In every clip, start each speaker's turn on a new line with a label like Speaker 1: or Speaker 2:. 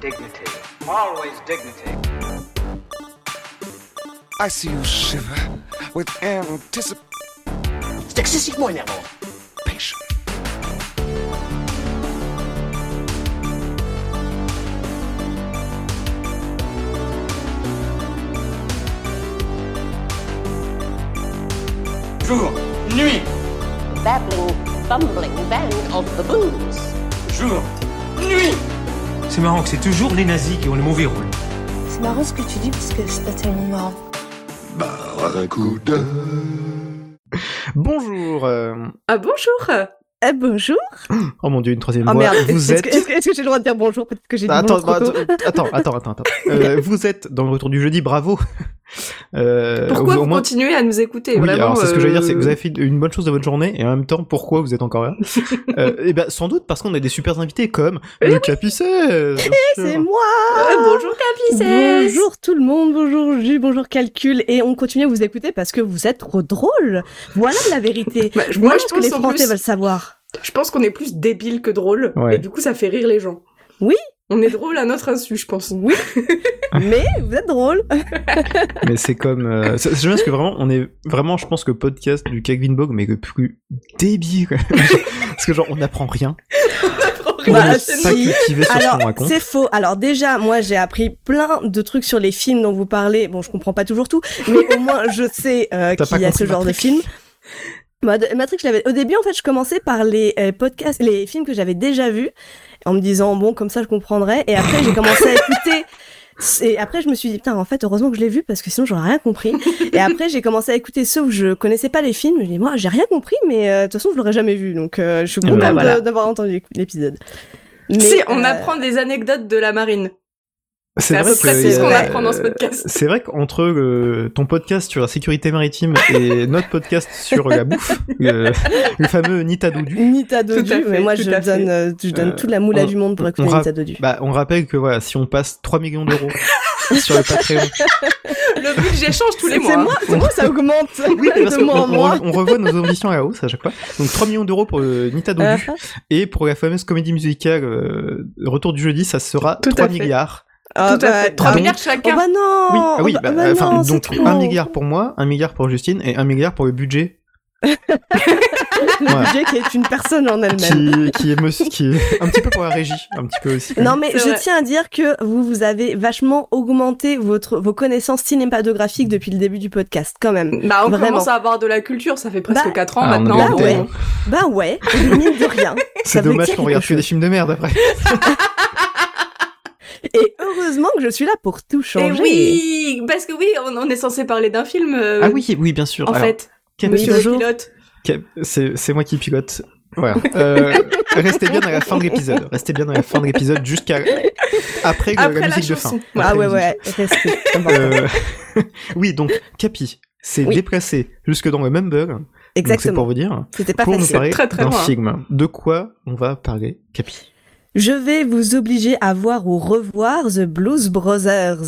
Speaker 1: dignity. Always dignity.
Speaker 2: I see you shiver with anticipation.
Speaker 3: C'est excessivement énervant.
Speaker 4: Jour, nuit,
Speaker 5: babbling, bumbling band of baboons.
Speaker 4: jour, nuit. C'est marrant que c'est toujours les nazis qui ont le mauvais rôle.
Speaker 6: C'est marrant ce que tu dis parce que c'est pas tellement marrant.
Speaker 7: Barracuda.
Speaker 8: Bonjour. euh,
Speaker 9: Ah bonjour
Speaker 6: Eh, bonjour.
Speaker 8: Oh mon dieu, une troisième
Speaker 6: Oh
Speaker 8: voix.
Speaker 6: merde.
Speaker 8: Vous
Speaker 6: Est-ce que,
Speaker 8: êtes. Bah,
Speaker 6: est-ce que- est-ce que j'ai le droit de dire bonjour Peut-être que j'ai dit
Speaker 8: Attends,
Speaker 6: bonjour trop tôt.
Speaker 8: attends, attends, attends, attends. Euh, vous êtes dans le retour du jeudi, bravo. Euh,
Speaker 9: Pourquoi
Speaker 8: au
Speaker 9: vous
Speaker 8: moins-
Speaker 9: continuez à nous écouter
Speaker 8: Oui,
Speaker 9: vraiment,
Speaker 8: alors c'est ce que j'allais dire,
Speaker 9: euh,
Speaker 8: c'est que vous avez fait une bonne chose de votre journée et en même temps, pourquoi vous êtes encore là euh, Eh ben, sans doute parce qu'on a des super invités comme le Capicet.
Speaker 6: Eh C'est moi
Speaker 9: euh, bonjour Capices
Speaker 6: Bonjour tout le monde, bonjour Jus, bonjour Calcul, et on continue à vous écouter parce que vous êtes trop drôle. Voilà la vérité.
Speaker 9: Bah, je-
Speaker 6: Voilà
Speaker 9: Moi je
Speaker 6: ce que les
Speaker 9: pense en
Speaker 6: Français
Speaker 9: plus,
Speaker 6: veulent savoir.
Speaker 9: je pense qu'on est plus débile que drôle
Speaker 8: Ouais.
Speaker 9: et du coup ça fait rire les gens.
Speaker 6: Oui.
Speaker 9: On est drôle à notre insu je pense.
Speaker 6: Oui, mais vous êtes drôle.
Speaker 8: Mais c'est comme. Euh, c'est- c'est bien parce que vraiment, on est vraiment, je pense que podcast du Kevin Bog, mais que plus débile. quoi. parce que genre, on n'apprend rien. On
Speaker 6: Bah,
Speaker 8: est
Speaker 6: si.
Speaker 8: pas cultivé sur ce
Speaker 6: Alors,
Speaker 8: qu'on raconte.
Speaker 6: c'est faux. Alors déjà, moi, j'ai appris plein de trucs sur les films dont vous parlez. Bon, je comprends pas toujours tout, mais au moins, je sais euh,
Speaker 8: T'as pas
Speaker 6: qu'il y a
Speaker 8: compris
Speaker 6: ce genre de film. Moi, de- Matrix, je l'avais. Au début, en fait, je commençais par les euh, podcasts, les films que j'avais déjà vus, en me disant bon, comme ça, je comprendrai. Et après, j'ai commencé à écouter. Et après, je me suis dit putain, en fait, heureusement que je l'ai vu parce que sinon, j'aurais rien compris. Et après, j'ai commencé à écouter ceux où je connaissais pas les films. Je me dis moi, j'ai rien compris, mais euh, de toute façon, je l'aurais jamais vu. Donc, euh, je suis
Speaker 8: Bah,
Speaker 6: contente de-
Speaker 9: voilà.
Speaker 6: d'avoir entendu l'épisode. Mais,
Speaker 9: Si on
Speaker 6: euh,
Speaker 9: apprend des anecdotes de la marine.
Speaker 8: C'est
Speaker 9: à
Speaker 8: vrai
Speaker 9: peu près
Speaker 8: que,
Speaker 9: tout Bah, ce qu'on
Speaker 8: euh,
Speaker 9: apprend dans ce podcast.
Speaker 8: C'est vrai qu'entre euh, ton podcast sur la sécurité maritime et notre podcast sur la bouffe, le, le fameux Nita Doudou,
Speaker 6: Nita
Speaker 9: Tout à
Speaker 6: Dodu,
Speaker 9: fait,
Speaker 6: mais moi
Speaker 9: tout
Speaker 6: je
Speaker 9: à fait.
Speaker 6: donne, euh, je donne
Speaker 8: Euh,
Speaker 6: toute la moula
Speaker 8: on-
Speaker 6: du monde pour
Speaker 8: on
Speaker 6: écouter
Speaker 8: ra-
Speaker 6: Nita Dodu.
Speaker 8: bah, on rappelle que voilà, si on passe 3 millions d'euros sur le Patreon,
Speaker 9: Le budget change tous les
Speaker 6: C'est
Speaker 9: mois.
Speaker 6: c'est moi, c'est moi, ça augmente
Speaker 8: parce
Speaker 6: de
Speaker 8: qu'on
Speaker 6: mois en
Speaker 8: on,
Speaker 6: mois.
Speaker 8: re- on revoit nos ambitions à la hausse à chaque fois. Donc 3 millions d'euros pour euh, Nita Doudou
Speaker 6: Euh,
Speaker 8: et pour la fameuse comédie musicale euh, Retour du jeudi, ça sera
Speaker 9: Tout à
Speaker 8: 3
Speaker 9: fait.
Speaker 8: milliards.
Speaker 6: ah,
Speaker 9: Tout à
Speaker 6: bah,
Speaker 9: fait. 3
Speaker 8: donc-
Speaker 9: milliards
Speaker 6: Oh
Speaker 9: chacun.
Speaker 6: bah non
Speaker 8: Oui, ah oui,
Speaker 6: Oh bah-
Speaker 8: bah,
Speaker 6: bah
Speaker 8: enfin,
Speaker 6: non,
Speaker 8: donc
Speaker 6: c'est trop.
Speaker 8: 1 milliard pour moi, 1 milliard pour Justine et 1 milliard pour le budget
Speaker 6: Le budget qui est une personne en elle-même.
Speaker 8: qui, qui est monsieur- qui est un petit peu pour la régie, un petit peu aussi.
Speaker 6: Non mais
Speaker 9: C'est
Speaker 6: je
Speaker 9: vrai.
Speaker 6: tiens à dire que vous vous avez vachement augmenté votre vos connaissances cinématographiques depuis le début du podcast quand même.
Speaker 9: Bah on
Speaker 6: Vraiment.
Speaker 9: commence à avoir de la culture, ça fait presque
Speaker 6: Bah,
Speaker 9: 4 ans
Speaker 8: Ah, on a
Speaker 9: maintenant.
Speaker 6: bien
Speaker 9: Bon,
Speaker 6: été. Bah ouais, mine de rien.
Speaker 8: C'est
Speaker 6: Ça veut
Speaker 8: dommage
Speaker 6: dire
Speaker 8: qu'on
Speaker 6: quelque
Speaker 8: regarde que
Speaker 6: chose.
Speaker 8: des films de merde après.
Speaker 9: Euh,
Speaker 6: Et heureusement que je suis là pour tout
Speaker 9: Et
Speaker 6: changer.
Speaker 9: oui, parce que oui, on, on est censé parler d'un film euh,
Speaker 8: Ah oui, oui, bien sûr.
Speaker 9: en
Speaker 8: Alors,
Speaker 9: fait.
Speaker 8: Cap-
Speaker 9: Monsieur
Speaker 6: bonjour.
Speaker 9: le pilote.
Speaker 8: Cap- c'est c'est moi qui pilote. Voilà. Euh, restez bien à la fin de l'épisode. Restez bien à la fin de l'épisode jusqu'à après, que
Speaker 9: Après
Speaker 8: la
Speaker 9: la,
Speaker 8: musique de fin.
Speaker 9: chanson. Voilà.
Speaker 6: Ah
Speaker 8: Après
Speaker 6: ouais
Speaker 8: la
Speaker 6: ouais, restez.
Speaker 8: Euh, oui, donc Capi s'est
Speaker 6: Oui.
Speaker 8: déplacé jusque dans le Mumble. donc C'est pour
Speaker 6: Exactement.
Speaker 8: vous dire.
Speaker 6: C'était pas
Speaker 8: pour nous
Speaker 6: facile.
Speaker 8: parler
Speaker 9: Très, très
Speaker 8: d'un
Speaker 9: loin.
Speaker 8: film. De quoi on va parler, Capi
Speaker 6: Je vais vous obliger à voir ou revoir The Blues Brothers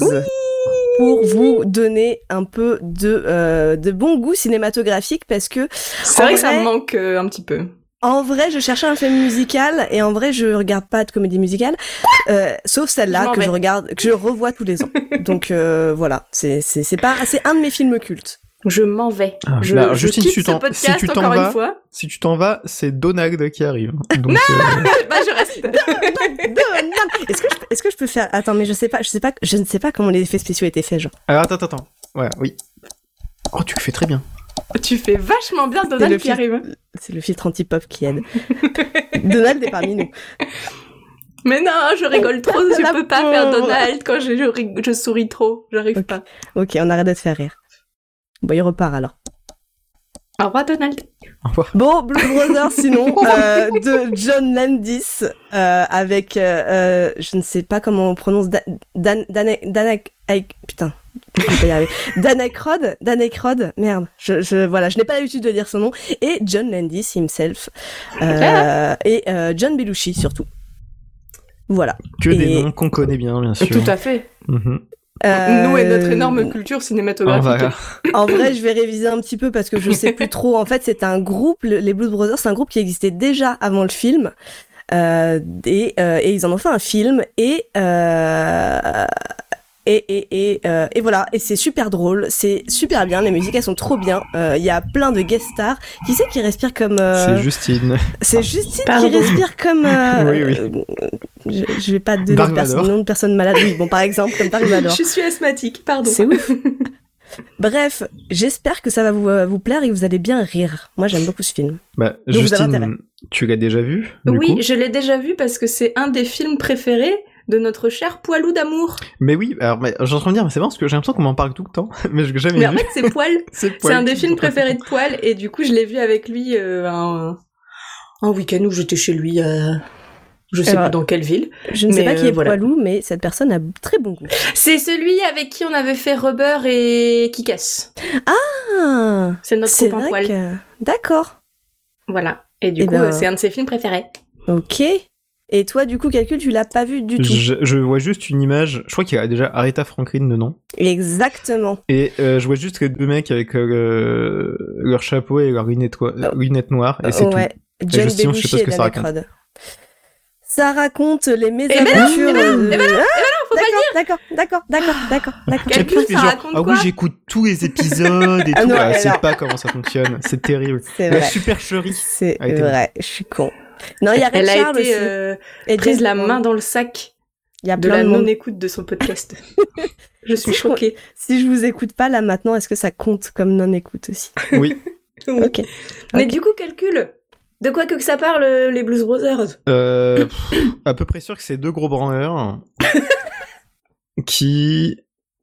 Speaker 6: pour vous donner un peu de, euh, de bon goût cinématographique parce que
Speaker 9: C'est
Speaker 6: En
Speaker 9: vrai que ça
Speaker 6: vrai-
Speaker 9: me manque euh, un petit peu.
Speaker 6: en vrai je cherchais un film musical et en vrai je regarde pas de comédie musicale euh, sauf
Speaker 9: Je
Speaker 6: celle-là
Speaker 9: m'en
Speaker 6: que
Speaker 9: vais.
Speaker 6: je regarde que je revois tous les ans. Donc euh, voilà, c'est c'est c'est pas c'est un de mes films cultes.
Speaker 9: Je m'en vais.
Speaker 8: Ah,
Speaker 9: je
Speaker 8: là,
Speaker 9: je
Speaker 8: Justine,
Speaker 9: quitte
Speaker 8: tu
Speaker 9: ce
Speaker 8: t'en-
Speaker 9: podcast
Speaker 8: si tu t'en
Speaker 9: encore
Speaker 8: vas-
Speaker 9: une fois.
Speaker 8: Si tu t'en vas, c'est Donald qui arrive. Donc, euh,
Speaker 9: bah, je reste.
Speaker 6: Donald Est-ce que je, est-ce que je peux faire Attends, mais je sais pas, je sais pas je ne sais pas comment les effets spéciaux étaient faits genre.
Speaker 8: Alors attends, attends, attends. Voilà, oui. Oh, tu le fais très bien.
Speaker 9: tu fais vachement bien
Speaker 6: C'est le
Speaker 9: Donald qui
Speaker 6: fil-
Speaker 9: arrive.
Speaker 6: C'est le filtre anti-pop qui aide. Donald est parmi nous.
Speaker 9: Mais non, je rigole trop.
Speaker 6: La
Speaker 9: Je peux pas faire
Speaker 6: pauvre.
Speaker 9: Donald quand je, je, rig- je souris trop. J'arrive
Speaker 6: Ok.
Speaker 9: pas.
Speaker 6: Ok, on arrête de te faire rire. Bon, il repart alors.
Speaker 9: Au revoir, Donald.
Speaker 6: Bon, Blue Brothers, sinon, euh, de John Landis, euh, avec, euh, euh, je ne sais pas comment on prononce, Da- Dan, Dan, Dan, Ack- putain, je vais pas y arriver. Dan Aykroyd, Dan Aykroyd, merde, je, je, voilà, je n'ai pas l'habitude de dire son nom, et John Landis himself, euh,
Speaker 9: Ah.
Speaker 6: et euh, John Belushi surtout. Voilà.
Speaker 8: Que des
Speaker 6: Et-
Speaker 8: noms qu'on connaît bien, bien sûr.
Speaker 9: Tout à fait.
Speaker 8: Mhm.
Speaker 9: Nous et notre
Speaker 6: Euh,
Speaker 9: énorme culture
Speaker 8: Ah,
Speaker 9: cinématographique.
Speaker 8: voilà.
Speaker 6: En vrai, je vais réviser un petit peu parce que je sais plus trop. En fait, c'est un groupe, le- les Blues Brothers, c'est un groupe qui existait déjà avant le film. Euh, et, euh, et ils en ont fait un film et euh, et et et, euh, et voilà et c'est super drôle, c'est super bien, les musiques elles sont trop bien. Euh, Il y a plein de guest stars. Qui c'est qui respire comme euh,
Speaker 8: C'est Justine.
Speaker 6: c'est Justine
Speaker 9: Pardon.
Speaker 6: qui respire comme. euh,
Speaker 8: Oui,
Speaker 6: euh, je, je vais pas te donner
Speaker 8: Dark
Speaker 6: de personne-
Speaker 8: Vador.
Speaker 6: nom de personne malade. Oui, bon, par exemple, comme Dark Vador.
Speaker 9: Je suis asthmatique, pardon.
Speaker 6: C'est ouf. Bref, j'espère que ça va vous, euh, vous plaire et que vous allez bien rire. Moi, j'aime beaucoup ce film.
Speaker 8: Bah,
Speaker 6: vous avez intérêt.
Speaker 8: Justine, tu l'as déjà vu du
Speaker 9: oui,
Speaker 8: coup
Speaker 9: je l'ai déjà vu parce que c'est un des films préférés de notre cher poilou d'amour.
Speaker 8: Mais oui, alors mais, j'ai en train de dire, mais c'est marrant parce que j'ai l'impression qu'on m'en parle tout le temps, mais je l'ai jamais
Speaker 9: Mais en
Speaker 8: vu.
Speaker 9: fait, c'est Poil. C'est
Speaker 8: Poil.
Speaker 9: un des films préférés de Poil et du coup, je l'ai vu avec lui euh, un, un week-end où j'étais chez lui. euh, Je sais
Speaker 6: Alors-
Speaker 9: plus dans quelle ville.
Speaker 6: Je ne sais
Speaker 9: Mais,
Speaker 6: pas qui
Speaker 9: euh,
Speaker 6: est
Speaker 9: voilà.
Speaker 6: Poilou, mais cette personne a très bon goût.
Speaker 9: C'est celui avec qui on avait fait Rubber et Kick-Ass.
Speaker 6: Ah,
Speaker 9: C'est notre
Speaker 6: c'est
Speaker 9: copain
Speaker 6: vrai
Speaker 9: Poil.
Speaker 6: que... D'accord.
Speaker 9: Voilà. Et du
Speaker 6: Eh
Speaker 9: coup,
Speaker 6: ben-
Speaker 9: euh, c'est un de ses films préférés.
Speaker 6: Ok. Et toi, du coup, calcul, tu l'as pas vu du tout.
Speaker 8: Je, je vois juste une image, je crois qu'il y a déjà Aretha Franklin dedans,
Speaker 6: Exactement.
Speaker 8: et euh, je vois juste les deux mecs avec euh, leur chapeau et leurs lunettes, quoi,
Speaker 9: Oh.
Speaker 8: lunettes noires, et c'est
Speaker 6: ouais.
Speaker 8: Et
Speaker 6: John
Speaker 8: je- sinon, je sais
Speaker 6: Belushi
Speaker 8: pas
Speaker 6: et
Speaker 8: ce que ça
Speaker 6: Danny
Speaker 8: raconte.
Speaker 6: Crod. Ça raconte
Speaker 9: ben
Speaker 6: les
Speaker 9: non,
Speaker 6: mésaventures. euh,
Speaker 9: Non, faut pas le dire. Ah.
Speaker 6: ah, D'accord, d'accord, d'accord, d'accord, d'accord.
Speaker 8: tout.
Speaker 9: Calcul,
Speaker 8: J'appuie, mais
Speaker 9: ça
Speaker 8: genre,
Speaker 9: raconte
Speaker 8: ah
Speaker 9: quoi
Speaker 8: oui, j'écoute tous les épisodes et
Speaker 6: Ah
Speaker 8: tout.
Speaker 6: non,
Speaker 8: Ah,
Speaker 6: alors-
Speaker 8: c'est pas comment ça fonctionne, c'est terrible.
Speaker 6: C'est
Speaker 8: La
Speaker 6: vrai.
Speaker 8: supercherie.
Speaker 6: C'est
Speaker 8: a été
Speaker 6: vrai, je suis con. Non, il y a Ray
Speaker 9: Elle a
Speaker 6: Charles
Speaker 9: été
Speaker 6: aussi.
Speaker 9: euh,
Speaker 6: et
Speaker 9: prise
Speaker 6: James
Speaker 9: la
Speaker 6: Bond.
Speaker 9: main dans le sac
Speaker 6: Il y a
Speaker 9: de
Speaker 6: plein
Speaker 9: la
Speaker 6: de monde.
Speaker 9: non-écoute de son podcast. Je suis
Speaker 6: C'est quoi
Speaker 9: choquée.
Speaker 6: Si je vous écoute pas là maintenant, est-ce que ça compte comme non-écoute aussi
Speaker 8: Oui.
Speaker 6: Ok.
Speaker 9: Mais
Speaker 6: Ok.
Speaker 9: du coup, calcul. De quoi que, que ça parle, euh, les Blues Brothers
Speaker 8: Euh, pff, à peu près sûr que c'est deux gros branleurs qui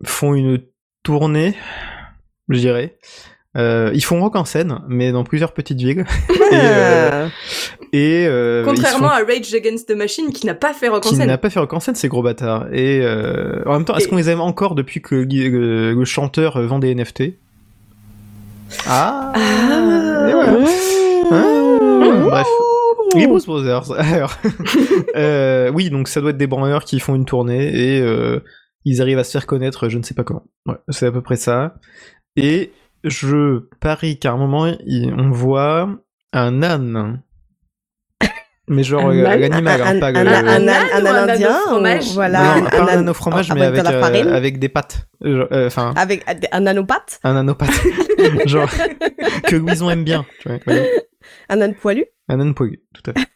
Speaker 8: font une tournée, je dirais. Euh, ils font rock en scène, mais dans plusieurs petites villes. Et, euh,
Speaker 6: Ah.
Speaker 8: et, euh, ils se
Speaker 9: Contrairement
Speaker 8: font-
Speaker 9: à Rage Against the Machine, qui n'a pas fait rock en
Speaker 8: qui
Speaker 9: scène.
Speaker 8: n'a pas fait rock en scène, ces gros bâtards. Et euh, en même temps, est-ce
Speaker 9: Et-
Speaker 8: qu'on les aime encore depuis que le, le- le chanteur euh, vend des NFT Ah, Et voilà. Ah, Bref. Les Bruce Brothers. Alors, euh, oui, donc ça doit être des branleurs qui font une tournée et euh, ils arrivent à se faire connaître, je ne sais pas comment. Ouais, c'est à peu près ça. Et je parie qu'à un moment, il- on voit un âne. Mais genre
Speaker 9: Un
Speaker 8: euh,
Speaker 9: âne
Speaker 8: l'animal, hein,
Speaker 6: un,
Speaker 8: pas
Speaker 6: un,
Speaker 8: le-
Speaker 6: un,
Speaker 8: non,
Speaker 6: un,
Speaker 9: âne ou
Speaker 6: un
Speaker 9: un âne au
Speaker 6: indien,
Speaker 9: fromage
Speaker 6: ou- voilà,
Speaker 8: non, pas un âne au
Speaker 6: au
Speaker 8: fromage, mais
Speaker 6: avec de
Speaker 8: avec,
Speaker 6: la
Speaker 8: euh,
Speaker 6: farine,
Speaker 8: avec des pattes. Genre, euh, Enfin,
Speaker 6: avec euh, un anopathe,
Speaker 8: un anopathe. genre, que Louison aime bien. tu vois, voilà.
Speaker 6: un âne poilu.
Speaker 8: Un âne poilu, tout à fait.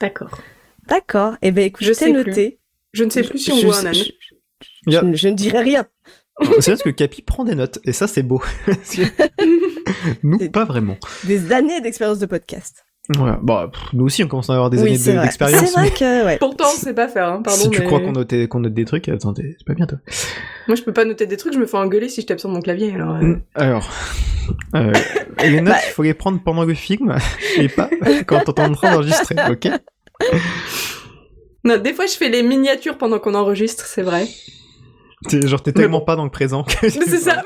Speaker 9: D'accord.
Speaker 6: D'accord. Eh ben écoute,
Speaker 9: Je
Speaker 6: c'est
Speaker 9: sais plus.
Speaker 6: noté.
Speaker 9: Je ne sais plus si on
Speaker 6: Je-
Speaker 9: voit
Speaker 6: je-
Speaker 9: un âne.
Speaker 6: je-
Speaker 8: Il y a-
Speaker 6: Je, ne- je ne dirai rien.
Speaker 8: C'est parce que Capi prend des notes, et ça c'est beau. Parce que- nous, pas vraiment.
Speaker 6: Des années d'expérience de podcast.
Speaker 8: Ouais, bah, pff, nous aussi, on commence à avoir des
Speaker 6: oui,
Speaker 8: années
Speaker 6: c'est
Speaker 8: de-
Speaker 6: vrai.
Speaker 8: d'expérience.
Speaker 6: C'est vrai
Speaker 8: mais
Speaker 6: que ouais.
Speaker 9: Pourtant, on sait pas faire, hein, pardon.
Speaker 8: si tu
Speaker 9: mais-
Speaker 8: crois qu'on note, qu'on note des trucs, attendez, c'est pas bien toi.
Speaker 9: Moi, je peux pas noter des trucs, je me fais engueuler si je tape sur mon clavier, alors... euh,
Speaker 8: Mm. Alors, euh, les notes, il faut les prendre pendant le film et pas quand on est en train d'enregistrer, ok
Speaker 9: Non, des fois, je fais les miniatures pendant qu'on enregistre, c'est vrai.
Speaker 8: T'es- Genre, t'es
Speaker 9: Mais
Speaker 8: tellement pas dans le présent que.
Speaker 9: Mais c'est ça.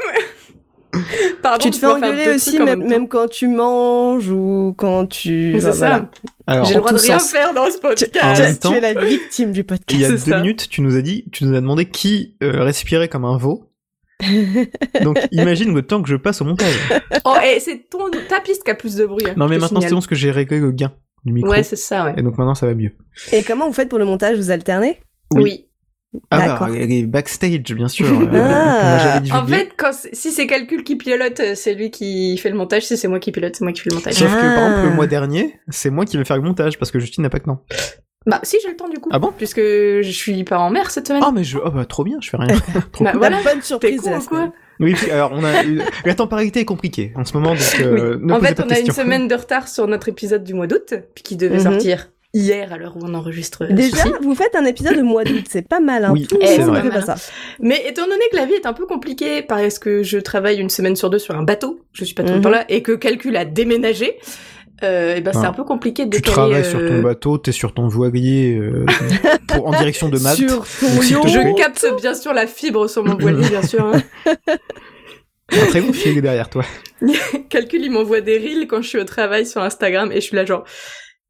Speaker 9: Pardon,
Speaker 6: Tu te
Speaker 9: je
Speaker 6: fais
Speaker 9: dois faire
Speaker 6: engueuler
Speaker 9: deux
Speaker 6: aussi,
Speaker 9: trucs en
Speaker 6: même,
Speaker 9: même temps.
Speaker 6: même quand tu manges ou quand tu.
Speaker 9: Mais
Speaker 6: Enfin,
Speaker 8: bah,
Speaker 9: c'est
Speaker 6: voilà.
Speaker 9: ça.
Speaker 8: Alors,
Speaker 9: J'ai le droit de
Speaker 6: tout
Speaker 9: rien
Speaker 6: sens.
Speaker 9: faire dans ce
Speaker 6: Tu,
Speaker 8: En
Speaker 9: podcast.
Speaker 8: même
Speaker 6: tu- tu
Speaker 8: temps-
Speaker 6: es la victime du podcast.
Speaker 8: il y a
Speaker 9: c'est
Speaker 8: deux
Speaker 9: ça.
Speaker 8: minutes, tu nous as dit, tu nous as demandé qui euh, respirait comme un veau. Donc, imagine le temps que je passe au montage.
Speaker 9: Oh, et c'est ton, ta piste qui a plus de bruit. hein,
Speaker 8: Non, mais
Speaker 9: je te
Speaker 8: maintenant, c'est
Speaker 9: signale.
Speaker 8: bon parce que j'ai réglé le gain du micro.
Speaker 9: Ouais, c'est ça, ouais.
Speaker 8: et donc maintenant, ça va mieux.
Speaker 6: Et comment vous faites pour le montage Vous alternez
Speaker 8: Oui.
Speaker 9: Oui.
Speaker 8: Ah,
Speaker 6: D'accord.
Speaker 8: bah, les les backstage, bien sûr. euh,
Speaker 6: Ah.
Speaker 8: qu'on a jamais divulgué.
Speaker 9: En fait, quand c'est- si c'est Calcul qui pilote, euh, c'est lui qui fait le montage. Si c'est moi qui pilote, c'est moi qui fais le montage.
Speaker 8: Sauf que, par
Speaker 6: Ah.
Speaker 8: exemple, le mois dernier, c'est moi qui vais faire le montage parce que Justine n'a pas que non.
Speaker 9: Bah, si, j'ai le temps du coup.
Speaker 8: Ah bon
Speaker 9: Puisque je suis pas en mer cette semaine.
Speaker 8: Ah, mais je. Oh, bah, trop bien, je fais rien. trop cool.
Speaker 9: bah, voilà.
Speaker 6: La bonne
Speaker 9: T'es
Speaker 6: surprise de
Speaker 9: con
Speaker 6: la
Speaker 9: ou quoi
Speaker 6: semaine.
Speaker 8: Oui, puis, alors, on a. eu- La temporalité est compliquée en ce moment, donc. euh, ne
Speaker 9: En
Speaker 8: posez
Speaker 9: fait,
Speaker 8: pas de
Speaker 9: on a une
Speaker 8: questions.
Speaker 9: semaine de retard sur notre épisode du mois d'août, puis qui devait
Speaker 6: Mhm.
Speaker 9: sortir hier à l'heure où on enregistre. euh,
Speaker 6: Déjà,
Speaker 9: ceci.
Speaker 6: vous faites un épisode au mois d'août, c'est pas mal. Hein.
Speaker 8: Oui,
Speaker 6: Tout le
Speaker 9: c'est
Speaker 6: monde
Speaker 9: vrai.
Speaker 6: ne fait pas ça.
Speaker 9: Ah, Mais étant donné que la vie est un peu compliquée, parce que je travaille une semaine sur deux sur un bateau, je suis pas tout le
Speaker 6: Mhm.
Speaker 9: temps là, et que calcul a déménagé, euh, et ben c'est
Speaker 8: Ah.
Speaker 9: un peu compliqué de
Speaker 8: Tu
Speaker 9: décaler,
Speaker 8: travailles
Speaker 9: euh,
Speaker 8: sur ton bateau, t'es sur ton voilier euh, pour, en direction de Malte.
Speaker 6: Sur
Speaker 8: Donc, s'il
Speaker 6: ton
Speaker 8: te
Speaker 6: yacht.
Speaker 9: Je
Speaker 8: plaît,
Speaker 9: capte bien sûr la fibre sur mon voilier, bien sûr. hein.
Speaker 8: un très bon filet derrière toi.
Speaker 9: Calcul, il m'envoie des reels quand je suis au travail sur Instagram, et je suis là genre,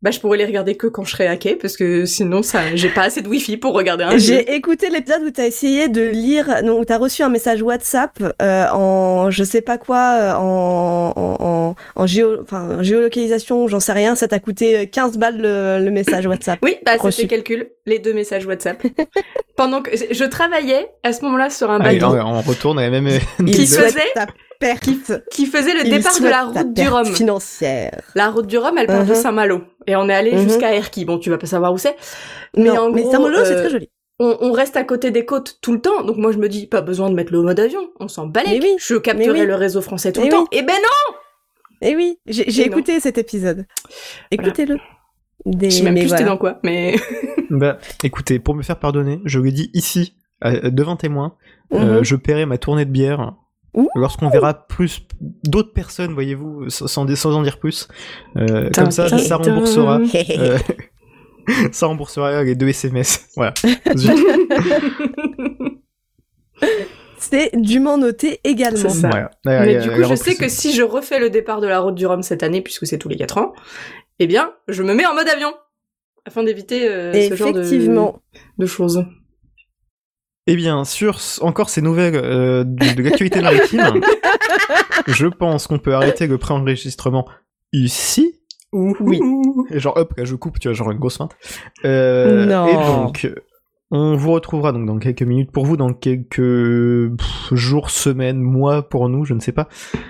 Speaker 9: bah je pourrais les regarder que quand je serai hacké parce que sinon ça j'ai pas assez de wifi pour regarder un jeu.
Speaker 6: J'ai écouté l'épisode où t'as essayé de lire, non, où t'as reçu un message WhatsApp euh, en je sais pas quoi, euh, en, en, en, en géo, enfin, en géolocalisation, j'en sais rien, ça t'a coûté 15 balles le, le message WhatsApp.
Speaker 9: Oui, bah
Speaker 6: Reçu.
Speaker 9: c'était calcul, les deux messages WhatsApp. Pendant que je travaillais à ce moment-là sur un
Speaker 8: Allez,
Speaker 9: bateau
Speaker 8: on, on retourne à la même. euh,
Speaker 9: Qui se
Speaker 6: souhaite
Speaker 9: faisait
Speaker 6: ta perte.
Speaker 9: qui faisait le
Speaker 6: Il
Speaker 9: départ de la
Speaker 6: souhaite ta
Speaker 9: route du
Speaker 6: perte
Speaker 9: Rhum.
Speaker 6: Financière.
Speaker 9: La route du Rhum, elle part de
Speaker 6: Mhm.
Speaker 9: Saint-Malo et on est allé
Speaker 6: Mhm.
Speaker 9: jusqu'à Erquy. Bon, tu vas pas savoir où c'est. Mais
Speaker 6: Mais,
Speaker 9: en
Speaker 6: mais
Speaker 9: gros,
Speaker 6: Saint-Malo, c'est
Speaker 9: euh,
Speaker 6: très joli.
Speaker 9: On, on reste à côté des côtes tout le temps, donc moi je me dis pas besoin de mettre le mode avion, on s'en balèque.
Speaker 6: Mais oui,
Speaker 9: Je capterai
Speaker 6: mais oui.
Speaker 9: le réseau français tout
Speaker 6: Mais
Speaker 9: le temps. Et ben non,
Speaker 6: Eh oui, j'ai j'ai
Speaker 9: Et non.
Speaker 6: écouté cet épisode. Écoutez-le. Des-
Speaker 9: je sais même
Speaker 6: mais
Speaker 9: plus
Speaker 6: voilà.
Speaker 9: j'étais dans quoi, mais
Speaker 8: bah, écoutez, pour me faire pardonner, je le dis ici, euh, devant témoin, euh,
Speaker 6: Mhm.
Speaker 8: je paierai ma tournée de bière.
Speaker 6: Ouh.
Speaker 8: Lorsqu'on verra plus d'autres personnes, voyez-vous, sans, sans- sans en dire plus, Euh, comme ça,
Speaker 9: Tintin.
Speaker 8: ça remboursera, euh, ça remboursera les deux SMS. Voilà. Zut.
Speaker 6: C'est dûment noté également.
Speaker 9: C'est ça.
Speaker 8: Voilà. Ouais,
Speaker 9: mais
Speaker 8: elle-
Speaker 9: du
Speaker 8: elle
Speaker 9: coup je
Speaker 8: repousse.
Speaker 9: sais que si je refais le départ de la route du Rhum cette année, puisque c'est tous les quatre ans, eh bien je me mets en mode avion afin d'éviter euh, ce genre de,
Speaker 6: Effectivement.
Speaker 9: de choses.
Speaker 8: Eh bien, sur s- encore ces nouvelles euh, de, de l'actualité maritime, je pense qu'on peut arrêter le pré-enregistrement ici. Oui. Et Genre, hop, là, je coupe, tu vois, genre une grosse feinte. Euh,
Speaker 6: Non.
Speaker 8: Et donc, euh, on vous retrouvera donc dans quelques minutes pour vous, dans quelques pff, jours, semaines, mois pour nous, je ne sais pas,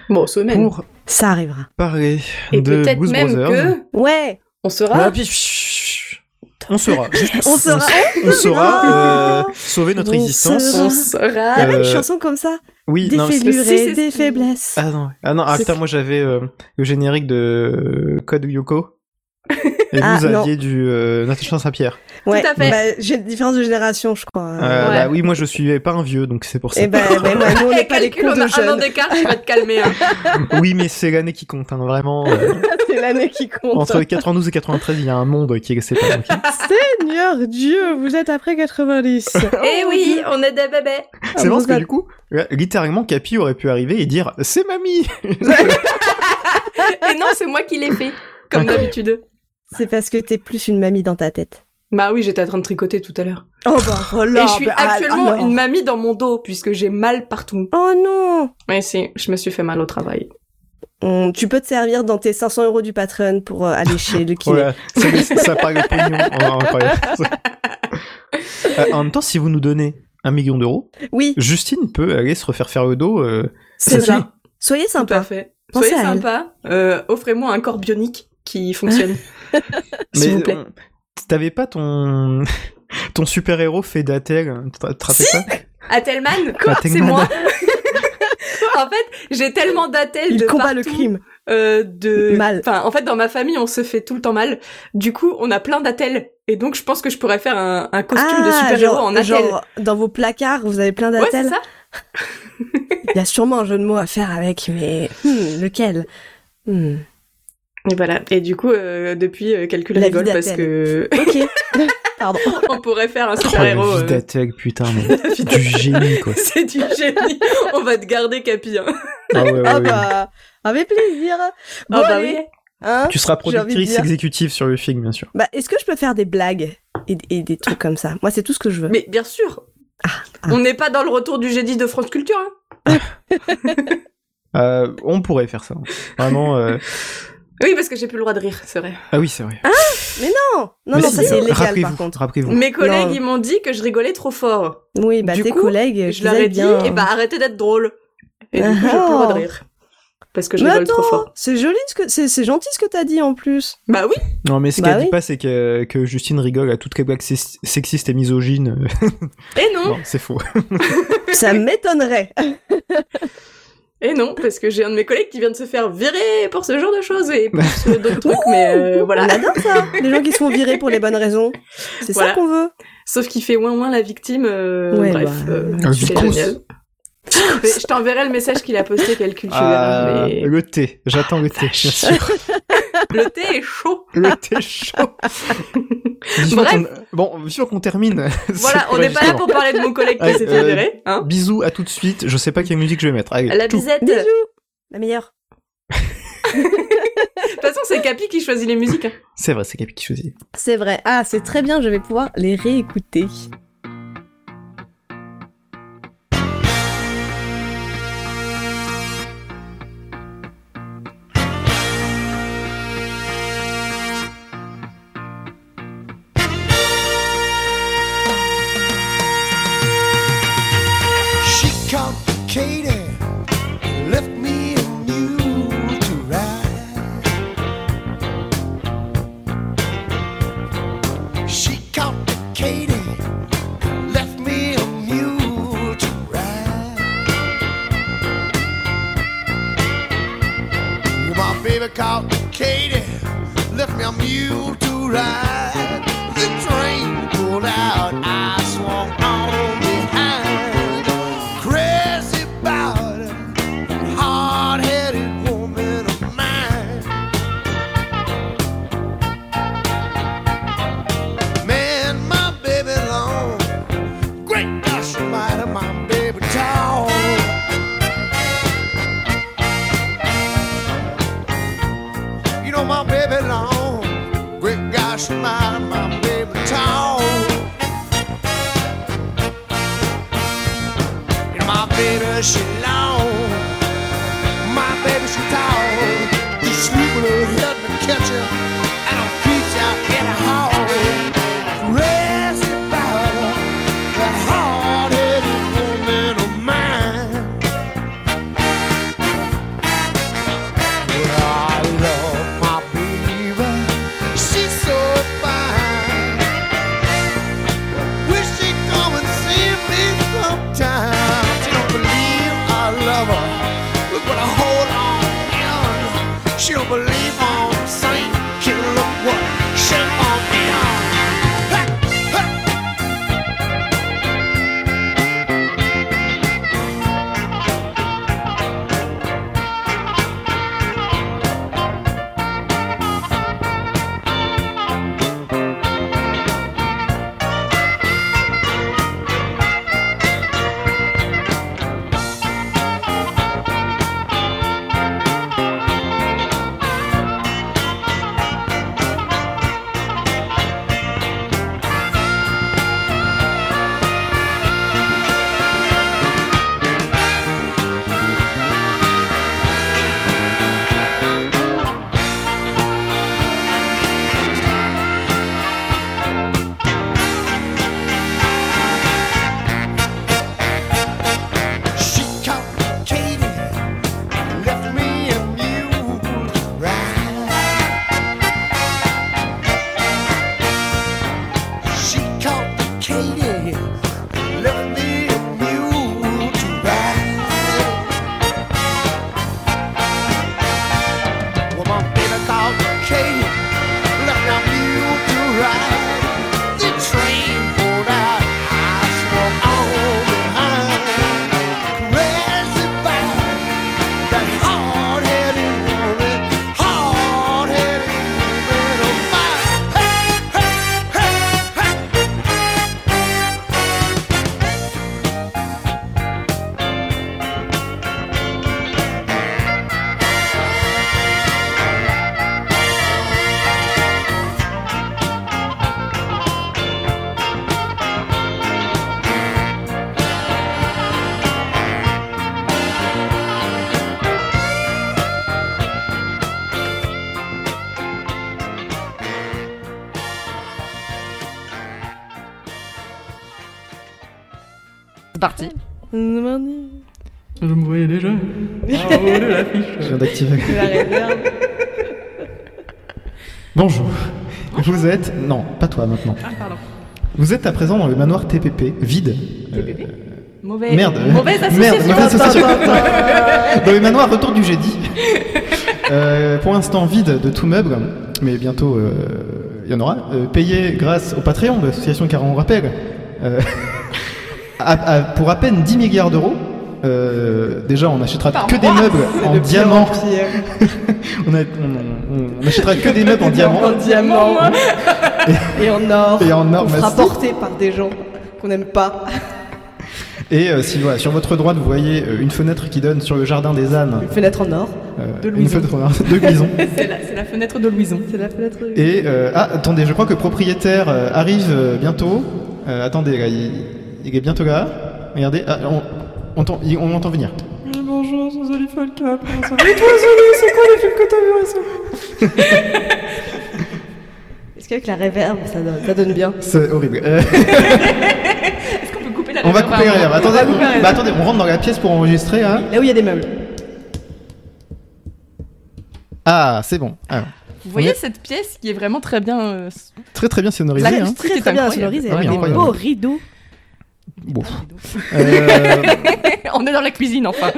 Speaker 9: Bon, semaine.
Speaker 8: pour
Speaker 6: Ça arrivera.
Speaker 8: parler
Speaker 9: Et
Speaker 8: de
Speaker 9: peut-être
Speaker 8: Blues
Speaker 9: même
Speaker 8: Brothers.
Speaker 9: que
Speaker 6: Ouais.
Speaker 9: on
Speaker 8: Ah,
Speaker 9: sera.
Speaker 8: puis, chut, on saura.
Speaker 6: On saura.
Speaker 8: On saura
Speaker 6: Non.
Speaker 8: euh, sauver notre
Speaker 6: On
Speaker 8: existence.
Speaker 6: saura.
Speaker 9: On sera.
Speaker 6: Il y avait une
Speaker 8: Euh,
Speaker 6: chanson comme ça.
Speaker 8: Oui,
Speaker 6: Des
Speaker 8: non, mais-
Speaker 6: fêlures
Speaker 9: c'est-
Speaker 6: et
Speaker 9: c'est-
Speaker 6: des faiblesses.
Speaker 8: Ah non, ah non, ah,
Speaker 6: C'est-
Speaker 8: putain, moi j'avais euh, le générique de euh, Code Yoko. Et
Speaker 6: Ah,
Speaker 8: vous
Speaker 6: non.
Speaker 8: aviez du euh, Notre chance à Pierre.
Speaker 6: ouais.
Speaker 9: tout à fait.
Speaker 6: Bah, j'ai une différence de génération, je crois.
Speaker 8: Euh,
Speaker 9: Ouais.
Speaker 8: bah oui, moi je suis pas un vieux, donc c'est pour ça.
Speaker 6: et Ah, ben, ben, ouais, nous, on n'est pas les
Speaker 9: Calcul,
Speaker 6: cons
Speaker 9: on a
Speaker 6: de
Speaker 9: un an
Speaker 6: jeunes.
Speaker 9: d'écart, tu vas te calmer. hein.
Speaker 8: oui, mais c'est l'année qui compte, hein, vraiment. euh,
Speaker 6: C'est l'année qui compte.
Speaker 8: entre 92 et 93, il y a un monde qui est séparé. ok
Speaker 6: Seigneur Dieu, vous êtes après 90.
Speaker 9: Eh oui, on est des bébés.
Speaker 8: c'est bon, parce que
Speaker 6: vous
Speaker 8: du coup, là, littéralement, Capi aurait pu arriver et dire C'est mamie
Speaker 9: Et non, c'est moi qui l'ai fait, comme d'habitude.
Speaker 6: C'est parce que t'es plus une mamie dans ta tête.
Speaker 9: Bah oui, j'étais en train de tricoter tout à l'heure.
Speaker 6: Oh bah voilà.
Speaker 9: Et je suis
Speaker 6: bah,
Speaker 9: actuellement
Speaker 6: alors.
Speaker 9: une mamie dans mon dos, puisque j'ai mal partout.
Speaker 6: Oh non.
Speaker 9: Ouais, si, je me suis fait mal au travail.
Speaker 6: On- tu peux te servir dans tes 500 euros du patron pour euh, aller chez le kiné.
Speaker 8: Voilà, ça, ça parle au pognon. on va en parler. Oh, Euh, en même temps, si vous nous donnez un million d'euros,
Speaker 6: Oui,
Speaker 8: Justine peut aller se refaire faire le dos. euh, ça.
Speaker 6: c'est ça. Soyez
Speaker 9: Tout à
Speaker 6: sympa.
Speaker 9: fait.
Speaker 6: Pensez
Speaker 9: Soyez
Speaker 6: à elle.
Speaker 9: sympa. Euh, Offrez-moi un corps bionique qui fonctionne. S'il vous plaît.
Speaker 8: on- T'avais pas ton ton super héros fait hein, d'Atel T'attrapais pas
Speaker 9: Atelman,
Speaker 8: Quoi,
Speaker 9: c'est
Speaker 8: Atelman
Speaker 9: moi. en fait, j'ai tellement d'attel
Speaker 6: Il
Speaker 9: de
Speaker 6: combat
Speaker 9: partout.
Speaker 6: le crime.
Speaker 9: euh, de
Speaker 6: Mal.
Speaker 9: Enfin, en fait, dans ma famille, on se fait tout le temps mal. Du coup, on a plein d'attels. Et donc, je pense que je pourrais faire un, un costume de
Speaker 6: Ah,
Speaker 9: super-héros
Speaker 6: genre-
Speaker 9: en attel.
Speaker 6: Genre, dans vos placards, vous avez plein
Speaker 9: ouais,
Speaker 6: d'attels.
Speaker 9: c'est ça.
Speaker 6: Il y a sûrement un jeu de mots à faire avec, mais hmm, lequel Hmm,
Speaker 9: Et voilà. Et du coup, euh, depuis, euh, calcul
Speaker 6: La
Speaker 9: rigole
Speaker 6: vie
Speaker 9: parce que
Speaker 6: Ok. Ah, Pardon.
Speaker 9: on pourrait faire un
Speaker 8: Oh, la
Speaker 9: super-héros.
Speaker 8: vie
Speaker 9: euh,
Speaker 8: d'Atel, putain, mais du génie quoi.
Speaker 9: C'est du génie. on va te garder, Capi. hein.
Speaker 8: Ah ouais, ouais,
Speaker 6: Ah
Speaker 8: ouais.
Speaker 6: bah, avec plaisir. Bon,
Speaker 9: Ah bah
Speaker 6: allez,
Speaker 9: oui.
Speaker 6: hein
Speaker 8: Tu seras
Speaker 6: J'ai envie de
Speaker 8: productrice
Speaker 6: dire.
Speaker 8: exécutive sur le film, bien sûr.
Speaker 6: Bah, est-ce que je peux faire des blagues et, et des trucs comme ça Moi, c'est tout ce que je veux.
Speaker 9: Mais bien sûr.
Speaker 6: Ah,
Speaker 9: On n'est pas dans le retour du jeudi de France Culture. hein.
Speaker 8: Euh, on pourrait faire ça. Vraiment. euh,
Speaker 9: Oui, parce que j'ai plus le droit de rire, c'est vrai.
Speaker 8: Ah oui, c'est vrai.
Speaker 6: Non, non,
Speaker 8: Mais
Speaker 6: non,
Speaker 8: si,
Speaker 6: ça c'est
Speaker 8: euh,
Speaker 6: illégal par
Speaker 8: rappelez-vous,
Speaker 6: contre.
Speaker 8: Rappelez-vous.
Speaker 9: Mes collègues,
Speaker 6: Non.
Speaker 9: ils m'ont dit que je rigolais trop fort.
Speaker 6: Oui, bah
Speaker 9: Du
Speaker 6: tes
Speaker 9: coup,
Speaker 6: collègues,
Speaker 9: je
Speaker 6: qu'ils
Speaker 9: leur ai
Speaker 6: aillent
Speaker 9: dit,
Speaker 6: bien.
Speaker 9: eh bah arrêtez d'être drôle. Et du
Speaker 6: Ah
Speaker 9: coup, j'ai plus le
Speaker 6: ah.
Speaker 9: droit de rire. Parce que je
Speaker 6: Mais
Speaker 9: rigole trop
Speaker 6: attends,
Speaker 9: fort.
Speaker 6: c'est joli ce que c'est, c'est gentil ce que t'as dit en plus.
Speaker 9: Bah oui,
Speaker 8: Non, mais ce
Speaker 6: Bah
Speaker 8: qu'elle dit
Speaker 6: oui.
Speaker 8: pas, c'est que, que Justine rigole à toutes les blagues sex- sexistes et misogynes.
Speaker 9: et non,
Speaker 8: non, c'est faux.
Speaker 6: Ça m'étonnerait. Ah,
Speaker 9: et non, parce que j'ai un de mes collègues qui vient de se faire virer pour ce genre de choses et pour ce- d'autres trucs, mais euh,
Speaker 6: On
Speaker 9: voilà.
Speaker 6: adore ça. Les gens qui se font virer pour les bonnes raisons. C'est
Speaker 9: Voilà.
Speaker 6: ça qu'on veut.
Speaker 9: Sauf qu'il fait ouin ouin la victime, euh,
Speaker 6: Ouais,
Speaker 9: bref,
Speaker 6: bah,
Speaker 9: euh,
Speaker 8: Un
Speaker 9: c'est
Speaker 8: vicose.
Speaker 9: génial. Mais Je t'enverrai le message qu'il a posté, calcul, tu verras,
Speaker 8: Ah,
Speaker 9: mais
Speaker 8: Le thé, j'attends le thé, bien sûr.
Speaker 9: Le thé est chaud.
Speaker 8: Le thé chaud. Vivement qu'on- Bon, sûr qu'on termine. ce
Speaker 9: Voilà, on n'est pas là
Speaker 8: enregistrement.
Speaker 9: pour parler de mon collègue qui
Speaker 8: Allez,
Speaker 9: s'est fait
Speaker 8: euh,
Speaker 9: virer. Hein. euh,
Speaker 8: Bisous, à tout de suite. Je sais pas quelle musique je vais mettre. Allez,
Speaker 9: La
Speaker 8: tout.
Speaker 9: bisette.
Speaker 6: Bisous. La meilleure.
Speaker 10: toute façon, c'est Capi qui choisit les musiques. hein.
Speaker 8: C'est vrai, c'est Capi qui choisit.
Speaker 6: C'est vrai. Ah, c'est très bien, je vais pouvoir les réécouter.
Speaker 2: She complicated, left me and you to ride. She complicated, left me and you to ride. My baby complicated, left me a mule to ride. The train pulled out, I swung on behind. Crazy about a hard-headed woman of mine. Man, my baby long, great gosh almighty, my baby tall. You know my baby long, great gosh, my, my baby tall. And my baby, she long, my baby, she tall. You sleep with her head in the kitchen, and her feet out in the hall. Rest about her, the hard-headed woman of mine. I love my baby. She's so fine. Wish she'd come and see me sometime. She don't believe I love her. Look what I hold on in. She don't believe I'm saying. Can look what shape I'm in. Hey, hey. She complicated, left me a mule to ride. She complicated, left me a mule to ride. Well, my baby complicated, left me a mule to ride. The train pulled out, I swung on behind. oh
Speaker 9: C'est parti.
Speaker 11: Je me voyais déjà. Ah, oh, de l'affiche.
Speaker 8: Je viens d'activer.
Speaker 9: hein.
Speaker 8: Bonjour. Vous êtes. Non, pas toi maintenant.
Speaker 10: Ah, pardon.
Speaker 8: Vous êtes à présent dans le manoir TPP, vide. Euh,
Speaker 10: Mauvais.
Speaker 8: Merde.
Speaker 10: Mauvaise association.
Speaker 8: Merde, mauvaise association. Dans le manoir retour du jeudi. Euh, pour l'instant vide de tout meuble, mais bientôt euh, il y en aura. Euh, payé grâce au Patreon de l'association car on rappelle, euh, à- à- pour à peine 10 milliards d'euros. euh, déjà, on n'achètera que des meubles en diamant. on, a- on- on- on n'achètera hein. que des meubles en diamant
Speaker 9: En diamant. Et en or.
Speaker 8: et en or
Speaker 9: On sera
Speaker 8: massif.
Speaker 9: porté par des gens qu'on n'aime pas.
Speaker 8: Et euh, si, voilà, sur votre droite, vous voyez euh, une fenêtre qui donne sur le jardin des ânes.
Speaker 9: Une fenêtre en or.
Speaker 8: euh,
Speaker 9: De
Speaker 8: une
Speaker 9: Louison.
Speaker 8: fenêtre en or de Guison.
Speaker 9: c'est la, c'est la fenêtre de Louison. C'est la fenêtre de
Speaker 8: Et euh, ah, attendez, je crois que propriétaire euh, arrive euh, bientôt. Euh, attendez, là, il, il est bientôt là. Regardez, ah, on, on entend, il- on l'entend venir.
Speaker 12: Oui, bonjour, c'est Zoli Falcap. comment ça va Et toi, Zoli, c'est quoi les films que t'as vu récemment
Speaker 9: Est-ce qu'avec la réverb, ça donne, ça donne bien
Speaker 8: C'est horrible. Euh,
Speaker 9: Est-ce qu'on peut couper la
Speaker 8: on va couper rien. Attendez, on, bah, attendez, on rentre dans la pièce pour enregistrer. hein.
Speaker 9: Là où il y a des meubles.
Speaker 8: Ah, c'est bon. Alors,
Speaker 9: Vous
Speaker 8: on
Speaker 9: voyez
Speaker 8: est
Speaker 9: cette pièce qui est vraiment très bien. euh, s-
Speaker 8: Très très bien sonorisé.
Speaker 9: La-
Speaker 8: hein.
Speaker 9: très, très bien
Speaker 8: incroyable.
Speaker 9: sonorisé,
Speaker 8: Ah oui,
Speaker 9: avec des
Speaker 8: incroyable.
Speaker 9: beaux rideaux.
Speaker 8: Bon.
Speaker 9: Ah,
Speaker 8: Euh,
Speaker 9: On est dans la cuisine enfin.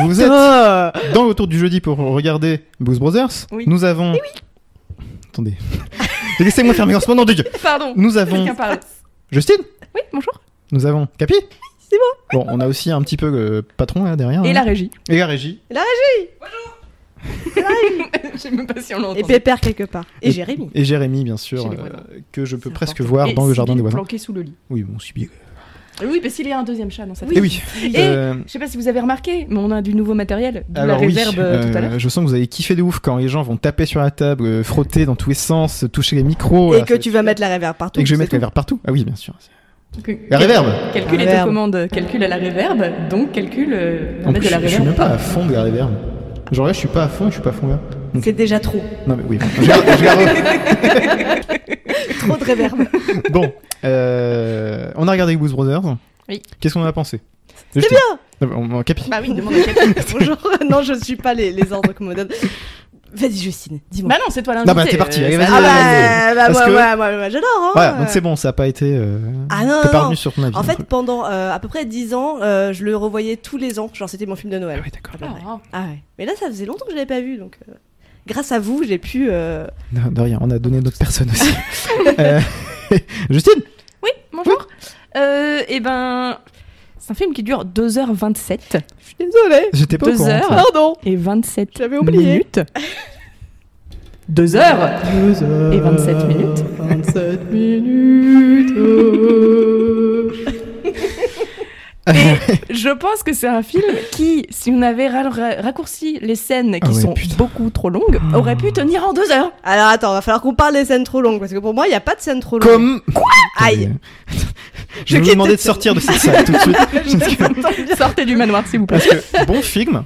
Speaker 8: Vous êtes dans le tour du jeudi pour regarder Blues Brothers.
Speaker 9: Oui.
Speaker 8: Nous avons. Attendez. Laissez-moi faire mes lancements, nom de Dieu.
Speaker 9: Pardon.
Speaker 8: Nous avons.
Speaker 9: Quelqu'un parle.
Speaker 8: Justine
Speaker 9: Oui, bonjour.
Speaker 8: Nous avons. Capi C'est bon. Bon, on a aussi un petit peu le patron là derrière.
Speaker 9: Et
Speaker 8: hein.
Speaker 9: la régie.
Speaker 8: Et la régie.
Speaker 9: La régie Bonjour Je sais même pas si on l'entend. Et Pépère quelque part. Et, Jérémy.
Speaker 8: Et Jérémy, bien sûr, euh, que je peux presque voir dans le jardin des voisins.
Speaker 9: planqué sous le lit.
Speaker 8: Oui, bon, Sibyl.
Speaker 9: Oui, parce qu'il y a un deuxième chat dans sa
Speaker 8: Eh oui.
Speaker 9: Et
Speaker 8: Euh,
Speaker 9: je sais pas si vous avez remarqué, mais on a du nouveau matériel, de la
Speaker 8: Alors oui,
Speaker 9: réserve euh, tout à l'heure.
Speaker 8: euh, je sens que vous avez kiffé de ouf quand les gens vont taper sur la table, euh, frotter dans tous les sens, toucher les micros.
Speaker 9: Et
Speaker 8: là,
Speaker 9: que
Speaker 8: c'est-
Speaker 9: tu vas mettre la réverb partout,
Speaker 8: Et que je vais
Speaker 9: c'est
Speaker 8: mettre
Speaker 9: tout.
Speaker 8: la verre partout. Ah oui, bien sûr.
Speaker 9: Donc,
Speaker 8: La
Speaker 9: calcul-
Speaker 8: réverb.
Speaker 9: Calcul et deux
Speaker 8: Réverb.
Speaker 9: commandes. Calcul à la réverb, donc calcul euh, la
Speaker 8: En
Speaker 9: mettre
Speaker 8: plus,
Speaker 9: de la
Speaker 8: je, je suis même
Speaker 9: réverb.
Speaker 8: pas à fond de la réverb. Genre là, je suis pas à fond, et je suis pas à fond là. Donc-
Speaker 9: C'est déjà trop.
Speaker 8: Non mais oui. Je garde- je garde-
Speaker 9: Trop de réverb.
Speaker 8: bon, euh, on a regardé Blues Brothers.
Speaker 9: Oui.
Speaker 8: Qu'est-ce qu'on en a pensé
Speaker 9: C'est
Speaker 8: Juste-
Speaker 9: bien
Speaker 8: Non, mais on, on capit.
Speaker 9: Bah oui, demande
Speaker 6: Bonjour. non, je suis pas les, les ordres qu'on me donne. Vas-y, Justine, dis-moi.
Speaker 9: Bah non, c'est toi
Speaker 8: Non, bah, t'es parti. Allez, vas-y,
Speaker 6: Ah
Speaker 8: vas-y, vas-y.
Speaker 6: bah, bah,
Speaker 8: Parce
Speaker 6: moi,
Speaker 8: que-
Speaker 6: moi, moi, moi, j'adore. Hein.
Speaker 8: Voilà,
Speaker 9: bah.
Speaker 8: donc c'est bon, ça a pas été. euh,
Speaker 6: Ah non,
Speaker 8: T'es pas
Speaker 6: non, non.
Speaker 8: revenu sur ton avis.
Speaker 6: En
Speaker 8: non
Speaker 6: fait,
Speaker 8: plus.
Speaker 6: pendant euh, à peu près 10 ans, euh, je le revoyais tous les ans. Genre, c'était mon film de Noël. Ah ouais,
Speaker 8: d'accord.
Speaker 6: Ah, ouais. Mais là, ça faisait longtemps que je l'avais pas vu. Donc, euh, grâce à vous, j'ai pu. euh,
Speaker 8: Non, de rien, on a donné d'autres personnes aussi. Euh, Justine
Speaker 9: Oui, bonjour. Euh, eh ben, c'est un film qui dure 2h27. Je suis
Speaker 6: désolée.
Speaker 8: J'étais pas au courant, ça.
Speaker 9: Pardon. Et 27 J'avais oublié. minutes. 2 heures. Et 27 minutes.
Speaker 12: 27 minutes.
Speaker 9: Je pense que c'est un film qui, si on avait ra- ra- raccourci les scènes qui
Speaker 6: Ah ouais,
Speaker 9: sont beaucoup trop longues, aurait pu tenir en 2 heures.
Speaker 6: Alors, attends, va falloir qu'on parle des scènes trop longues. Parce que pour moi, il n'y a pas de scènes trop longues.
Speaker 8: Comme.
Speaker 6: Quoi Aïe.
Speaker 8: Je vais vous demander de sortir de cette salle tout de suite.
Speaker 9: Sortez du manoir, s'il vous plaît.
Speaker 8: Parce que, bon film.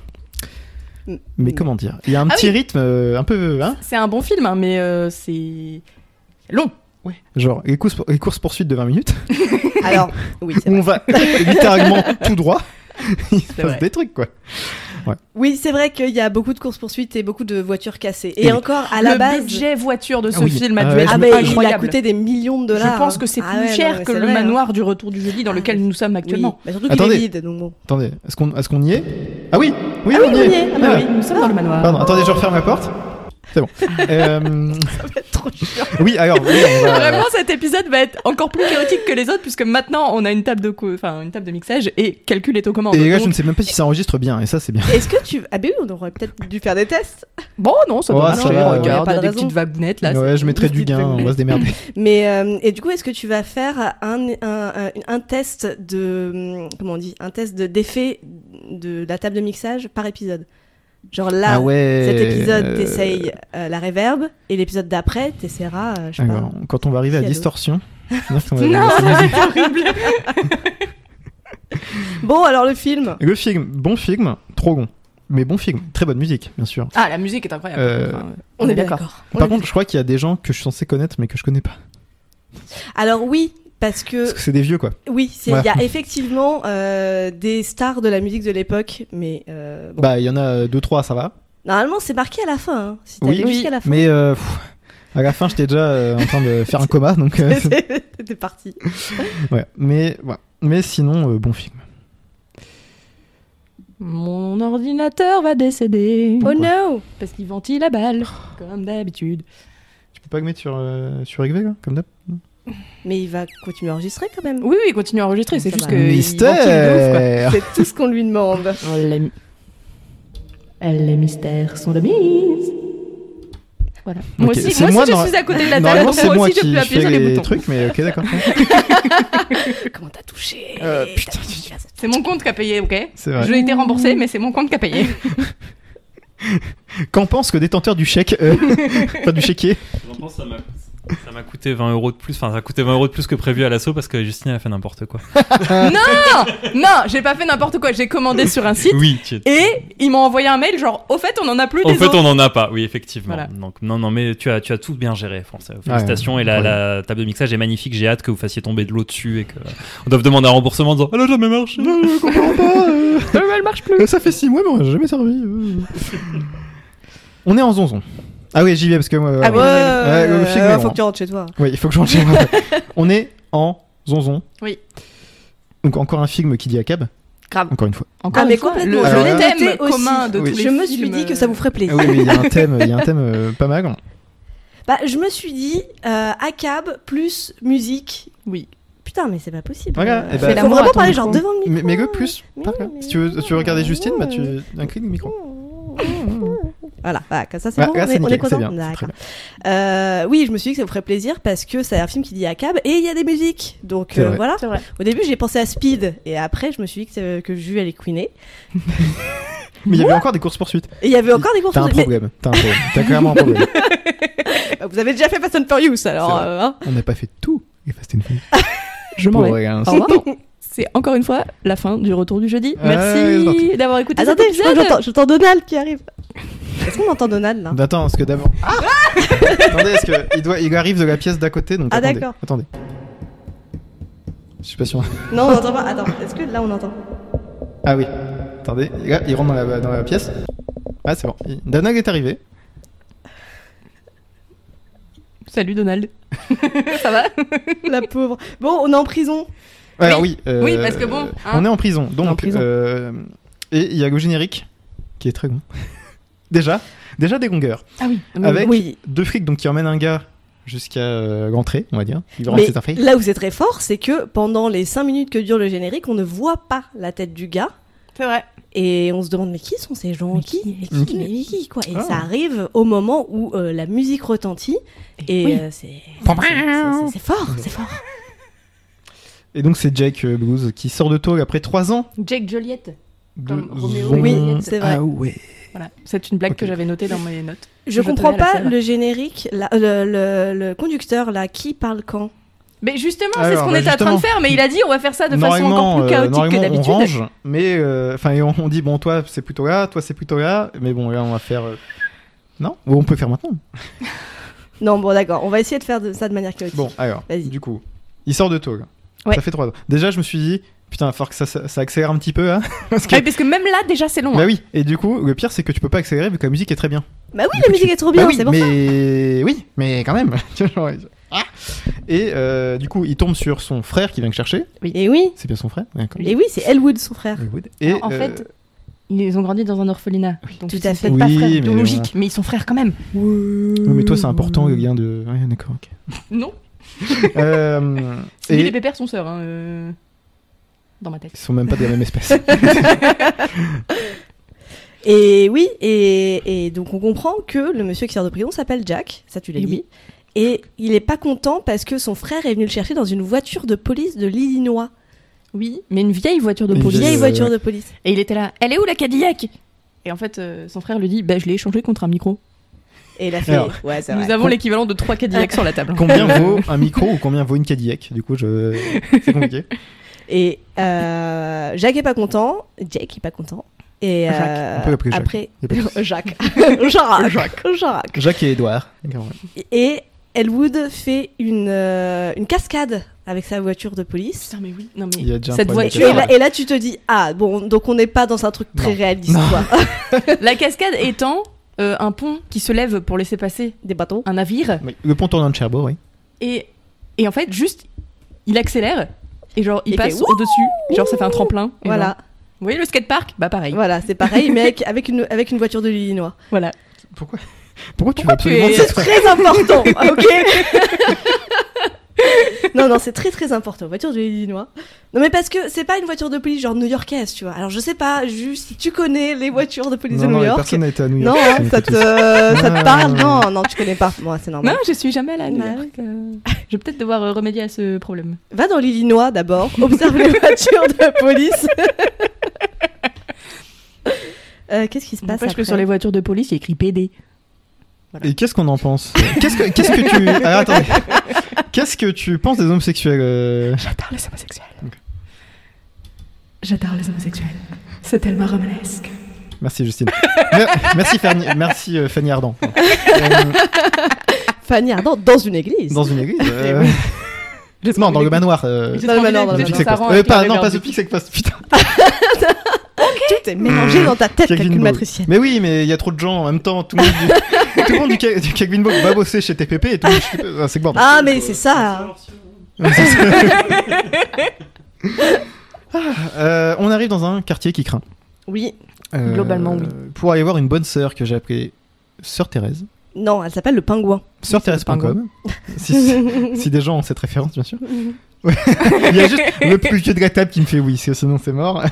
Speaker 8: Mais comment dire Il y a un
Speaker 9: Ah
Speaker 8: petit
Speaker 9: oui.
Speaker 8: rythme euh, un peu. Hein
Speaker 9: C'est un bon film, hein, mais euh, c'est long.
Speaker 8: Genre, les courses, les courses poursuites de 20 minutes.
Speaker 6: Alors, oui,
Speaker 8: Où on va littéralement tout droit. Il se
Speaker 6: vrai.
Speaker 8: passe des trucs, quoi. Ouais.
Speaker 6: Oui, c'est vrai qu'il y a beaucoup de courses-poursuites et beaucoup de voitures cassées. Et
Speaker 8: Et oui.
Speaker 6: encore, à la
Speaker 9: Le
Speaker 6: base.
Speaker 9: budget voiture de ce
Speaker 8: Ah oui.
Speaker 9: film a
Speaker 8: Ah
Speaker 9: dû
Speaker 8: ouais,
Speaker 9: être
Speaker 8: je me- je-
Speaker 6: il a
Speaker 9: incroyable.
Speaker 6: coûté des millions de dollars.
Speaker 9: Je pense que c'est
Speaker 6: hein.
Speaker 9: plus
Speaker 6: Ah ouais, non,
Speaker 9: cher
Speaker 6: mais
Speaker 9: que
Speaker 6: c'est
Speaker 9: le
Speaker 6: vrai, hein. Ah
Speaker 9: manoir du retour du jeudi dans lequel nous sommes actuellement.
Speaker 6: Mais surtout
Speaker 8: Attendez.
Speaker 6: donc bon.
Speaker 8: Attendez, est-ce qu'on est qu'on y est Ah oui Oui,
Speaker 9: Ah
Speaker 8: on,
Speaker 9: oui,
Speaker 8: y est,
Speaker 9: Ah bah
Speaker 8: Ah.
Speaker 9: oui, nous sommes dans le manoir.
Speaker 8: Pardon, attendez, je referme la porte. C'est bon. Euh, Oui, alors, oui, on va-
Speaker 9: Vraiment, cet épisode va être encore plus chaotique que les autres puisque maintenant on a une table de, cou- enfin, une table de mixage et calcul est aux commandes.
Speaker 8: Et là, je
Speaker 9: Donc-
Speaker 8: ne sais même pas si ça enregistre bien, et ça, c'est bien.
Speaker 6: Est-ce que tu. Ah, ben oui, on aurait peut-être dû faire des tests.
Speaker 9: Bon, non, ça
Speaker 8: Oh,
Speaker 9: doit
Speaker 8: ça
Speaker 9: marcher.
Speaker 8: va,
Speaker 9: Regarde,
Speaker 8: ouais.
Speaker 9: y a
Speaker 6: Pas de
Speaker 9: des
Speaker 6: raison.
Speaker 9: petites wagounettes là.
Speaker 8: ouais,
Speaker 9: c'est-
Speaker 8: je mettrai du gain, on va se démerder.
Speaker 6: Mais. euh, et du coup, est-ce que tu vas faire un, un, un- un test de. hum, Comment on dit Un test de- d'effet de la table de mixage par épisode Genre là,
Speaker 8: Ah ouais,
Speaker 6: cet épisode,
Speaker 8: euh,
Speaker 6: t'essayes euh, la reverb et l'épisode d'après, t'essaieras. euh, je sais pas.
Speaker 8: Alors, quand Ah, on va arriver à
Speaker 6: Fiado.
Speaker 8: distorsion. c'est-à-dire qu'on va-
Speaker 6: Non, c'est horrible. bon, alors le film.
Speaker 8: Le film, bon film, trop bon. Mais bon film, très bonne musique, bien sûr.
Speaker 9: Ah, la musique est incroyable.
Speaker 8: Euh,
Speaker 9: Enfin, on est d'accord.
Speaker 8: Par contre, je crois qu'il y a des gens que je suis censé connaître, mais que je connais
Speaker 6: Euh.
Speaker 8: pas.
Speaker 6: Alors oui, parce que.
Speaker 8: Parce que c'est des vieux, quoi.
Speaker 6: Oui, c'est- il
Speaker 8: Ouais.
Speaker 6: y a effectivement euh, des stars de la musique de l'époque, mais euh, bon.
Speaker 8: Bah, il y en a euh, deux, trois, ça va.
Speaker 6: normalement c'est marqué à la fin. hein, si t'as
Speaker 8: Oui,
Speaker 6: vu jusqu'à la fin,
Speaker 8: mais euh, pff, à la fin, j'étais déjà euh, en train de faire un coma, donc. euh,
Speaker 6: t'es parti.
Speaker 8: ouais. Mais, ouais. mais sinon, euh, bon film.
Speaker 9: Mon ordinateur va décéder.
Speaker 6: Oh no
Speaker 9: Parce qu'il ventile la balle, comme d'habitude.
Speaker 8: Tu peux pas le mettre sur, euh, sur XV, là, comme d'hab Non
Speaker 6: Mais il va continuer à enregistrer quand même.
Speaker 9: Oui, oui, il continue à enregistrer, c'est juste que. il
Speaker 8: Mystère
Speaker 9: ventile de ouf, quoi.
Speaker 6: C'est tout ce qu'on lui demande.
Speaker 9: Oh, Eh, Les mystères sont de mise. Voilà. Moi
Speaker 8: Ok,
Speaker 9: aussi,
Speaker 8: c'est
Speaker 9: moi aussi,
Speaker 8: norma-
Speaker 9: je suis à côté de la table,
Speaker 8: Normalement,
Speaker 9: donc
Speaker 8: c'est
Speaker 9: moi
Speaker 8: moi
Speaker 9: aussi, je
Speaker 8: qui
Speaker 9: peux appuyer
Speaker 8: fais
Speaker 9: sur les
Speaker 8: les
Speaker 9: boutons.
Speaker 8: trucs, mais ok, d'accord.
Speaker 9: Comment t'as touché
Speaker 8: Euh,
Speaker 9: putain. C'est mon compte qui a payé, ok
Speaker 8: C'est vrai.
Speaker 9: Je l'ai été remboursé, mais c'est mon compte qui a payé.
Speaker 8: Qu'en pense que détenteur du chèque euh, Enfin, du chéquier
Speaker 4: J'en pense ça m'a ça m'a coûté 20 euros de plus. Enfin, ça a coûté 20 euros de plus que prévu à l'assaut parce que Justine elle a fait n'importe quoi.
Speaker 9: non Non, j'ai pas fait n'importe quoi, j'ai commandé sur un site.
Speaker 4: Oui, tu-
Speaker 9: Et ils m'ont envoyé un mail genre, au fait, on en a plus
Speaker 4: En
Speaker 9: des
Speaker 4: fait,
Speaker 9: autres.
Speaker 4: on n'en a pas, oui, effectivement.
Speaker 9: Voilà.
Speaker 4: Donc, non, non, mais tu as, tu as tout bien géré, Euh, Franck. Félicitations. et la, la table de mixage est magnifique. J'ai hâte que vous fassiez tomber de l'eau dessus et que euh, on doive demander un remboursement en disant Elle a jamais marché.
Speaker 8: Je comprends pas.
Speaker 9: Euh,
Speaker 8: elle marche plus. Ça fait 6 mois, mais on n'a jamais servi. euh. on est en zonzon. Ah oui, j'y vais parce que moi.
Speaker 6: Ah oui, oui, oui.
Speaker 8: ouais, hein.
Speaker 6: Euh,
Speaker 8: le film est
Speaker 6: faut
Speaker 8: long.
Speaker 6: que tu rentres chez toi.
Speaker 8: Oui, il faut que je rentre chez moi. on est en zonzon.
Speaker 9: Oui.
Speaker 8: Donc encore un film qui dit à cab.
Speaker 9: Grave.
Speaker 8: Encore une fois.
Speaker 9: Encore
Speaker 6: Ah,
Speaker 9: une
Speaker 6: mais
Speaker 9: fois,
Speaker 6: complètement.
Speaker 9: le,
Speaker 8: Alors
Speaker 9: le
Speaker 8: là-
Speaker 9: thème
Speaker 6: Noté aussi.
Speaker 9: commun de
Speaker 8: Oui.
Speaker 9: tous les
Speaker 6: Je
Speaker 9: films,
Speaker 6: me suis dit que ça vous ferait
Speaker 8: Ah
Speaker 6: plaisir.
Speaker 8: oui, mais il y a un thème, il y a un thème euh, pas mal.
Speaker 6: Bah, je me suis dit, euh, ACAB plus musique.
Speaker 9: Oui.
Speaker 6: Putain, mais c'est pas possible.
Speaker 8: Regarde,
Speaker 6: Euh,
Speaker 8: eh ben-
Speaker 6: faut vraiment parler genre devant le micro.
Speaker 8: Mais, mais go plus. parle, hein. si tu veux, si tu veux regarder Justine, bah tu un clic du micro.
Speaker 6: Voilà, voilà, comme ça c'est
Speaker 8: Bah,
Speaker 6: bon,
Speaker 8: là,
Speaker 6: on
Speaker 8: c'est
Speaker 6: est- on
Speaker 8: nickel,
Speaker 6: est content.
Speaker 8: c'est bien, c'est
Speaker 6: D'accord.
Speaker 8: très
Speaker 6: Euh, oui, je me suis dit que ça vous ferait plaisir parce que c'est un film qui dit à cab et il y a des musiques. Donc
Speaker 8: C'est
Speaker 6: euh,
Speaker 8: vrai.
Speaker 6: voilà.
Speaker 9: C'est vrai.
Speaker 6: Au début, j'ai pensé à Speed et après, je me suis dit que, euh, que Jus allait queener.
Speaker 8: Mais il y avait encore des courses poursuites.
Speaker 6: Et il y avait encore des courses
Speaker 8: T'as un
Speaker 6: poursuites, mais- euh,
Speaker 8: problème. T'as un problème. T'as clairement un problème.
Speaker 6: Vous avez déjà fait Fast and Furious alors. euh, hein
Speaker 8: On n'a pas fait tout. Et Fast and Furious.
Speaker 9: Je m'en
Speaker 8: Pour
Speaker 9: vais.
Speaker 8: rien.
Speaker 9: Au revoir. C'est encore une fois la fin du retour du
Speaker 8: Ouais,
Speaker 9: jeudi.
Speaker 8: c'est
Speaker 9: Merci
Speaker 8: parti.
Speaker 9: d'avoir écouté
Speaker 6: Attendez,
Speaker 9: cet
Speaker 6: Ah, je crois que
Speaker 9: épisode.
Speaker 6: j'entends- j'entends Donald qui arrive. Est-ce qu'on entend Donald là
Speaker 8: Attends, parce que d'abord. Ah Attendez, est-ce que il doit, il arrive de la pièce d'à côté, donc
Speaker 6: Ah,
Speaker 8: attendez.
Speaker 6: d'accord.
Speaker 8: Attendez. Je suis pas sûr.
Speaker 6: Non, on n'entend pas. Attends, est-ce que là on entend
Speaker 8: Ah oui. Attendez, là, il rentre dans la, dans la pièce. Ah, c'est bon. Il- Donald est arrivé.
Speaker 9: Salut Donald. ça va
Speaker 6: La pauvre. Bon, on est en prison.
Speaker 8: Alors oui. euh,
Speaker 9: Oui, parce que bon, hein.
Speaker 8: on est en prison. Donc, euh, et il y a le générique qui est très bon. déjà, déjà des gongeurs.
Speaker 9: Ah oui.
Speaker 8: Avec
Speaker 6: Oui.
Speaker 8: deux flics donc qui emmènent un gars jusqu'à euh, l'entrée, on va dire. Il rentre,
Speaker 6: Mais
Speaker 8: c'est un flic.
Speaker 6: là où c'est très fort, c'est que pendant les 5 minutes que dure le générique, on ne voit pas la tête du gars.
Speaker 9: C'est vrai.
Speaker 6: Et on se demande, mais qui sont ces gens Qui Mais qui,
Speaker 8: Mais qui
Speaker 6: Mais qui, quoi Et
Speaker 8: Ah.
Speaker 6: ça arrive au moment où euh, la musique retentit. Et
Speaker 9: oui.
Speaker 6: euh, c'est c'est- c'est- c'est fort, c'est fort.
Speaker 8: Et donc c'est Jake euh, Blues qui sort de tôle après 3 ans.
Speaker 9: Jake Joliette.
Speaker 8: de
Speaker 9: Comme Roméo
Speaker 8: zon-
Speaker 9: et Juliette.
Speaker 6: c'est vrai.
Speaker 8: Ah ouais.
Speaker 9: Voilà. C'est une blague que j'avais notée dans mes notes.
Speaker 6: Je,
Speaker 9: tenais
Speaker 6: comprends
Speaker 9: à la
Speaker 6: pas
Speaker 9: faire.
Speaker 6: le générique, la- le, le- le conducteur là, qui parle quand
Speaker 9: Mais justement, c'est ce
Speaker 8: Alors,
Speaker 9: qu'on
Speaker 8: bah,
Speaker 9: était en train de
Speaker 8: justement.
Speaker 9: faire, mais il a dit on va faire ça de façon
Speaker 8: Normalement,
Speaker 9: encore plus
Speaker 8: euh,
Speaker 9: chaotique que
Speaker 8: normalement, on
Speaker 9: d'habitude.
Speaker 8: range, mais euh, enfin, et on, on dit bon, toi c'est plutôt là, toi c'est plutôt là, mais bon là on va faire euh, non, Ou on peut faire maintenant.
Speaker 6: Non, bon, d'accord, on va essayer de faire de- ça de manière chaotique.
Speaker 8: Bon, alors,
Speaker 6: Vas-y.
Speaker 8: du coup, il sort de Tog.
Speaker 9: Ouais.
Speaker 8: Ça fait 3 ans. Déjà, je me suis dit, putain, il va falloir que ça, ça, ça accélère un petit peu, hein. parce que-
Speaker 9: Ah oui, parce que même là, déjà, c'est long.
Speaker 8: Bah
Speaker 9: hein.
Speaker 8: oui, et du coup, le pire, c'est que tu peux pas accélérer vu que la musique est très bien.
Speaker 6: Bah oui, la musique est trop bien,
Speaker 8: bah oui,
Speaker 6: c'est pour ça.
Speaker 8: mais... Oui, mais quand même. Tu vois, genre, ah. et euh, du coup, il tombe sur son frère qui vient le chercher.
Speaker 6: Et oui,
Speaker 8: C'est bien son frère D'accord.
Speaker 6: et oui, c'est Elwood, son frère.
Speaker 8: Hollywood. Et,
Speaker 9: en
Speaker 8: euh,
Speaker 9: fait, Ils ont grandi dans un orphelinat. Donc
Speaker 6: Tout
Speaker 9: ils sont
Speaker 6: à fait.
Speaker 9: peut-être pas
Speaker 8: Oui,
Speaker 9: frères
Speaker 8: mais
Speaker 9: biologiques, mais ils sont frères quand même.
Speaker 8: oui, mais toi, c'est important le lien de. Ouais, d'accord, ok.
Speaker 9: Non.
Speaker 8: Euh,
Speaker 9: Mais
Speaker 8: et
Speaker 9: les pépères sont sœurs. hein, euh, Dans ma tête.
Speaker 8: ils sont même pas de la même espèce.
Speaker 6: Et oui, et, et donc on comprend que le monsieur qui sort de prison s'appelle Jack, ça tu l'as
Speaker 9: Et
Speaker 6: dit.
Speaker 9: oui.
Speaker 6: Et il est pas content parce que son frère est venu le chercher dans une voiture de police de l'Illinois.
Speaker 9: Oui, mais une vieille voiture de
Speaker 8: Une
Speaker 9: police.
Speaker 6: Vieille
Speaker 8: Euh,
Speaker 6: voiture de police.
Speaker 9: Et il était là. Elle est où la Cadillac Et en fait, euh, son frère lui dit Bah, je l'ai échangée contre un micro.
Speaker 6: Et il a fait.
Speaker 8: Alors.
Speaker 6: ouais, c'est
Speaker 9: Nous
Speaker 6: vrai.
Speaker 9: avons l'équivalent de trois Cadillacs sur la table.
Speaker 8: combien vaut un micro ou combien vaut une Cadillac Du coup, je... c'est compliqué.
Speaker 6: Et euh, Jack est pas content, Jake est pas content. Et
Speaker 9: Jacques.
Speaker 6: euh,
Speaker 8: On peut l'appeler Jacques.
Speaker 6: après.
Speaker 8: Y a pas de souci.
Speaker 6: Jacques. Jacques. Jacques.
Speaker 8: Jacques et Edouard. D'accord, ouais.
Speaker 6: Et Elwood fait une, euh, une cascade avec sa voiture de police.
Speaker 9: Putain, mais oui. Non, mais
Speaker 8: Il y a déjà un
Speaker 9: cette
Speaker 8: problème de
Speaker 6: Et
Speaker 9: voiture.
Speaker 8: cascade.
Speaker 6: là, et là, tu te dis, ah bon, donc on n'est pas dans un truc très
Speaker 8: Non.
Speaker 6: réaliste, quoi.
Speaker 9: La cascade étant euh, un pont qui se lève pour laisser passer
Speaker 6: Des bâtons.
Speaker 9: un navire.
Speaker 8: Oui, Le pont tournant de Cherbourg, oui.
Speaker 9: Et, et en fait, juste, il accélère. Et genre, il
Speaker 6: Il
Speaker 9: passe
Speaker 6: fait ouh,
Speaker 9: au-dessus. Genre, ça fait un tremplin. et genre,
Speaker 6: Voilà,
Speaker 9: Vous voyez le skatepark Bah, pareil.
Speaker 6: voilà, c'est pareil, mais avec, avec une, avec une voiture de l'Illinois.
Speaker 9: Voilà.
Speaker 8: Pourquoi Pourquoi tu
Speaker 9: Pourquoi
Speaker 8: vas
Speaker 9: tu
Speaker 8: absolument
Speaker 9: es-
Speaker 8: dire ça
Speaker 6: Très important, ok non, non, c'est très très important. Voiture de l'Illinois. Non, mais parce que c'est pas une voiture de police genre new-yorkaise, tu vois. Alors je sais pas, juste si tu connais les voitures de police
Speaker 8: Non,
Speaker 6: de
Speaker 8: non,
Speaker 6: New York.
Speaker 8: personne n'a été à New
Speaker 6: Non,
Speaker 8: York.
Speaker 6: hein, ça, te, ça te
Speaker 8: Ah.
Speaker 6: parle Non, non, tu connais pas. Moi, c'est normal.
Speaker 13: Non, je suis jamais allée à New
Speaker 6: Ouais.
Speaker 13: York. euh, je vais peut-être devoir euh, remédier à ce problème.
Speaker 6: Va dans l'Illinois d'abord, observe les voitures de la police. Euh, Qu'est-ce qui se passe
Speaker 13: N'empêche que
Speaker 6: après
Speaker 13: sur les voitures de police, il y a écrit PD.
Speaker 8: Et qu'est-ce qu'on en pense Qu'est-ce que, qu'est-ce que tu. Ah, attendez. Qu'est-ce que tu penses des homosexuels euh
Speaker 13: J'adore les homosexuels. J'adore les homosexuels. C'est tellement romanesque.
Speaker 8: Merci Justine. Mer- merci Fanny, merci, euh, Fanny Ardant. Euh,
Speaker 6: Fanny Ardant dans une église.
Speaker 8: Dans une église. euh,
Speaker 6: Eh oui.
Speaker 8: Non, dans le manoir. euh,
Speaker 13: Bah,
Speaker 6: J'ai Dans le trop manoir, envie
Speaker 8: The
Speaker 6: d'être
Speaker 8: Pixel
Speaker 6: Sarah
Speaker 8: Post.
Speaker 6: avec
Speaker 8: Euh, pas-
Speaker 6: la
Speaker 8: non, pas
Speaker 6: Regarde
Speaker 8: The Pixel Post. Putain.
Speaker 6: Tout est mélangé dans ta tête,
Speaker 8: Mmh. Kevin
Speaker 6: calcul
Speaker 8: Ball.
Speaker 6: matriciel.
Speaker 8: Mais oui, mais il y a trop de gens en même temps. Tout le monde du, tout le monde du, Ke- du Kevin Ball va bosser chez TPP et tout. le monde chez- Ah, c'est que bordel.
Speaker 6: Ah, mais c'est ça. Ah.
Speaker 8: Euh, on arrive dans un quartier qui craint.
Speaker 6: oui.
Speaker 8: Euh,
Speaker 6: Globalement, oui.
Speaker 8: Pour aller voir une bonne sœur que j'ai appelée Sœur Thérèse.
Speaker 6: Non, elle s'appelle le pingouin.
Speaker 8: Sœurthérèse.com. Si, si des gens ont cette référence, bien sûr. Ouais. Il y a juste le plus vieux de la table qui me fait oui, c'est- sinon c'est mort.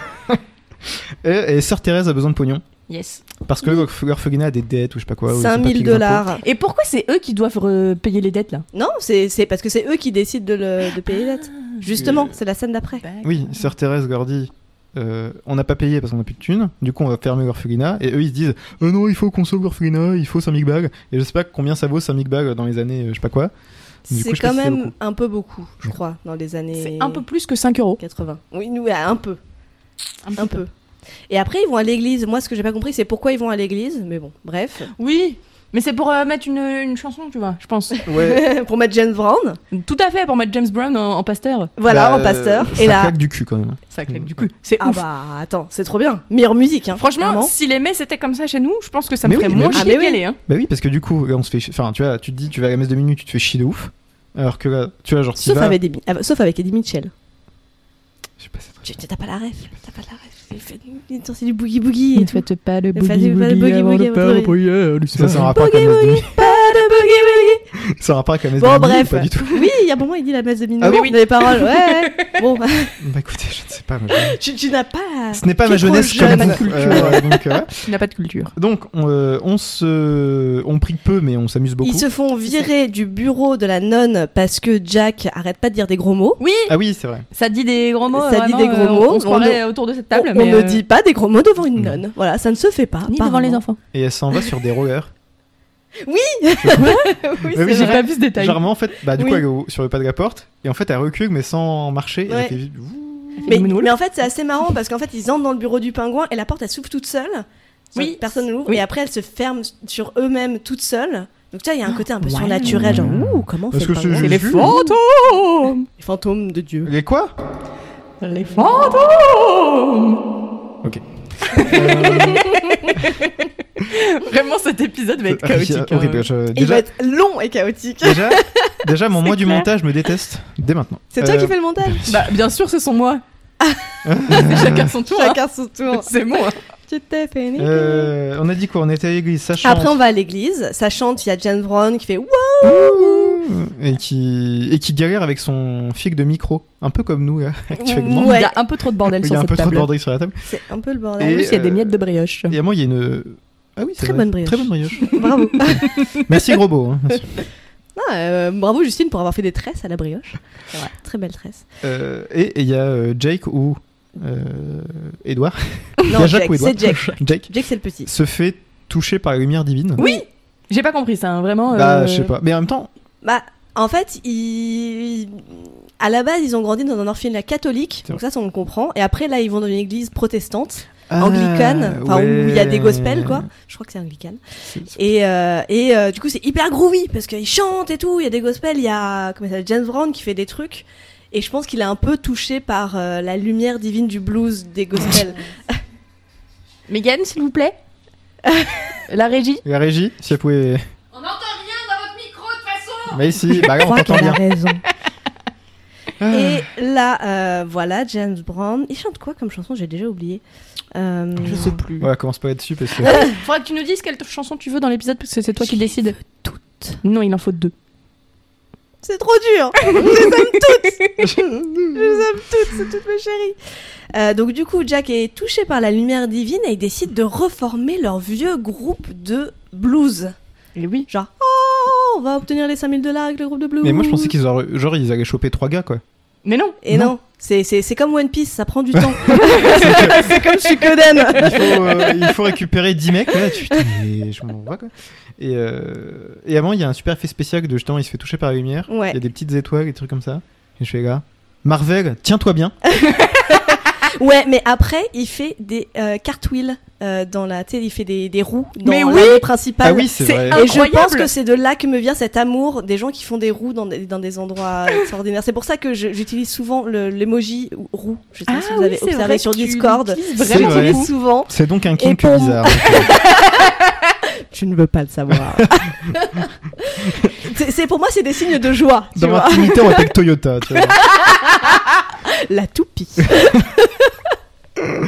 Speaker 8: et, et Sœur Thérèse a besoin de pognon.
Speaker 13: Yes.
Speaker 8: Parce que l'orphelinat a des dettes ou je sais pas quoi. ou ils sont pas
Speaker 6: 5000
Speaker 8: payés d'impôts.
Speaker 6: dollars.
Speaker 13: Et pourquoi c'est eux qui doivent euh, payer les dettes là
Speaker 6: Non, c'est c'est parce que c'est eux qui décident de, le- de payer les dettes.
Speaker 8: Ah,
Speaker 6: Justement, c'est la scène d'après.
Speaker 8: Oui, Sœur Thérèse leur dit euh, on n'a pas payé parce qu'on n'a plus de thunes, du coup on va fermer l'orphelinat. Et eux ils se disent Euh, non, il faut qu'on sauve l'orphelinat, il faut 5000 bagues. Et je sais pas combien ça vaut 5000 bagues dans les années euh, je sais pas quoi. Du coup,
Speaker 6: C'est
Speaker 8: je sais pas
Speaker 6: quand
Speaker 8: si ça vaut le
Speaker 6: même un peu beaucoup, je crois, dans les années.
Speaker 13: C'est un peu plus que 5 euros.
Speaker 6: 80. Oui, nous, ouais, un peu. Un, peu. Et après, ils vont à l'église. Moi, ce que j'ai pas compris, c'est pourquoi ils vont à l'église. Mais bon, bref.
Speaker 13: Oui, mais c'est pour euh, mettre une, une chanson, tu vois, je pense.
Speaker 8: Ouais.
Speaker 6: pour mettre James Brown.
Speaker 13: Tout à fait, pour mettre James Brown en, en pasteur.
Speaker 6: Voilà,
Speaker 8: Bah,
Speaker 6: en pasteur.
Speaker 8: euh,
Speaker 6: Et
Speaker 8: ça
Speaker 6: là.
Speaker 8: claque du cul quand même.
Speaker 13: Ça claque du cul. C'est
Speaker 6: ah
Speaker 13: ouf.
Speaker 6: bah attends, c'est trop bien. Meilleure musique. Hein,
Speaker 13: Franchement,
Speaker 6: clairement.
Speaker 13: si les mets c'était comme ça chez nous, je pense que ça me
Speaker 8: Mais oui,
Speaker 13: ferait
Speaker 8: mais
Speaker 13: moins
Speaker 8: oui.
Speaker 13: chier
Speaker 8: Ah, mais
Speaker 13: d'y
Speaker 8: oui.
Speaker 13: aller, hein.
Speaker 8: Bah oui, parce que du coup, on se fait chi- Enfin, tu vois, tu te dis, tu vas à la messe de minuit, tu te fais chier de ouf. Alors que là, tu vois, genre, tu
Speaker 6: Sauf,
Speaker 8: vas.
Speaker 6: avec Eddie- ah, sauf avec Eddie Mitchell.
Speaker 8: Tu-
Speaker 6: T'as pas la ref. T'as pas la ref. Il fait- il- C'est du boogie boogie. et tout.
Speaker 13: pas le
Speaker 6: Ne faites pas le boogie boogie avant de-
Speaker 8: Ça, c'est un rapport avec la messe de minuit.
Speaker 6: Pas de boogie boogie.
Speaker 8: C'est un rapport avec la messe de
Speaker 6: Bon,
Speaker 8: minuit,
Speaker 6: bref.
Speaker 8: Pas du tout.
Speaker 6: Oui, il y a un moment, il dit la messe de minuit.
Speaker 8: Ah bon
Speaker 6: Dans les paroles, ouais. ouais. Bon,
Speaker 8: Bah écoutez, je ne sais pas. moi, je-
Speaker 6: tu, tu n'as pas.
Speaker 8: Ce n'est pas
Speaker 6: tu
Speaker 8: ma
Speaker 6: es Ah. trop
Speaker 8: jeunesse
Speaker 6: jeune.
Speaker 8: comme vous. Euh, donc, euh,
Speaker 13: Il n'a pas de culture.
Speaker 8: donc, on, euh, on se. On prie peu, mais on s'amuse beaucoup.
Speaker 6: Ils se font virer du bureau de la nonne parce que Jack arrête pas de dire des gros mots.
Speaker 13: Oui,
Speaker 8: Ah oui, c'est vrai.
Speaker 13: ça dit des gros mots.
Speaker 6: ça dit
Speaker 13: vraiment,
Speaker 6: des gros
Speaker 13: euh,
Speaker 6: mots.
Speaker 13: On se croirait
Speaker 6: ne-
Speaker 13: autour de cette table.
Speaker 6: on-
Speaker 13: mais,
Speaker 6: on ne
Speaker 13: euh, Mm.
Speaker 6: dit pas des gros mots devant une nonne. Voilà, ça ne se fait pas.
Speaker 13: Ni devant les enfants.
Speaker 8: Et elle s'en va sur des rollers.
Speaker 6: Oui
Speaker 8: Mais
Speaker 6: Oui, c'est
Speaker 8: j'ai
Speaker 6: vrai.
Speaker 13: pas vu ce détail.
Speaker 8: Genre, mais en fait, bah du
Speaker 6: Oui.
Speaker 8: coup, elle est au- sur le pas de la porte. Et en fait, elle recule, mais sans marcher. Et
Speaker 6: Ouais.
Speaker 8: elle fait vite.
Speaker 6: Mais, mais en fait, c'est assez marrant parce qu'en fait, ils entrent dans le bureau du pingouin et la porte elle s'ouvre toute seule.
Speaker 13: Oui.
Speaker 6: Personne ne l'ouvre.
Speaker 13: Oui.
Speaker 6: Et après, elle se ferme sur eux-mêmes toute seule. Donc, tu vois, il y a un côté un peu surnaturel. Genre,
Speaker 13: Mm.
Speaker 6: ouh, comment on fait
Speaker 8: Parce
Speaker 6: le
Speaker 8: que c'est
Speaker 6: pingouin
Speaker 8: Jésus.
Speaker 13: Oh, fantômes
Speaker 6: Les fantômes de Dieu.
Speaker 8: Les quoi
Speaker 13: Les fantômes
Speaker 8: Ok. Euh,
Speaker 13: Vraiment, cet épisode va être
Speaker 8: Ah,
Speaker 13: chaotique. hein.
Speaker 8: horrible. je-
Speaker 6: Il
Speaker 8: Déjà,
Speaker 6: va être long et chaotique.
Speaker 8: Déjà, déjà mon moi du
Speaker 13: clair.
Speaker 8: montage me déteste dès maintenant.
Speaker 6: C'est toi
Speaker 8: Euh,
Speaker 6: qui fais le montage
Speaker 13: Bah, bien sûr, ce sont moi. C'est chacun son tour. hein.
Speaker 6: Chacun son tour.
Speaker 13: C'est hein. moi.
Speaker 6: Tu t'es fait niquer.
Speaker 8: euh, on a dit quoi On était à l'église, ça chante.
Speaker 6: Après, on va à l'église. Ça chante. Il y a Jane Brown qui fait Wouh
Speaker 8: Et qui et qui galère avec son fic de micro, un peu comme nous là, actuellement.
Speaker 6: Ouais.
Speaker 13: Il y a un peu trop de bordel
Speaker 8: Il y
Speaker 13: sur
Speaker 8: a un
Speaker 13: cette
Speaker 8: peu trop
Speaker 13: table.
Speaker 8: de bordel sur la table.
Speaker 6: C'est un peu le
Speaker 13: En
Speaker 6: bordel.
Speaker 8: Et-
Speaker 13: plus, il y a des
Speaker 8: euh,
Speaker 13: miettes de brioche.
Speaker 8: Et à moi, il y a une. Ah oui, c'est
Speaker 6: Très
Speaker 8: vrai.
Speaker 6: bonne brioche.
Speaker 8: Très bonne brioche.
Speaker 6: Bravo.
Speaker 8: Merci gros beau. hein. Merci.
Speaker 6: Ah, euh, bravo, Justine, pour avoir fait des tresses à la brioche. Très belle tresse.
Speaker 8: Euh, et et il y a euh, Jake ou euh, Edouard. il y
Speaker 6: Non,
Speaker 8: a Jacques
Speaker 6: Jack,
Speaker 8: ou Edouard.
Speaker 6: c'est Jack.
Speaker 8: Jake
Speaker 6: Jack, c'est le petit.
Speaker 8: se fait toucher par la lumière divine.
Speaker 13: Oui J'ai pas compris ça, hein, vraiment.
Speaker 8: Bah
Speaker 13: euh,
Speaker 8: je sais pas. Mais en même temps,
Speaker 6: Bah, en fait, ils... à la base, ils ont grandi dans un orphelinat catholique, donc ça, ça, on le comprend. Et après, là, ils vont dans une église protestante,
Speaker 8: Ah,
Speaker 6: anglicane, enfin, où il y a des
Speaker 8: ouais.
Speaker 6: gospels, quoi. Je crois que c'est anglicane.
Speaker 8: c'est-
Speaker 6: Et, euh, et euh, du coup, c'est hyper groovy, parce qu'ils chantent et tout, il y a des gospels, il y a comment ça s'appelle, James Brown qui fait des trucs. Et je pense qu'il est un peu touché par euh, la lumière divine du blues des gospels.
Speaker 13: Mégane, s'il vous plaît La régie
Speaker 8: la régie, si elle pouvait.
Speaker 5: On n'entend rien dans votre micro de façon
Speaker 8: Mais si, bah là, on t'entend bien.
Speaker 6: raison.
Speaker 8: Ah.
Speaker 6: Et là, euh, voilà, James Brown. Il chante quoi comme chanson J'ai déjà oublié. Euh,
Speaker 13: Je sais plus.
Speaker 8: Ouais, commence pas là-dessus parce que.
Speaker 13: Faudra que tu nous dises quelle chanson tu veux dans l'épisode parce que c'est toi qui décides. toutes. Non, il en faut deux.
Speaker 6: C'est trop dur. Je les aime toutes. Je les aime toutes, c'est toutes mes chéries. Euh, donc du coup, Jack est touché par la lumière divine et ils décident de reformer leur vieux groupe de blues.
Speaker 13: Et oui.
Speaker 6: Genre, oh, on va obtenir les 5000 dollars avec le groupe de blues.
Speaker 8: Mais moi, je pensais qu'ils auraient, genre, ils allaient choper trois gars, quoi.
Speaker 13: Mais non.
Speaker 6: Et non.
Speaker 8: Non.
Speaker 6: C'est- C'est c'est comme One Piece, ça prend du temps. c'est comme Shippuden.
Speaker 8: il, faut, euh, il faut récupérer 10 mecs, ouais, tu- putain, mais je m'en vois quoi. Et, euh, et avant, il y a un super effet spécial de justement, il se fait toucher par la lumière. Il
Speaker 6: Ouais.
Speaker 8: y a des petites étoiles, des trucs comme ça. Et je fais, gars, Marvel, tiens-toi bien.
Speaker 6: Ah Ouais, mais après, il fait des euh, cartwheels euh, dans la. Tu sais, il fait des, des roues dans
Speaker 13: Mais
Speaker 6: la
Speaker 13: oui
Speaker 6: l'allée principale.
Speaker 8: Ah oui, c'est C'est vrai.
Speaker 6: Et je
Speaker 13: incroyable.
Speaker 6: pense que c'est de là que me vient cet amour des gens qui font des roues dans des, dans des endroits extraordinaires. C'est pour ça que je- j'utilise souvent le- l'emoji roue. Je sais pas
Speaker 13: Ah
Speaker 6: si vous
Speaker 13: oui,
Speaker 6: avez
Speaker 13: c'est
Speaker 6: observé
Speaker 13: vrai
Speaker 6: sur
Speaker 13: que tu
Speaker 6: Discord.
Speaker 13: l'utilises
Speaker 8: C'est
Speaker 6: J'utilise
Speaker 8: vrai.
Speaker 6: souvent.
Speaker 8: C'est donc un
Speaker 6: Et
Speaker 8: kink
Speaker 6: pour-
Speaker 8: bizarre.
Speaker 13: Tu ne veux pas le savoir.
Speaker 6: C'est c'est- pour moi, c'est des signes de joie. tu
Speaker 8: Dans
Speaker 6: vois.
Speaker 8: l'intimité, on appelle Toyota. Tu vois.
Speaker 6: La toupie.
Speaker 13: Euh.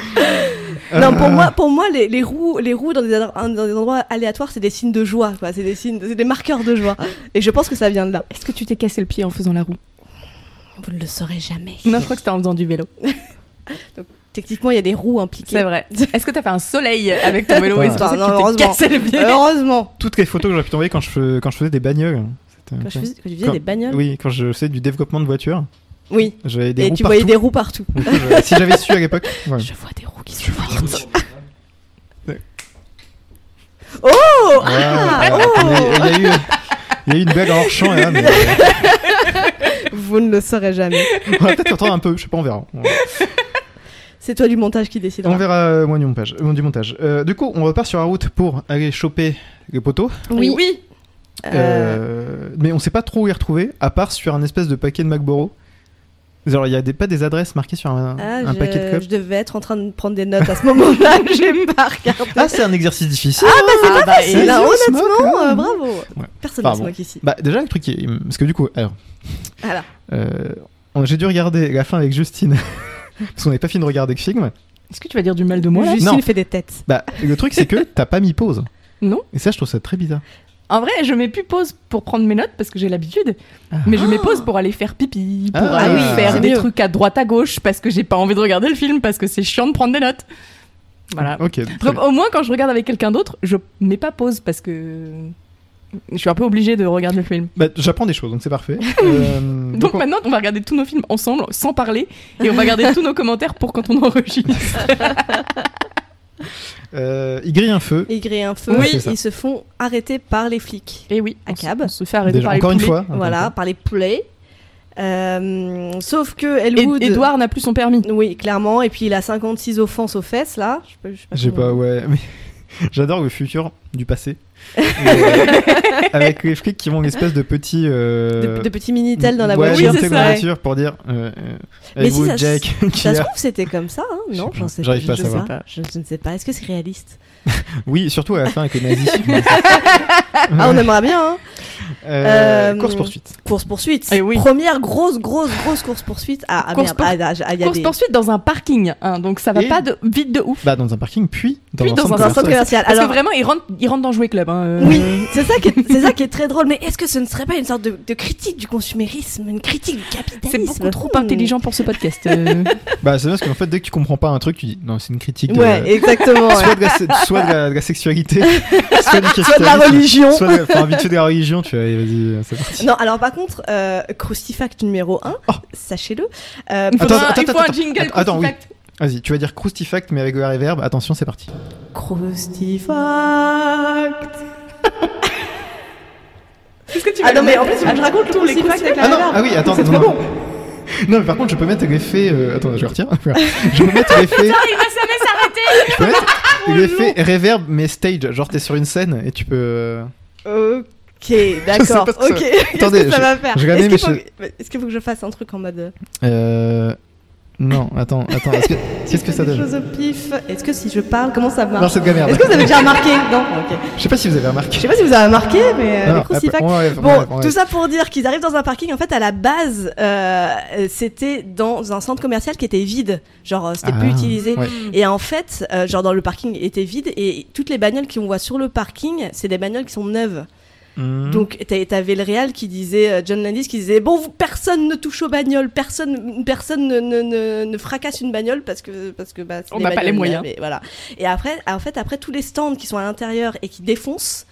Speaker 6: non, pour moi, pour moi les, les roues, les roues dans, des, dans des endroits aléatoires, c'est des signes de joie. quoi. C'est des, signes- c'est des marqueurs de joie. Et je pense que ça vient de là.
Speaker 13: Est-ce que tu t'es cassé le pied en faisant la roue
Speaker 6: Vous ne le saurez jamais.
Speaker 13: Non, je crois que c'était en faisant du vélo.
Speaker 6: Techniquement, il y a des roues impliquées.
Speaker 13: C'est vrai. Est-ce que t'as fait un soleil avec ton vélo et c'est pour ça que
Speaker 6: Non,
Speaker 13: tu t'es
Speaker 6: heureusement.
Speaker 13: cassé le pied
Speaker 6: Heureusement.
Speaker 8: Toutes les photos que j'aurais pu t'envoyer quand je, fais- quand je faisais des bagnoles. c'était
Speaker 6: Quand je
Speaker 8: incroyable.
Speaker 6: faisais- quand tu faisais des bagnoles
Speaker 8: Oui, quand je faisais du développement de voitures.
Speaker 6: Oui.
Speaker 8: J'avais des
Speaker 6: Et
Speaker 8: roues
Speaker 6: tu voyais
Speaker 8: partout.
Speaker 6: des roues partout.
Speaker 8: Du coup, je- si j'avais su à l'époque. voilà.
Speaker 6: Je vois des roues qui se portent. Oh ah,
Speaker 8: Ouais, ouais,
Speaker 6: oh
Speaker 8: Il y a- il y a eu- il y a eu une blague en hors champ, là, mais.
Speaker 6: Vous ne le saurez jamais.
Speaker 8: On va peut-être entendre un peu, je sais pas, on verra. On verra.
Speaker 6: C'est toi du montage qui décide.
Speaker 8: On verra euh, moins du montage. euh, du, montage. Euh, du coup, on repart sur la route pour aller choper les poteaux.
Speaker 6: Oui.
Speaker 10: oui.
Speaker 8: Euh, Mais on sait pas trop où les retrouver, à part sur un espèce de paquet de Macboro. Genre, il y a des, pas des adresses marquées sur un,
Speaker 6: Ah,
Speaker 8: un
Speaker 6: je,
Speaker 8: paquet de
Speaker 6: je
Speaker 8: clopes.
Speaker 6: devais être en train de prendre des notes à ce moment-là, j'ai pas regardé.
Speaker 8: Ah, c'est un exercice difficile.
Speaker 6: Ah, bah c'est pas
Speaker 8: bah,
Speaker 6: facile,
Speaker 8: et
Speaker 6: là,
Speaker 8: on se
Speaker 6: honnêtement,
Speaker 8: moque, hein.
Speaker 6: euh, bravo.
Speaker 8: Ouais.
Speaker 6: Personne
Speaker 8: Enfin,
Speaker 6: ne se
Speaker 8: bon.
Speaker 6: moque ici.
Speaker 8: Bah, déjà, le truc, qui est- parce que du coup, alors,
Speaker 6: Alors,
Speaker 8: euh, on- j'ai dû regarder la fin avec Justine. parce qu'on n'avait pas fini de regarder le film.
Speaker 13: Est-ce que tu vas dire du mal de moi là
Speaker 8: Justine Non. fait
Speaker 6: des têtes.
Speaker 8: Bah, le truc, c'est que t'as pas mis pause.
Speaker 13: Non.
Speaker 8: Et ça, je trouve ça très bizarre.
Speaker 13: En vrai, je mets plus pause pour prendre mes notes parce que j'ai l'habitude, mais je mets pause pour aller faire pipi, pour
Speaker 8: Ah,
Speaker 13: aller
Speaker 8: oui, c'est
Speaker 13: faire des
Speaker 8: mieux.
Speaker 13: trucs à droite à gauche parce que j'ai pas envie de regarder le film parce que c'est chiant de prendre des notes. Voilà.
Speaker 8: Ok. très
Speaker 13: Donc
Speaker 8: bien.
Speaker 13: au moins quand je regarde avec quelqu'un d'autre, je mets pas pause parce que je suis un peu obligée de regarder le film.
Speaker 8: Bah, J'apprends des choses, donc c'est parfait. Euh,
Speaker 13: Donc
Speaker 8: on-
Speaker 13: maintenant, on va regarder tous nos films ensemble, sans parler, et on va garder tous nos commentaires pour quand on enregistre.
Speaker 8: euh, il grille un feu.
Speaker 6: Ils grillent un feu,
Speaker 8: Oui. C'est ça.
Speaker 6: ils se font arrêter par les flics.
Speaker 13: Et oui,
Speaker 6: à cab.
Speaker 13: se fait arrêter
Speaker 8: Déjà,
Speaker 13: par les
Speaker 8: encore une
Speaker 13: poulets.
Speaker 8: fois. Encore une
Speaker 6: Voilà,
Speaker 8: fois.
Speaker 6: par les poulets. Euh, sauf que Elwood.
Speaker 13: Edouard n'a plus son permis.
Speaker 6: Oui, clairement. Et puis il a 56 offenses aux fesses, là. Je sais pas- je sais pas
Speaker 8: J'ai
Speaker 6: comment-
Speaker 8: pas, ouais. Mais... J'adore le futur du passé. Euh, avec les flics qui vont l'espèce de petit. euh,
Speaker 6: De, de petits minitel dans la
Speaker 8: ouais,
Speaker 6: voiture.
Speaker 8: minitel dans la voiture pour dire. Euh, euh,
Speaker 6: Mais si
Speaker 8: Elwood,
Speaker 6: ça, se-
Speaker 8: Jack,
Speaker 6: ça se
Speaker 8: Claire.
Speaker 6: trouve, c'était comme ça, hein Non,
Speaker 8: pas,
Speaker 6: j'en sais
Speaker 8: j'arrive pas à
Speaker 6: je
Speaker 8: savoir.
Speaker 6: sais Je, je ne sais pas. Est-ce que c'est réaliste
Speaker 8: Oui, surtout à la fin avec les nazis.
Speaker 6: Ah, on aimerait bien, hein
Speaker 8: Euh, course-poursuite.
Speaker 6: Course-poursuite.
Speaker 13: Eh oui.
Speaker 6: Première grosse, grosse, grosse course-poursuite. Ah, ah, merde.
Speaker 13: Course-pour-
Speaker 6: Ah, ah, ah, il y a des-
Speaker 13: Course-poursuite dans un parking, hein, donc ça va
Speaker 8: Et-
Speaker 13: pas de... vite de ouf.
Speaker 8: Bah, dans un parking, puis dans
Speaker 13: Puis
Speaker 8: un
Speaker 13: dans
Speaker 8: centre
Speaker 13: un centre
Speaker 8: commercial.
Speaker 13: commercial.
Speaker 6: commercial.
Speaker 13: Parce
Speaker 6: Alors-
Speaker 13: que vraiment, ils rentrent, ils rentrent dans Jouer Club. hein, euh.
Speaker 6: Oui, c'est ça, qui est- c'est ça qui est très drôle. Mais est-ce que ce ne serait pas une sorte de, de critique du consumérisme, une critique du capitalisme
Speaker 13: C'est beaucoup trop
Speaker 6: Hmm.
Speaker 13: intelligent pour ce podcast. euh.
Speaker 8: Bah, c'est parce qu'en fait, dès que tu comprends pas un truc, tu dis non, c'est une critique. de-
Speaker 6: Ouais, exactement.
Speaker 8: soit de la, se- soit de la- de la sexualité, soit, du
Speaker 6: Soit de la
Speaker 8: capitalisme,
Speaker 6: religion.
Speaker 8: soit de la, enfin, vite fait de la religion, tu vois, allez, vas-y, euh, c'est parti.
Speaker 6: Non, alors par contre, euh, Crucifact numéro 1,
Speaker 8: Oh.
Speaker 6: sachez-le. euh,
Speaker 13: Il faudra-
Speaker 8: Attends,
Speaker 13: il faut
Speaker 8: attends,
Speaker 13: un jingle
Speaker 8: attends, attends, oui.
Speaker 13: Crucifact.
Speaker 8: Vas-y, tu vas dire croustifact mais avec le reverb, attention, c'est parti.
Speaker 6: Crucifact.
Speaker 13: Est-ce que tu
Speaker 6: Ah
Speaker 13: vas
Speaker 6: non,
Speaker 13: le
Speaker 6: mais en
Speaker 13: mettre
Speaker 6: plus, je raconte tous les coups avec la
Speaker 8: Ah non,
Speaker 6: barbe.
Speaker 8: ah oui, attends,
Speaker 6: C'est
Speaker 8: non,
Speaker 6: trop
Speaker 8: non.
Speaker 6: bon.
Speaker 8: Non, mais par contre, je peux mettre l'effet. euh, attends, je retire. je peux mettre l'effet.
Speaker 13: Il va jamais s'arrêter Oh,
Speaker 8: Je peux mettre l'effet reverb, mais stage. Genre, t'es sur une scène et tu peux. euh,
Speaker 6: Ok,
Speaker 8: Je sais
Speaker 6: d'accord.
Speaker 8: pas ce que ça-
Speaker 6: Ok, qu'est-ce
Speaker 8: Attendez,
Speaker 6: que ça
Speaker 8: je-
Speaker 6: va faire
Speaker 8: je
Speaker 6: Est-ce
Speaker 8: ramène
Speaker 6: qu'il faut,
Speaker 8: mes
Speaker 6: que- est-ce qu'il faut que je fasse un truc en mode.
Speaker 8: Euh. Non, attends, attends. est-ce que- Qu'est-ce que ça
Speaker 6: Des
Speaker 8: donne
Speaker 6: choses au pif Est-ce que si je parle, comment ça marche
Speaker 8: Non, c'est de la merde.
Speaker 6: Est-ce que vous avez déjà remarqué Non, ok.
Speaker 8: Je sais pas si vous avez remarqué.
Speaker 6: Je sais pas si vous avez remarqué, mais euh,
Speaker 8: Non,
Speaker 6: les
Speaker 8: non,
Speaker 6: crucifixes-
Speaker 8: on enlève, on
Speaker 6: bon,
Speaker 8: enlève, on
Speaker 6: tout
Speaker 8: enlève.
Speaker 6: ça pour dire qu'ils arrivent dans un parking. En fait, à la base, euh, c'était dans un centre commercial qui était vide. Genre, euh, c'était
Speaker 13: Ah,
Speaker 6: plus utilisé.
Speaker 13: ouais.
Speaker 6: Et en fait, euh, genre, dans le parking était vide. Et toutes les bagnoles qu'on voit sur le parking, c'est des bagnoles qui sont neuves.
Speaker 8: Mhm.
Speaker 6: Donc t'a- t'avais le réal qui disait, euh, John Landis qui disait, bon, vous- personne ne touche aux bagnoles, personne, personne ne, ne, ne- ne fracasse une bagnole parce que, parce que bah, c'est
Speaker 13: On
Speaker 6: des
Speaker 13: n'a pas les
Speaker 6: bagnoles,
Speaker 13: moyens.
Speaker 6: mais voilà. Et après, en fait, après tous les stands qui sont à l'intérieur et qui défoncent,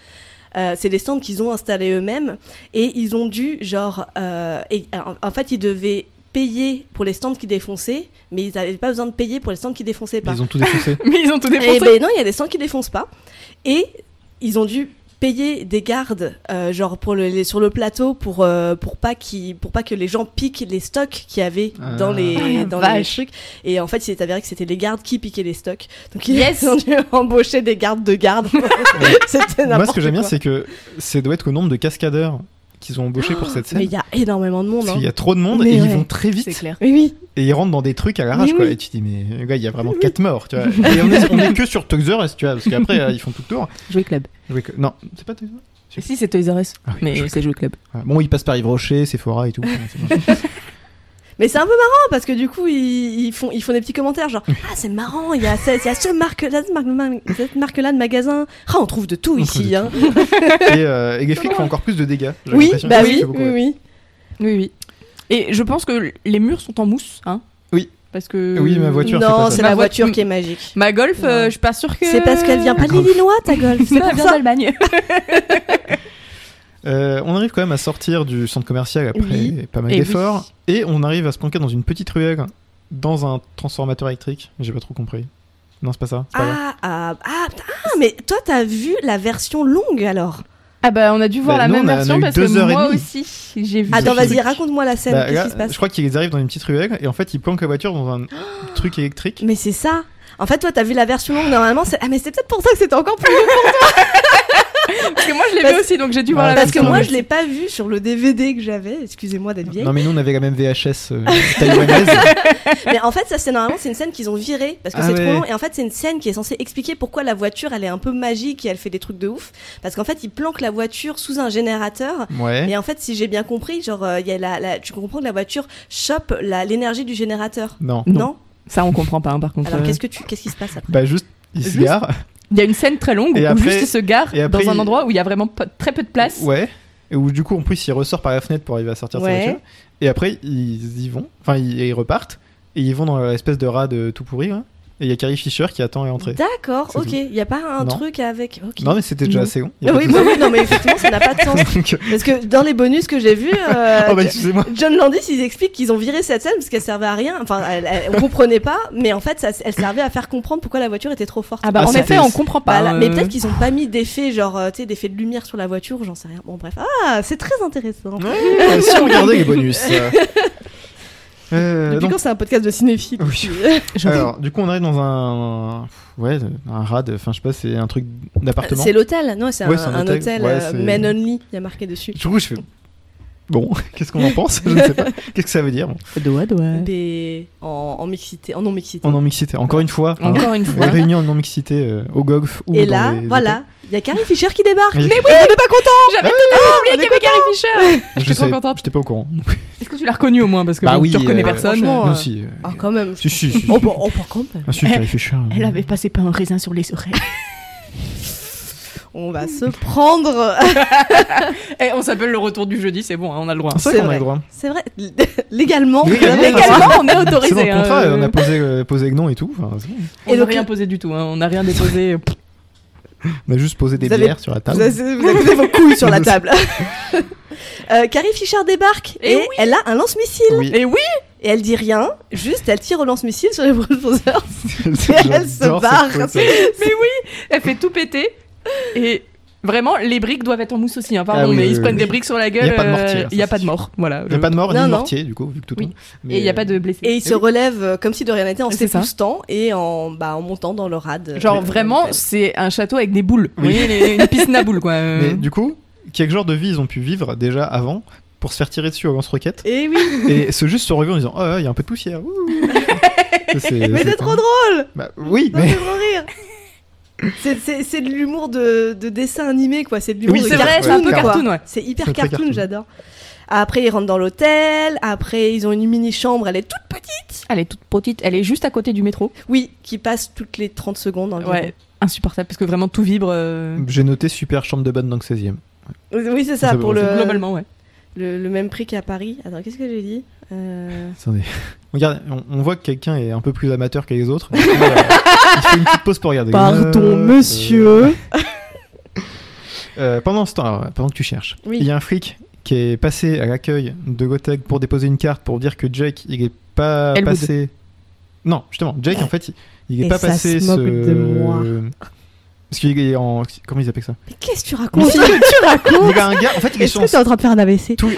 Speaker 6: euh, c'est des stands qu'ils ont installés eux-mêmes et ils ont dû genre euh, et, en, en fait ils devaient payer pour les stands qui défonçaient mais ils n'avaient pas besoin de payer pour les stands qui défonçaient pas
Speaker 8: Ils ont tout défoncé.
Speaker 13: Mais ils ont tout défoncé.
Speaker 6: Eh ben non, il y a des stands qui défoncent pas. Et ils ont dû payer des gardes euh, genre pour le, les- sur le plateau pour euh, pour pas qui pour pas que les gens piquent les stocks qu'il y avait dans
Speaker 13: Ah.
Speaker 6: les
Speaker 13: Ah, la
Speaker 6: dans les
Speaker 13: vache.
Speaker 6: trucs et en fait il s'est avéré que c'était les gardes qui piquaient les stocks donc ils
Speaker 13: Yes.
Speaker 6: ont dû embaucher des gardes de garde
Speaker 8: Moi,
Speaker 6: c'était
Speaker 8: ce
Speaker 6: n'importe
Speaker 8: que j'aime bien,
Speaker 6: quoi.
Speaker 8: c'est que c'est doit être au nombre de cascadeurs qu'ils ont embauchés pour cette
Speaker 6: Ah, mais
Speaker 8: scène.
Speaker 6: il y a énormément de monde
Speaker 8: Parce
Speaker 6: hein.
Speaker 8: qu'il y a trop de monde
Speaker 6: Mais
Speaker 8: et ils
Speaker 6: ouais.
Speaker 8: vont très vite.
Speaker 6: Oui, oui.
Speaker 8: Et ils rentrent dans des trucs à l'arrache,
Speaker 6: Mais
Speaker 8: quoi.
Speaker 6: oui.
Speaker 8: Et tu te dis, mais gars, il y a vraiment 4 morts, tu vois. Et on est, on est que sur Toys R Us, tu vois, parce qu'après, euh, ils font tout le tour.
Speaker 13: Jouer club.
Speaker 8: Jouer Club. Non, c'est pas Toys R Us.
Speaker 13: Si, c'est Toys R Us.
Speaker 8: Ah oui,
Speaker 13: mais
Speaker 8: Jouer
Speaker 13: c'est Jouer Club.
Speaker 8: Voilà. Bon, ils passent par Yves Rocher, Sephora et tout. Ouais, c'est bon.
Speaker 6: Mais c'est un peu marrant parce que du coup ils, ils font ils font des petits commentaires genre ah c'est marrant il y a ce- il y a ce marque là ce marque cette marque là de magasin ah on trouve de tout ici hein.
Speaker 8: et, euh, et les flics font encore plus de dégâts. j'ai
Speaker 13: Oui,
Speaker 8: l'impression.
Speaker 13: bah
Speaker 8: Ça
Speaker 13: oui,
Speaker 8: fait beaucoup,
Speaker 13: oui,
Speaker 8: ouais.
Speaker 13: oui. Oui, oui. Et je pense que les murs sont en mousse, hein
Speaker 8: Oui.
Speaker 13: Parce que.
Speaker 8: Oui, ma voiture, Non, c'est pas ça. c'est la
Speaker 6: voiture
Speaker 13: qui
Speaker 6: est magique.
Speaker 13: Ma golf, euh, je suis pas sûre que.
Speaker 6: C'est parce qu'elle vient pas de l'Illinois ta golf c'est
Speaker 13: Non, elle
Speaker 6: pour
Speaker 13: vient
Speaker 6: ça.
Speaker 13: d'Allemagne.
Speaker 8: Euh, on arrive quand même à sortir du centre commercial après
Speaker 13: Oui.
Speaker 8: pas mal
Speaker 13: Et
Speaker 8: d'efforts. Et on arrive à se planquer dans une petite ruelle, dans un transformateur électrique. J'ai pas trop compris. Non, c'est pas ça. c'est pas grave.
Speaker 6: ah, ah ah putain, ah, mais toi t'as vu la version longue alors
Speaker 13: ah bah on a dû
Speaker 8: voir Bah, la nous, même on a- on a version eu parce que deux heures et moi demie.
Speaker 13: aussi j'ai vu.
Speaker 6: Attends
Speaker 8: ce truc.
Speaker 6: vas-y raconte-moi la scène
Speaker 8: Bah,
Speaker 6: qu'est-ce
Speaker 8: là,
Speaker 6: qui se passe Oh,
Speaker 8: Je crois qu'ils arrivent dans une petite ruelle et en fait, ils planquent la voiture dans un truc électrique.
Speaker 6: Mais c'est ça. En fait toi t'as vu la version longue normalement c'est ah mais c'est peut-être pour ça que c'était encore plus long pour toi.
Speaker 13: Parce que moi je l'ai
Speaker 6: Parce-
Speaker 13: vu aussi donc j'ai dû voir la
Speaker 6: Parce que
Speaker 13: version.
Speaker 6: moi je l'ai pas vu sur le DVD que j'avais excusez-moi d'être vieille.
Speaker 8: Non, mais nous, on avait la même VHS euh, taïwanaise.
Speaker 6: mais en fait, ça c'est normalement c'est une scène qu'ils ont virée parce que
Speaker 8: Ah
Speaker 6: c'est
Speaker 8: ouais.
Speaker 6: trop long. Et en fait, c'est une scène qui est censée expliquer pourquoi la voiture elle est un peu magique et elle fait des trucs de ouf. Parce qu'en fait, ils planquent la voiture sous un générateur.
Speaker 8: Ouais.
Speaker 6: Et en fait, si j'ai bien compris, genre euh, il y a la, la- tu comprends que la voiture chope la- l'énergie du générateur.
Speaker 8: Non.
Speaker 6: Non.
Speaker 13: Ça on comprend pas hein, par contre.
Speaker 6: Alors
Speaker 13: Euh,
Speaker 6: qu'est-ce que tu qu'est-ce qui se passe après
Speaker 8: Bah, juste, ils se
Speaker 13: Juste.
Speaker 8: garent.
Speaker 13: Il y a une scène très longue
Speaker 8: Et
Speaker 13: où
Speaker 8: après-
Speaker 13: juste il se gare
Speaker 8: et après,
Speaker 13: dans un
Speaker 8: il-
Speaker 13: endroit où il y a vraiment pas- très peu de place.
Speaker 8: Ouais. Et où du coup, en plus, il ressort par la fenêtre pour arriver à sortir de
Speaker 13: Ouais.
Speaker 8: sa voiture. Et après, ils y vont. Enfin, ils, ils repartent. Et ils vont dans l'espèce de rade tout pourri. là. Et il y a Carrie Fisher qui attend à l'entrée.
Speaker 6: D'accord,
Speaker 8: C'est
Speaker 6: ok.
Speaker 8: tout.
Speaker 6: Il y a pas un
Speaker 8: Non.
Speaker 6: truc avec. ok.
Speaker 8: Non, mais c'était déjà
Speaker 6: Non.
Speaker 8: assez long. Y a
Speaker 6: Ah
Speaker 8: pas
Speaker 6: Oui,
Speaker 8: de
Speaker 6: bah
Speaker 8: souci.
Speaker 6: oui, non, mais effectivement, ça n'a pas de
Speaker 13: bah,
Speaker 6: sens.
Speaker 8: Donc,
Speaker 6: Parce que dans les bonus que j'ai vus, euh,
Speaker 8: Oh bah, excusez-moi.
Speaker 6: John Landis, ils expliquent qu'ils ont viré cette scène parce qu'elle servait à rien. Enfin, elle, elle- on comprenait pas, mais en fait, ça, elle servait à faire comprendre pourquoi la voiture était trop forte.
Speaker 13: Ah bah, Ah, en c'était- effet, on comprend pas,
Speaker 6: Voilà,
Speaker 13: euh.
Speaker 6: Mais peut-être qu'ils ont pas mis d'effet, genre, euh, tu sais, d'effet de lumière sur la voiture, j'en sais rien. Bon, bref. Ah, c'est très intéressant.
Speaker 8: euh, si on regardait les bonus. euh. Euh,
Speaker 6: Depuis
Speaker 8: donc,
Speaker 6: quand c'est un podcast de cinéphiles
Speaker 8: alors, du coup, on arrive dans un. Ouais, un rad. Enfin, je sais pas, c'est un truc d'appartement.
Speaker 13: Euh,
Speaker 6: C'est l'hôtel, non, c'est
Speaker 8: Ouais,
Speaker 6: un, un hôtel,
Speaker 8: Ouais,
Speaker 6: euh,
Speaker 8: c'est-
Speaker 6: men only, il y a marqué dessus.
Speaker 8: Du coup, je fais. Bon, qu'est-ce qu'on en pense Je ne sais pas. Qu'est-ce que ça veut dire bon.
Speaker 13: Doigt, doigt.
Speaker 6: Des... En, en mixité, en non mixité.
Speaker 8: En non-mixité, encore une fois. hein.
Speaker 6: Encore une fois.
Speaker 8: Les réunions en non-mixité euh, au GOGF ou
Speaker 6: Et
Speaker 8: dans
Speaker 6: là,
Speaker 8: les
Speaker 6: voilà, Ah, il y a Carrie Fisher qui débarque.
Speaker 8: Mais oui,
Speaker 6: on n'est pas content.
Speaker 13: J'avais
Speaker 6: Ah,
Speaker 13: totalement
Speaker 6: on est
Speaker 13: oublié qu'il y avait
Speaker 6: content.
Speaker 13: Carrie Fisher.
Speaker 8: hôtels.
Speaker 13: J'étais
Speaker 8: Je
Speaker 13: trop
Speaker 8: sais,
Speaker 13: contente.
Speaker 8: J'étais pas au courant.
Speaker 13: Est-ce que tu l'as reconnu au moins parce que
Speaker 8: Bah
Speaker 13: bon,
Speaker 8: oui,
Speaker 13: tu reconnais
Speaker 8: euh,
Speaker 13: personne.
Speaker 8: franchement, Non, euh, si, euh,
Speaker 6: Ah, quand même.
Speaker 8: Si, si, si.
Speaker 13: Oh,
Speaker 8: bah,
Speaker 6: oh, par contre.
Speaker 8: Ah, si, Carrie Fisher.
Speaker 13: Elle avait passé pas un raisin sur les oreilles.
Speaker 6: On va se prendre.
Speaker 13: Eh, on s'appelle le retour du jeudi, c'est bon, hein, on a le droit.
Speaker 8: Ah, C'est vrai qu'on a le droit.
Speaker 6: C'est vrai, légalement,
Speaker 8: Légalement,
Speaker 13: Légalement,
Speaker 6: Ah,
Speaker 8: c'est-
Speaker 13: on est autorisé,
Speaker 8: C'est dans le
Speaker 13: hein,
Speaker 8: contrat,
Speaker 13: euh.
Speaker 8: on a posé, euh, posé le nom et tout. enfin, c'est bon.
Speaker 13: On n'a rien posé du tout, hein, on n'a rien déposé.
Speaker 8: On a juste posé des
Speaker 6: Vous avez-
Speaker 8: bières sur la
Speaker 6: Vous
Speaker 8: table.
Speaker 6: avez, vous avez posé vos couilles sur la table. Euh, Carrie Fisher débarque et, elle a un lance-missile.
Speaker 8: Oui.
Speaker 13: Et oui
Speaker 6: Et elle dit rien, juste elle tire au lance-missile sur les Brothers. et elle se
Speaker 13: J'adore
Speaker 6: barre.
Speaker 13: cette photo. mais oui, elle fait tout péter. Et vraiment, les briques doivent être en mousse aussi. Hein. Pardon,
Speaker 8: Ah oui,
Speaker 13: mais
Speaker 8: oui,
Speaker 13: ils se prennent
Speaker 8: oui.
Speaker 13: des briques sur la
Speaker 8: Il y a
Speaker 13: gueule.
Speaker 8: pas de mortier,
Speaker 13: euh,
Speaker 8: ça,
Speaker 13: Il n'y a
Speaker 8: c'est
Speaker 13: pas de
Speaker 8: sûr.
Speaker 13: mort. Voilà.
Speaker 8: Il n'y a pas de mort
Speaker 6: Non,
Speaker 8: ni de
Speaker 6: non.
Speaker 8: mortier, du coup, vu que tout tombe. Mais,
Speaker 13: Et il n'y a pas
Speaker 8: euh,
Speaker 13: de blessés.
Speaker 6: Et il se
Speaker 13: Oui.
Speaker 6: relève euh, comme si de rien n'était en
Speaker 13: C'est ça.
Speaker 6: s'époustant et en, bah, en montant dans le rad. euh,
Speaker 13: Genre
Speaker 6: de-
Speaker 13: vraiment, c'est un château avec des boules. Vous
Speaker 8: Oui.
Speaker 13: voyez, les- une piscine à boules quoi. euh.
Speaker 8: Mais du coup, quel genre de vie ils ont pu vivre déjà avant pour se faire tirer dessus au lance-roquette
Speaker 6: Et oui
Speaker 8: Et se juste se relever en disant Oh, il y a un peu de poussière. ouh. Ça, c'est-
Speaker 6: Mais c'est trop drôle
Speaker 8: Bah, oui,
Speaker 6: Ça
Speaker 8: mais.
Speaker 6: fait trop rire C'est- C'est c'est de l'humour de, de dessin animé, quoi. C'est de l'humour
Speaker 8: Oui,
Speaker 6: de
Speaker 8: c'est vrai,
Speaker 6: cartoon,
Speaker 8: c'est un peu
Speaker 6: quoi.
Speaker 8: cartoon, ouais.
Speaker 6: C'est hyper
Speaker 8: C'est très
Speaker 6: cartoon,
Speaker 8: cartoon.
Speaker 6: j'adore. Après, ils rentrent dans l'hôtel. Après, ils ont une mini-chambre. Elle est toute petite.
Speaker 13: Elle est toute petite. Elle est juste à côté du métro.
Speaker 6: Oui, qui passe toutes les 30 secondes environ.
Speaker 13: Ouais, insupportable parce que vraiment tout vibre. euh.
Speaker 8: J'ai noté super chambre de bonne dans le 16ème.
Speaker 6: Oui, c'est ça,
Speaker 13: Ça
Speaker 6: pour
Speaker 13: peut-
Speaker 8: Euh,
Speaker 6: le.
Speaker 13: globalement, ouais.
Speaker 6: Le, le même prix qu'à Paris. Attends, qu'est-ce que j'ai dit Euh,
Speaker 8: Attendez. Regarde, on, on voit que quelqu'un est un peu plus amateur que les autres. Il fait une petite pause pour regarder.
Speaker 13: Pardon,
Speaker 8: Euh,
Speaker 13: monsieur.
Speaker 8: euh, pendant ce temps, alors, pendant que tu cherches,
Speaker 13: Oui.
Speaker 8: il y a un flic qui est passé à l'accueil de Goteg pour déposer une carte pour dire que Jake, il est pas
Speaker 13: Elwood.
Speaker 8: passé. Non, justement, Jake, en fait, il, il est
Speaker 13: Et
Speaker 8: pas
Speaker 13: ça
Speaker 8: passé
Speaker 13: se
Speaker 8: ce.
Speaker 13: moque de moi.
Speaker 8: Parce qu'il est en. Comment ils appellent ça
Speaker 13: Qu'est-ce que tu racontes
Speaker 8: Mais-
Speaker 13: Qu'est-ce que tu racontes
Speaker 8: Il a un gars- en fait, il est
Speaker 13: Est-ce que
Speaker 8: censé-
Speaker 13: t'es en train de faire un AVC
Speaker 8: tous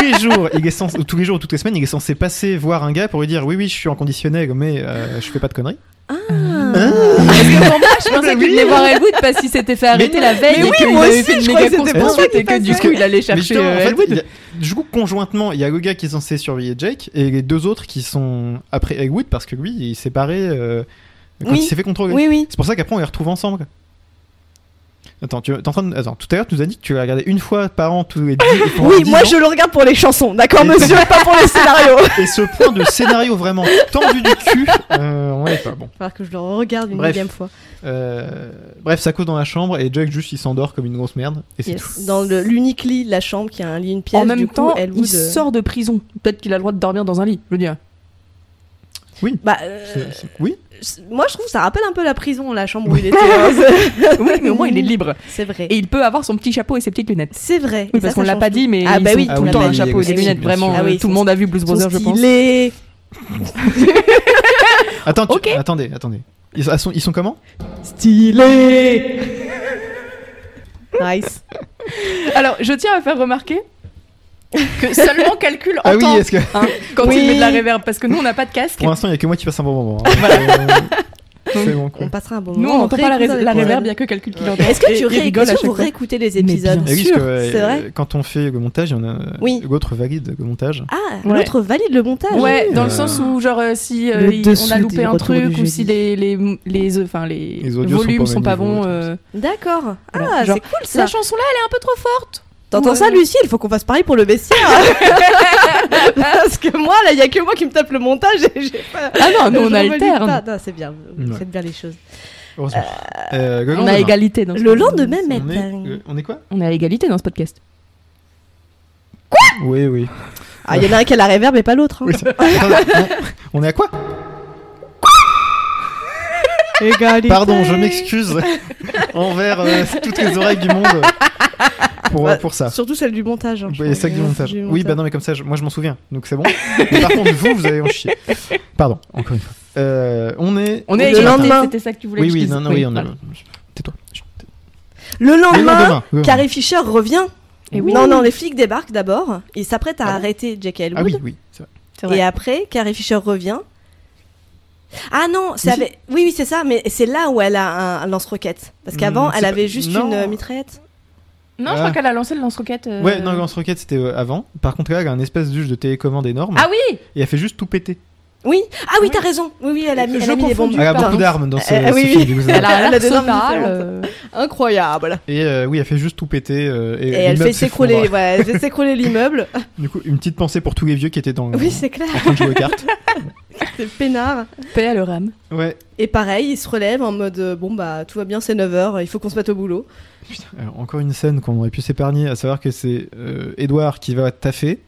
Speaker 8: les jours, il est censé, tous les jours, toutes les semaines, il est censé passer voir un gars pour lui dire oui, oui, je suis en conditionnel, mais euh, je fais pas de conneries.
Speaker 9: Ah. Parce que
Speaker 13: Ah,
Speaker 9: pour moi, je
Speaker 8: Bah
Speaker 9: pensais
Speaker 8: oui.
Speaker 9: qu'il venait voir Elwood parce qu'il s'était fait arrêter la veille et qu'il avait fait une méga course poursuite et que du coup il allait
Speaker 8: Mais
Speaker 9: chercher
Speaker 8: justement, en
Speaker 9: euh,
Speaker 8: fait,
Speaker 9: Elwood.
Speaker 8: il y a- Du coup, conjointement, il y a le gars qui est censé surveiller Jake et les deux autres qui sont après Elwood parce que lui, il s'est barré euh, quand
Speaker 6: Oui.
Speaker 8: il s'est fait contrôler.
Speaker 6: Oui, oui.
Speaker 8: C'est pour ça qu'après, on les retrouve ensemble. quoi. Attends, tu es en train de- Attends, tout à l'heure, tu nous as dit que tu l'as regardé une fois par an tous les dix- pendant
Speaker 6: Oui,
Speaker 8: dix
Speaker 6: moi
Speaker 8: ans.
Speaker 6: je le regarde pour les chansons, d'accord,
Speaker 8: Et-
Speaker 6: monsieur, pas pour les scénarios.
Speaker 8: Et ce point de scénario vraiment tendu du cul, euh, on est pas bon.
Speaker 6: Falloir que je le regarde une
Speaker 8: Bref.
Speaker 6: deuxième fois.
Speaker 8: Euh, bref, ça cause dans la chambre et Jack juste il s'endort comme une grosse merde et c'est tout.
Speaker 6: Dans le- l'unique lit de la chambre qui a un lit, une pièce.
Speaker 13: En même
Speaker 6: du coup,
Speaker 13: temps,
Speaker 6: Elwood,
Speaker 13: il sort de prison. Peut-être qu'il a le droit de dormir dans un lit, je veux dire.
Speaker 8: Oui.
Speaker 6: Bah, euh,
Speaker 8: C'est- c'est- Oui.
Speaker 6: moi je trouve que ça rappelle un peu la prison, la chambre où il était. hein.
Speaker 13: oui, mais au moins il est libre.
Speaker 6: C'est vrai.
Speaker 13: Et il peut avoir son petit chapeau et ses petites lunettes.
Speaker 6: C'est vrai.
Speaker 13: Oui,
Speaker 6: Et ça,
Speaker 13: parce qu'on
Speaker 6: ça
Speaker 13: l'a
Speaker 6: change
Speaker 13: pas
Speaker 6: tout.
Speaker 13: dit, mais
Speaker 6: Ah
Speaker 13: ils
Speaker 6: bah
Speaker 13: ont
Speaker 6: oui,
Speaker 13: tout le
Speaker 6: on
Speaker 13: temps
Speaker 6: l'a
Speaker 13: un
Speaker 6: dit,
Speaker 13: chapeau et des
Speaker 6: oui,
Speaker 13: lunettes.
Speaker 6: bien
Speaker 13: Vraiment,
Speaker 6: sûr.
Speaker 13: euh,
Speaker 6: Ah oui,
Speaker 13: tout le
Speaker 6: son
Speaker 13: monde a vu Blues
Speaker 6: son
Speaker 13: Brothers, je pense.
Speaker 6: stylet.
Speaker 8: Attends, tu- attendez, attendez. Ils sont, ils sont- ils sont comment
Speaker 13: Stylé
Speaker 6: Nice.
Speaker 13: Alors, je tiens à faire remarquer que seulement calcul
Speaker 8: Ah oui,
Speaker 13: entend
Speaker 8: est-ce que-
Speaker 13: hein, quand
Speaker 6: Oui.
Speaker 13: il met de la réverb, parce que nous, on n'a pas de casque.
Speaker 8: Pour l'instant, il y a que moi qui passe un bon moment. hein. Euh, c'est bon. quoi.
Speaker 6: On passera un bon
Speaker 13: Nous,
Speaker 6: moment.
Speaker 13: on n'entend pas la, ré-
Speaker 6: réverb
Speaker 13: la réverb, il y a que calcul qui l'entend.
Speaker 6: Est-ce que
Speaker 13: Et-
Speaker 6: tu
Speaker 13: et
Speaker 6: ré-
Speaker 13: rigole
Speaker 6: est-ce
Speaker 13: à
Speaker 6: que
Speaker 13: chaque
Speaker 6: vous
Speaker 13: fois.
Speaker 6: réécoutez les épisodes
Speaker 8: Et oui, parce que, euh,
Speaker 6: C'est vrai.
Speaker 8: Quand on fait le montage, il y en a euh,
Speaker 6: Oui.
Speaker 8: l'autre valide le montage.
Speaker 6: Ah,
Speaker 13: Ouais.
Speaker 6: l'autre valide le montage.
Speaker 13: Ouais, dans le
Speaker 8: Euh,
Speaker 13: sens où, genre, euh, si euh,
Speaker 6: le
Speaker 13: il- on
Speaker 6: dessous
Speaker 13: a loupé
Speaker 6: du
Speaker 13: un
Speaker 6: retour
Speaker 13: truc,
Speaker 6: du
Speaker 13: ou
Speaker 6: jeudi.
Speaker 13: si les, les, les, euh, enfin, les,
Speaker 8: Les audios sont
Speaker 13: volumes
Speaker 8: pas au
Speaker 13: sont pas
Speaker 8: même niveau,
Speaker 13: bons. euh,
Speaker 6: D'accord. Ah,
Speaker 13: genre,
Speaker 6: c'est cool ça.
Speaker 13: La chanson là, elle est un peu trop forte.
Speaker 6: T'entends
Speaker 13: Ouais.
Speaker 6: ça, Lucie Il faut qu'on fasse pareil pour le bestiaire. Parce que moi, là, il y a que moi qui me tape le montage. Et j'ai pas...
Speaker 13: Ah non, nous,
Speaker 6: je
Speaker 13: on
Speaker 6: revalide
Speaker 13: alterne.
Speaker 6: pas. Non, c'est bien. Vous
Speaker 8: Ouais.
Speaker 6: faites bien les choses.
Speaker 8: Heureusement. Euh, le
Speaker 13: On
Speaker 8: lendemain,
Speaker 13: a égalité dans ce
Speaker 6: Le
Speaker 13: podcast.
Speaker 6: lendemain
Speaker 8: On est,
Speaker 6: matin.
Speaker 8: euh, on est quoi
Speaker 13: On est à égalité dans ce podcast.
Speaker 8: Oui, oui.
Speaker 6: Ah, il y en a un qui a la réverb et pas l'autre. hein.
Speaker 8: Oui, ça- Attendez, on, on est à quoi
Speaker 6: Égalité.
Speaker 8: Pardon, je m'excuse envers euh, toutes les oreilles du monde pour, euh, pour ça.
Speaker 6: Surtout celle du montage. hein, je
Speaker 8: Oui,
Speaker 6: crois.
Speaker 8: c'est ça que du montage.
Speaker 6: Du
Speaker 8: Oui, bah non, mais comme ça, je- moi je m'en souviens, donc c'est bon. Mais par contre, vous, vous allez en chier. Pardon, encore une fois. Euh, on est.
Speaker 13: On est à
Speaker 8: Le
Speaker 13: égalité,
Speaker 8: lendemain.
Speaker 13: c'était ça que tu voulais
Speaker 8: Oui,
Speaker 13: que je
Speaker 8: oui,
Speaker 13: dise.
Speaker 8: non, non, oui, on est.
Speaker 13: voilà.
Speaker 8: Tais-toi.
Speaker 6: Le lendemain,
Speaker 8: bah, Le lendemain, oui, oui.
Speaker 6: Carrie Fisher revient.
Speaker 13: Et oui.
Speaker 6: Non, non, les flics débarquent d'abord. Ils s'apprêtent à arrêter Jack Elwood.
Speaker 8: Ah oui, oui, c'est vrai.
Speaker 13: C'est vrai.
Speaker 6: Et après, Carrie Fisher revient. Ah non, c'est
Speaker 8: Mais
Speaker 6: avec- oui, oui, c'est ça, mais c'est là où elle a un- un lance-roquette. Parce qu'avant,
Speaker 8: Hmm, c'est
Speaker 6: elle avait
Speaker 8: pas-
Speaker 6: juste
Speaker 8: non.
Speaker 6: une euh, mitraillette.
Speaker 13: Non, je
Speaker 8: Ah.
Speaker 13: crois qu'elle a lancé le lance-roquette. euh,
Speaker 8: Ouais, non, le lance-roquette c'était euh, avant. Par contre, là, elle a un espèce d'uge de télécommande énorme.
Speaker 13: Ah oui
Speaker 8: Et elle fait juste tout péter.
Speaker 6: Oui, ah oui, t'as raison. Oui, oui, elle a mis,
Speaker 13: Je
Speaker 6: elle a mis les
Speaker 13: confonds
Speaker 6: bombes.
Speaker 13: du
Speaker 8: Elle a
Speaker 13: Pardon.
Speaker 8: beaucoup d'armes dans ce,
Speaker 6: Euh,
Speaker 8: ce
Speaker 6: oui,
Speaker 8: film.
Speaker 6: oui.
Speaker 8: du coup,
Speaker 13: Elle a
Speaker 6: Elle a
Speaker 13: l'air
Speaker 6: des armes
Speaker 13: sopale,
Speaker 6: différentes.
Speaker 13: euh,
Speaker 6: Incroyable.
Speaker 8: Et euh, oui, elle fait juste tout péter. euh, et
Speaker 6: Et elle
Speaker 8: l'immeuble
Speaker 6: fait s'écrouler,
Speaker 8: s'effondre.
Speaker 6: ouais, elle fait s'écrouler l'immeuble.
Speaker 8: Du coup, une petite pensée pour tous les vieux qui étaient dans.
Speaker 6: Oui, c'est clair.
Speaker 8: en train de jouer aux cartes.
Speaker 6: C'est peinard.
Speaker 13: Paix à leur âme.
Speaker 8: Ouais.
Speaker 6: Et pareil, il se relève en mode euh, bon bah tout va bien, c'est 9h, il faut qu'on se mette au boulot.
Speaker 8: Alors, encore une scène qu'on aurait pu s'épargner, à savoir que c'est euh, Edouard qui va taffer.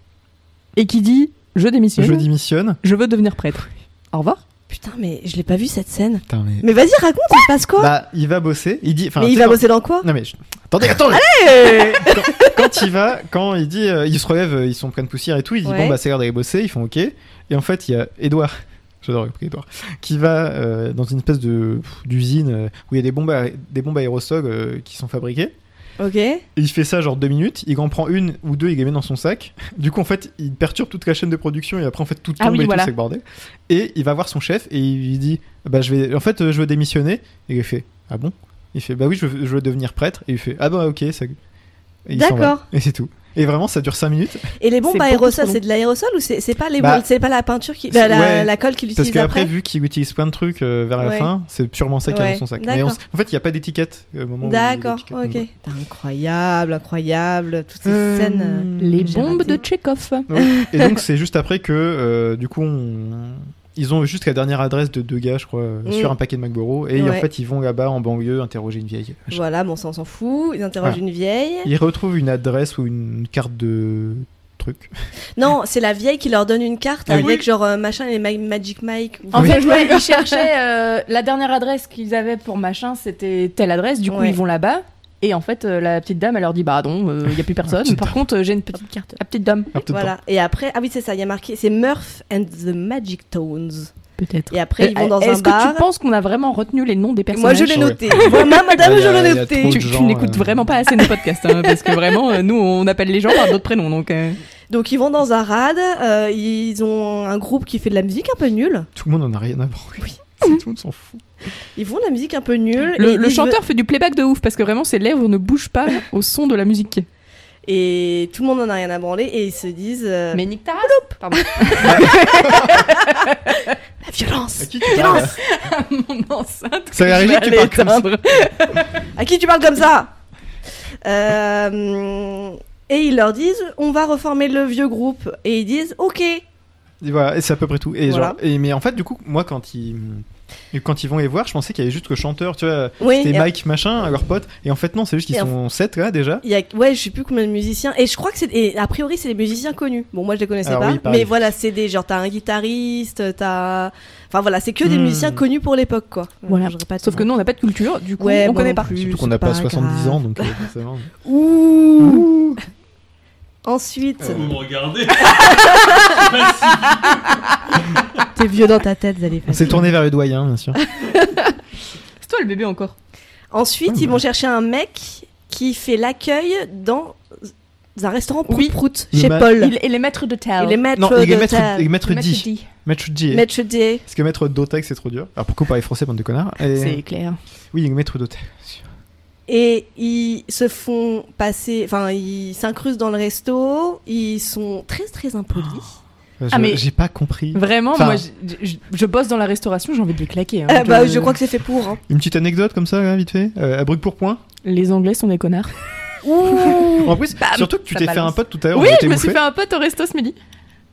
Speaker 13: Et qui dit Je démissionne.
Speaker 8: Je démissionne.
Speaker 13: Je veux devenir prêtre. Au revoir.
Speaker 6: Putain, mais je l'ai pas vu cette scène.
Speaker 8: Putain, mais.
Speaker 6: Mais vas-y, raconte, il se passe quoi
Speaker 8: Bah, il va bosser. Il dit. enfin,
Speaker 6: Mais
Speaker 8: tu
Speaker 6: il
Speaker 8: sais,
Speaker 6: va
Speaker 8: quand-
Speaker 6: bosser dans quoi
Speaker 8: Non mais je- attendez, attendez.
Speaker 6: Eh
Speaker 8: quand il va, quand il dit, euh, il se relève, euh, ils sont pleins de poussière et tout. Il dit
Speaker 6: Ouais.
Speaker 8: bon bah c'est l'heure d'aller bosser. Ils font ok. Et en fait il y a Edouard. J'adore le prix Edouard. Qui va euh, dans une espèce de pff, d'usine euh, où il y a des bombes, à- des bombes aérosols euh, qui sont fabriquées.
Speaker 6: Ok.
Speaker 8: Et il fait ça genre deux minutes. Il en prend une ou deux, il les met dans son sac. Du coup en fait il perturbe toute la chaîne de production et après en fait tout
Speaker 13: Ah
Speaker 8: tombe
Speaker 13: oui,
Speaker 8: et
Speaker 13: voilà.
Speaker 8: tout c'est le bordel. Et il va voir son chef et il lui dit bah je vais en fait euh, je veux démissionner. Et il fait ah bon. Il fait bah oui je veux, je veux devenir prêtre. Et il fait ah bah ok ça. Et il s'en va.
Speaker 6: D'accord.
Speaker 8: Et c'est tout. Et vraiment, ça dure 5 minutes.
Speaker 6: Et les bombes
Speaker 13: C'est beaucoup trop
Speaker 6: aérosols,
Speaker 13: long.
Speaker 6: c'est de l'aérosol ou c'est c'est pas les
Speaker 8: Bah,
Speaker 6: bombes- c'est pas la peinture qui la, la-
Speaker 8: Ouais.
Speaker 6: la colle qu'il
Speaker 8: Parce
Speaker 6: utilise
Speaker 8: qu'après,
Speaker 6: après
Speaker 8: vu qu'il utilise plein de trucs euh, vers la
Speaker 6: Ouais.
Speaker 8: fin, c'est purement ça qu'il a
Speaker 6: Ouais,
Speaker 8: dans son sac. Mais on
Speaker 6: d'accord.
Speaker 8: s- en fait, il n'y a pas d'étiquette euh, au moment où il
Speaker 6: D'accord,
Speaker 8: l'étiquette.
Speaker 6: ok.
Speaker 8: Donc, ouais.
Speaker 6: Putain, Incroyable, incroyable, toutes ces
Speaker 8: Euh,
Speaker 6: scènes. euh,
Speaker 13: Les
Speaker 6: j'ai
Speaker 13: bombes
Speaker 6: raté.
Speaker 13: de Tchekhov.
Speaker 8: Ouais. Et donc, c'est juste après que, euh, du coup, on- ils ont juste la dernière adresse de deux gars, je crois, euh,
Speaker 6: Mm.
Speaker 8: sur un paquet de Macboro. Et en
Speaker 6: Ouais.
Speaker 8: fait, ils vont là-bas en banlieue interroger une vieille.
Speaker 6: Voilà, bon, ça on s'en fout. Ils interrogent
Speaker 8: Voilà.
Speaker 6: une vieille.
Speaker 8: Ils retrouvent une adresse ou une carte de truc.
Speaker 6: Non, c'est la vieille qui leur donne une carte
Speaker 8: Ah oui. Ah
Speaker 6: avec genre euh, machin et Ma- Magic Mike.
Speaker 9: En
Speaker 6: Oui.
Speaker 9: fait, ouais, ils cherchaient euh, la dernière adresse qu'ils avaient pour machin, c'était telle adresse. Du coup,
Speaker 6: Ouais.
Speaker 9: ils vont là-bas. Et en fait, euh, la petite dame, elle leur dit Bah non, il n'y a plus personne. Par contre, euh, j'ai une petite carte. La petite dame.
Speaker 6: Voilà. Et après, ah oui, c'est ça, il y a marqué, c'est Murph and the Magic Tones.
Speaker 9: Peut-être.
Speaker 6: Et après, ils vont dans un
Speaker 9: Est-ce que
Speaker 6: bar.
Speaker 9: tu penses qu'on a vraiment retenu les noms des personnages
Speaker 6: Moi, je l'ai noté. Vraiment,
Speaker 8: Ah,
Speaker 6: madame, je l'ai noté.
Speaker 9: Tu, tu n'écoutes
Speaker 8: euh,
Speaker 9: vraiment pas assez nos podcasts. hein, parce que vraiment, euh, nous, on appelle les gens par d'autres prénoms. Donc, euh,
Speaker 6: Donc, ils vont dans un rad, euh, ils ont un groupe qui fait de la musique un peu nulle.
Speaker 8: Tout le monde en a rien à branler. C'est- Tout le monde s'en fout.
Speaker 6: Ils font de la musique un peu nulle. et
Speaker 9: le,
Speaker 6: ils
Speaker 9: le
Speaker 6: disent-
Speaker 9: chanteur fait du playback de ouf parce que vraiment, ses lèvres ne bougent pas au son de la musique.
Speaker 6: Euh. Et tout le monde en a rien à branler et ils se disent. euh,
Speaker 9: Mais nique ta race. Pardon.
Speaker 6: La violence
Speaker 9: À qui
Speaker 8: tu parles,
Speaker 6: Violence
Speaker 9: À mon enceinte.
Speaker 8: Ça va
Speaker 9: que je
Speaker 8: arriver
Speaker 9: vais
Speaker 8: que tu parles
Speaker 9: aller
Speaker 8: comme ça.
Speaker 9: éteindre.
Speaker 6: À qui tu parles comme ça Euh, Et ils leur disent on va reformer le vieux groupe. Et ils disent ok.
Speaker 8: Et voilà, et c'est à peu près tout. Et
Speaker 6: Voilà.
Speaker 8: genre- et- mais en fait, du coup, moi, quand ils, et quand ils vont les voir, je pensais qu'il y avait juste le chanteur, tu vois,
Speaker 6: Oui,
Speaker 8: c'était
Speaker 6: et-
Speaker 8: Mike machin, leur pote. Et en fait, non, c'est juste qu'ils
Speaker 6: Et en-
Speaker 8: sont sept là déjà.
Speaker 6: Il y a, ouais, je sais plus combien de musiciens. Et je crois que c'est. et A priori, c'est des musiciens connus. Bon, moi, je les connaissais
Speaker 8: Alors
Speaker 6: pas.
Speaker 8: oui, pareil.
Speaker 6: mais voilà, c'est des. Genre, t'as un guitariste, t'as. Enfin, voilà, c'est que des
Speaker 8: Hmm.
Speaker 6: musiciens connus pour l'époque, quoi.
Speaker 9: Voilà. Sauf que nous, on n'a pas de culture. Du coup, on connaît pas.
Speaker 8: Surtout qu'on n'a pas 70 ans, donc euh, forcément.
Speaker 6: Ouh Ensuite.
Speaker 4: Ah, Vous me regardez
Speaker 6: T'es vieux dans ta tête, Zalif.
Speaker 8: On s'est tourné vers le doyen, bien sûr.
Speaker 9: C'est toi le bébé encore.
Speaker 6: Ensuite, ils vont chercher un mec qui fait l'accueil dans un restaurant prout prout
Speaker 8: Le
Speaker 6: chez
Speaker 8: ma-
Speaker 6: Paul.
Speaker 9: Il- et les maîtres de table.
Speaker 6: Il est maître
Speaker 8: non,
Speaker 6: de
Speaker 8: il est maître,
Speaker 6: table.
Speaker 8: il est maître D. Maître D.
Speaker 6: Maître D.
Speaker 8: Parce que maître d'hôtel, c'est trop dur. Alors pourquoi parler français, bande de connards Et-
Speaker 9: C'est clair.
Speaker 8: Oui, il est maître d'hôtel.
Speaker 6: Et ils se font passer, enfin, ils s'incrustent dans le resto, ils sont très très impolis.
Speaker 8: Euh, Je-
Speaker 9: Ah, mais-
Speaker 8: J'ai pas compris.
Speaker 9: Vraiment,
Speaker 8: Enfin,
Speaker 9: moi, je, je- je bosse dans la restauration, j'ai envie de les claquer. hein.
Speaker 6: Ah bah, je crois que c'est fait pour. hein.
Speaker 8: Une petite anecdote comme ça, là, vite fait, euh, à bruc pour point.
Speaker 9: Les Anglais sont des connards.
Speaker 8: En plus,
Speaker 9: Bam,
Speaker 8: surtout que tu
Speaker 9: Bah, ça
Speaker 8: t'es fait
Speaker 9: balance.
Speaker 8: un pote tout à l'heure.
Speaker 9: Oui,
Speaker 8: on était
Speaker 9: je me suis
Speaker 8: bouffé.
Speaker 9: fait un pote au resto ce midi.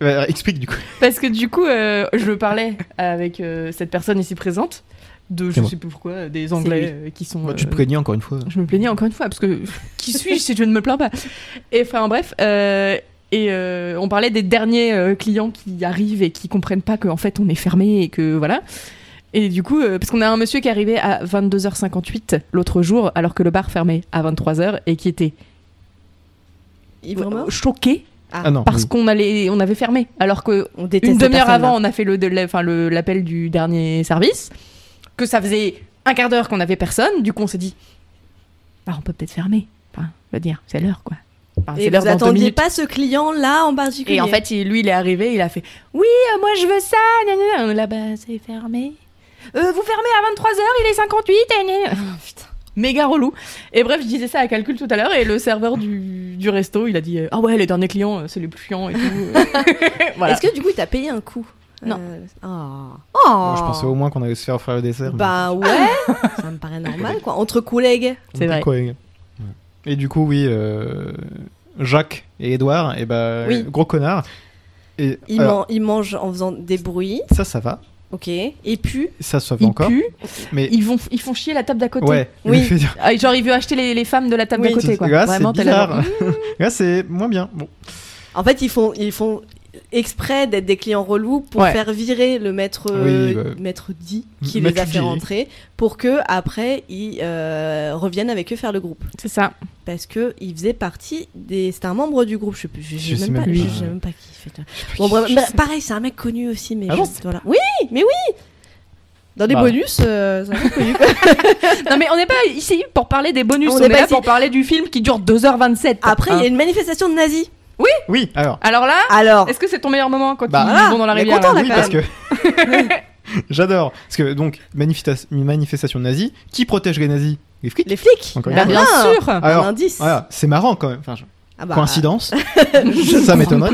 Speaker 8: Euh, explique du coup.
Speaker 9: Parce que du coup, euh, je parlais avec euh, cette personne ici présente, de
Speaker 8: C'est
Speaker 9: je
Speaker 8: moi.
Speaker 9: sais plus pourquoi, euh, des
Speaker 8: C'est
Speaker 9: Anglais
Speaker 8: lui.
Speaker 9: euh, qui sont.
Speaker 8: Bah, tu
Speaker 9: euh,
Speaker 8: te plaignais encore une fois.
Speaker 9: Je me plaignais encore une fois, parce que qui suis-je si je ne me plains pas Et enfin, en bref, euh, et euh, on parlait des derniers euh, clients qui arrivent et qui comprennent pas qu'en fait on est fermé et que voilà. Et du coup, euh, parce qu'on a un monsieur qui est arrivé à 22h58 l'autre jour, alors que le bar fermait à 23h et qui était
Speaker 6: Ils vont mort
Speaker 9: choqué
Speaker 8: Ah non.
Speaker 9: parce
Speaker 8: Oui.
Speaker 9: qu'on allait, on avait fermé, alors que
Speaker 6: déteste
Speaker 9: une
Speaker 6: ces
Speaker 9: demi-heure
Speaker 6: personnes-là.
Speaker 9: avant, on a fait le, délai- enfin, le- l'appel du dernier service, que ça faisait un quart d'heure qu'on avait personne, du coup on s'est dit, bah on peut peut-être fermer, enfin, je veux dire, c'est l'heure quoi. Enfin,
Speaker 6: Et
Speaker 9: Ah, c'est
Speaker 6: vous
Speaker 9: l'heure dans deux
Speaker 6: attendiez
Speaker 9: minutes.
Speaker 6: pas ce client là en particulier.
Speaker 9: Et en fait, il- lui, il est arrivé, il a fait Oui, euh, moi je veux ça, nanana. On est là, bah c'est fermé. Euh, vous fermez à 23h, il est 58, nanana. Ah, Putain, méga relou. Et bref, je disais ça à calcul tout à l'heure, et le serveur du, du resto, il a dit euh, Ah ouais, les derniers clients, euh, c'est les plus chiants et tout. voilà.
Speaker 6: Est-ce que du coup, t'as payé un coup Euh, Non.
Speaker 9: Oh.
Speaker 8: Moi, je pensais au moins qu'on allait se faire faire le dessert. mais-
Speaker 6: Bah ouais, ça me paraît normal quoi, entre collègues.
Speaker 8: Entre collègues. Ouais. Et du coup, oui, euh, Jacques et Edouard, et bah,
Speaker 6: Oui.
Speaker 8: gros connard. Et,
Speaker 6: Ils,
Speaker 8: alors,
Speaker 6: man- ils mangent en faisant des bruits.
Speaker 8: ça, ça va.
Speaker 6: Ok. Et puis.
Speaker 8: Ça se sauve
Speaker 9: Ils
Speaker 8: encore.
Speaker 9: puent.
Speaker 8: Mais
Speaker 9: Ils, vont, ils font chier la table d'à côté.
Speaker 8: Ouais, il Oui. lui fait dire.
Speaker 9: Ah, genre, ils veulent acheter les, les femmes de la table
Speaker 6: Oui.
Speaker 9: d'à côté, quoi.
Speaker 8: là,
Speaker 9: Vraiment,
Speaker 8: c'est
Speaker 9: t'as l'air-
Speaker 8: bizarre. là, c'est moins bien. Bon.
Speaker 6: En fait, ils font, ils font exprès d'être des clients relous pour
Speaker 8: Ouais.
Speaker 6: faire virer le maître,
Speaker 8: Oui, bah.
Speaker 6: maître dit qui
Speaker 8: Maître
Speaker 6: les a fait
Speaker 8: Di.
Speaker 6: rentrer pour que après ils euh, reviennent avec eux faire le groupe.
Speaker 9: C'est ça.
Speaker 6: Parce que il faisait partie des, c'était un membre du groupe. Je sais plus, je, sais même, pas, je sais même pas qui fait. Bon, bref, bah, pareil, c'est un mec connu aussi, mais
Speaker 9: Ah
Speaker 6: je-
Speaker 9: bon
Speaker 6: voilà. Oui, mais oui. Dans les
Speaker 9: Bah.
Speaker 6: bonus, euh, c'est un mec connu.
Speaker 9: non, mais on n'est pas ici pour parler des bonus,
Speaker 6: On
Speaker 9: on,
Speaker 6: n'est
Speaker 9: est
Speaker 6: pas
Speaker 9: là
Speaker 6: ici.
Speaker 9: pour parler du film qui dure 2h27.
Speaker 6: Après, il y
Speaker 9: hein.
Speaker 6: a une manifestation de nazis.
Speaker 9: Oui.
Speaker 8: Oui, alors.
Speaker 9: Alors là,
Speaker 6: Alors.
Speaker 9: est-ce que c'est ton meilleur moment quand
Speaker 8: Bah,
Speaker 9: ils
Speaker 8: voilà,
Speaker 9: vont dans la
Speaker 6: on est
Speaker 9: rivière
Speaker 6: content,
Speaker 9: là
Speaker 8: oui, parce que. J'adore. Parce que, donc, manifesta- manifestation nazie. Qui protège les nazis Les flics
Speaker 6: Les flics
Speaker 8: Encore une
Speaker 6: Bah,
Speaker 8: fois.
Speaker 6: bien sûr Un
Speaker 8: Alors,
Speaker 6: indice.
Speaker 8: voilà, c'est marrant quand même. Enfin, je-
Speaker 6: Ah bah.
Speaker 8: Coïncidence
Speaker 6: Je
Speaker 8: Ça
Speaker 6: comprends
Speaker 8: m'étonnerait.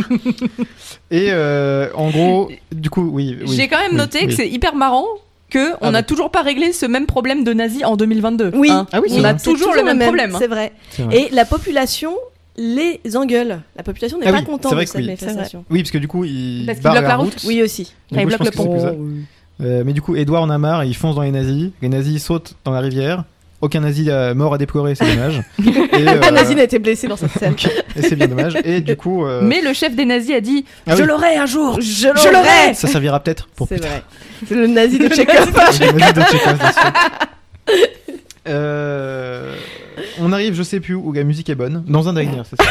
Speaker 8: Et euh, en gros, du coup, oui. oui,
Speaker 9: J'ai quand même
Speaker 8: oui,
Speaker 9: noté que
Speaker 8: oui.
Speaker 9: c'est hyper marrant que on n'a toujours pas réglé ce même problème de nazis en 2022.
Speaker 6: Ah, Oui,
Speaker 9: hein.
Speaker 6: Ah oui, c'est
Speaker 9: on a
Speaker 6: vrai.
Speaker 9: toujours,
Speaker 6: C'est
Speaker 9: le même, problème. hein.
Speaker 6: C'est vrai.
Speaker 8: C'est vrai.
Speaker 6: Et la population les engueule. La population n'est
Speaker 8: Ah
Speaker 6: pas
Speaker 8: oui,
Speaker 6: contente
Speaker 8: c'est vrai
Speaker 6: de
Speaker 8: que
Speaker 6: cette
Speaker 8: oui.
Speaker 6: manifestation.
Speaker 8: Oui, parce que du coup, il
Speaker 6: Parce qu'il
Speaker 8: barre
Speaker 6: bloque la route.
Speaker 8: route.
Speaker 6: Oui, aussi.
Speaker 8: Du
Speaker 6: Ah, il
Speaker 8: coup, je
Speaker 6: bloque
Speaker 8: pense
Speaker 6: le
Speaker 8: que c'est
Speaker 6: pont.
Speaker 8: plus ça. Euh, mais du coup, Edouard en a marre, il fonce dans les nazis. Les nazis sautent dans la rivière. Aucun nazi euh, mort à déplorer, c'est dommage. et, euh,
Speaker 6: Un nazi n'a été blessé dans cette scène.
Speaker 8: et c'est bien dommage. Et du coup, euh,
Speaker 9: Mais le chef des nazis a dit
Speaker 8: Ah
Speaker 9: Je
Speaker 8: oui.
Speaker 9: l'aurai un jour Je
Speaker 6: l'aurai
Speaker 9: l'aurai
Speaker 8: ça servira peut-être pour
Speaker 6: C'est
Speaker 8: plus tard.
Speaker 6: vrai. C'est le nazi de Chekhov.
Speaker 8: Le nazi de Chekhov, bien sûr. Euh, on arrive, je sais plus où, où la musique est bonne. Dans un diner, c'est ça.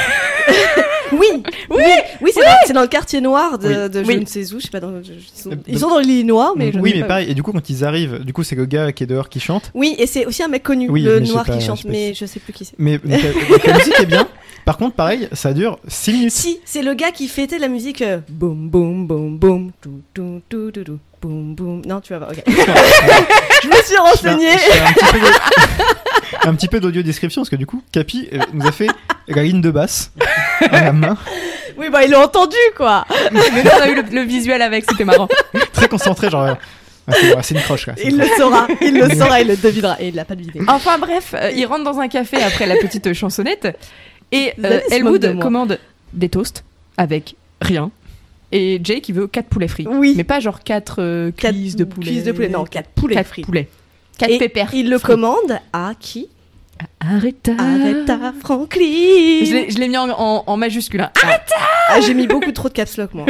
Speaker 6: Oui, oui, oui, c'est dans- c'est dans, le quartier noir de,
Speaker 8: Oui.
Speaker 6: de je
Speaker 8: Oui.
Speaker 6: ne sais où, je sais pas. dans- je- ils, sont,
Speaker 8: Euh, Mm.
Speaker 6: ils sont dans l'Illinois, mais je ne
Speaker 8: oui,
Speaker 6: sais
Speaker 8: mais
Speaker 6: pas où.
Speaker 8: pareil. Et du coup, quand ils arrivent, du coup, c'est le gars qui est dehors qui chante.
Speaker 6: Oui, et c'est aussi un mec connu,
Speaker 8: Oui,
Speaker 6: le
Speaker 8: mais je sais
Speaker 6: noir
Speaker 8: pas-
Speaker 6: qui
Speaker 8: je
Speaker 6: chante,
Speaker 8: sais pas
Speaker 6: mais
Speaker 8: qui
Speaker 6: je sais plus qui c'est.
Speaker 8: Mais donc, la, donc la musique est bien. Par contre, pareil, ça dure 6 minutes.
Speaker 6: Si, c'est le gars qui fêtait la musique. euh, boum, boum, boum, boum, tout, tout, tout, tout, tout, boum, boum. Non, tu vas voir, ok. je me suis renseignée.
Speaker 8: Je fais un petit peu de- un petit peu d'audio description parce que du coup, Capi euh, nous a fait la ligne de basse à la main,
Speaker 6: Oui, bah, il l'a entendu, quoi.
Speaker 9: Mais nous, on a eu le, le visuel avec, c'était marrant.
Speaker 8: très concentré, genre. euh, ah, c'est ouais, c'est une croche là. c'est une
Speaker 6: Il le
Speaker 8: croche.
Speaker 6: saura, il le saura, il le devinera, et il l'a pas deviné.
Speaker 9: Enfin bref, euh, il rentre dans un café après la petite euh, chansonnette et
Speaker 6: Vous
Speaker 9: euh,
Speaker 6: allez se moquer de
Speaker 9: Elwood
Speaker 6: moi.
Speaker 9: commande des toasts avec rien. Et Jake, il veut 4 poulets frits. Oui. Mais pas genre 4 cuisses de poulet.
Speaker 6: cuisses de poulet, non, quatre poulets
Speaker 9: Quatre
Speaker 6: frits.
Speaker 9: poulets. Quatre
Speaker 6: Et
Speaker 9: pépères.
Speaker 6: Il le
Speaker 9: frits.
Speaker 6: commande à qui
Speaker 9: Arrêta.
Speaker 6: Aretha Franklin.
Speaker 9: Je l'ai- je l'ai mis en, en- en majuscule. hein.
Speaker 6: Ah, j'ai mis beaucoup trop de caps lock, moi.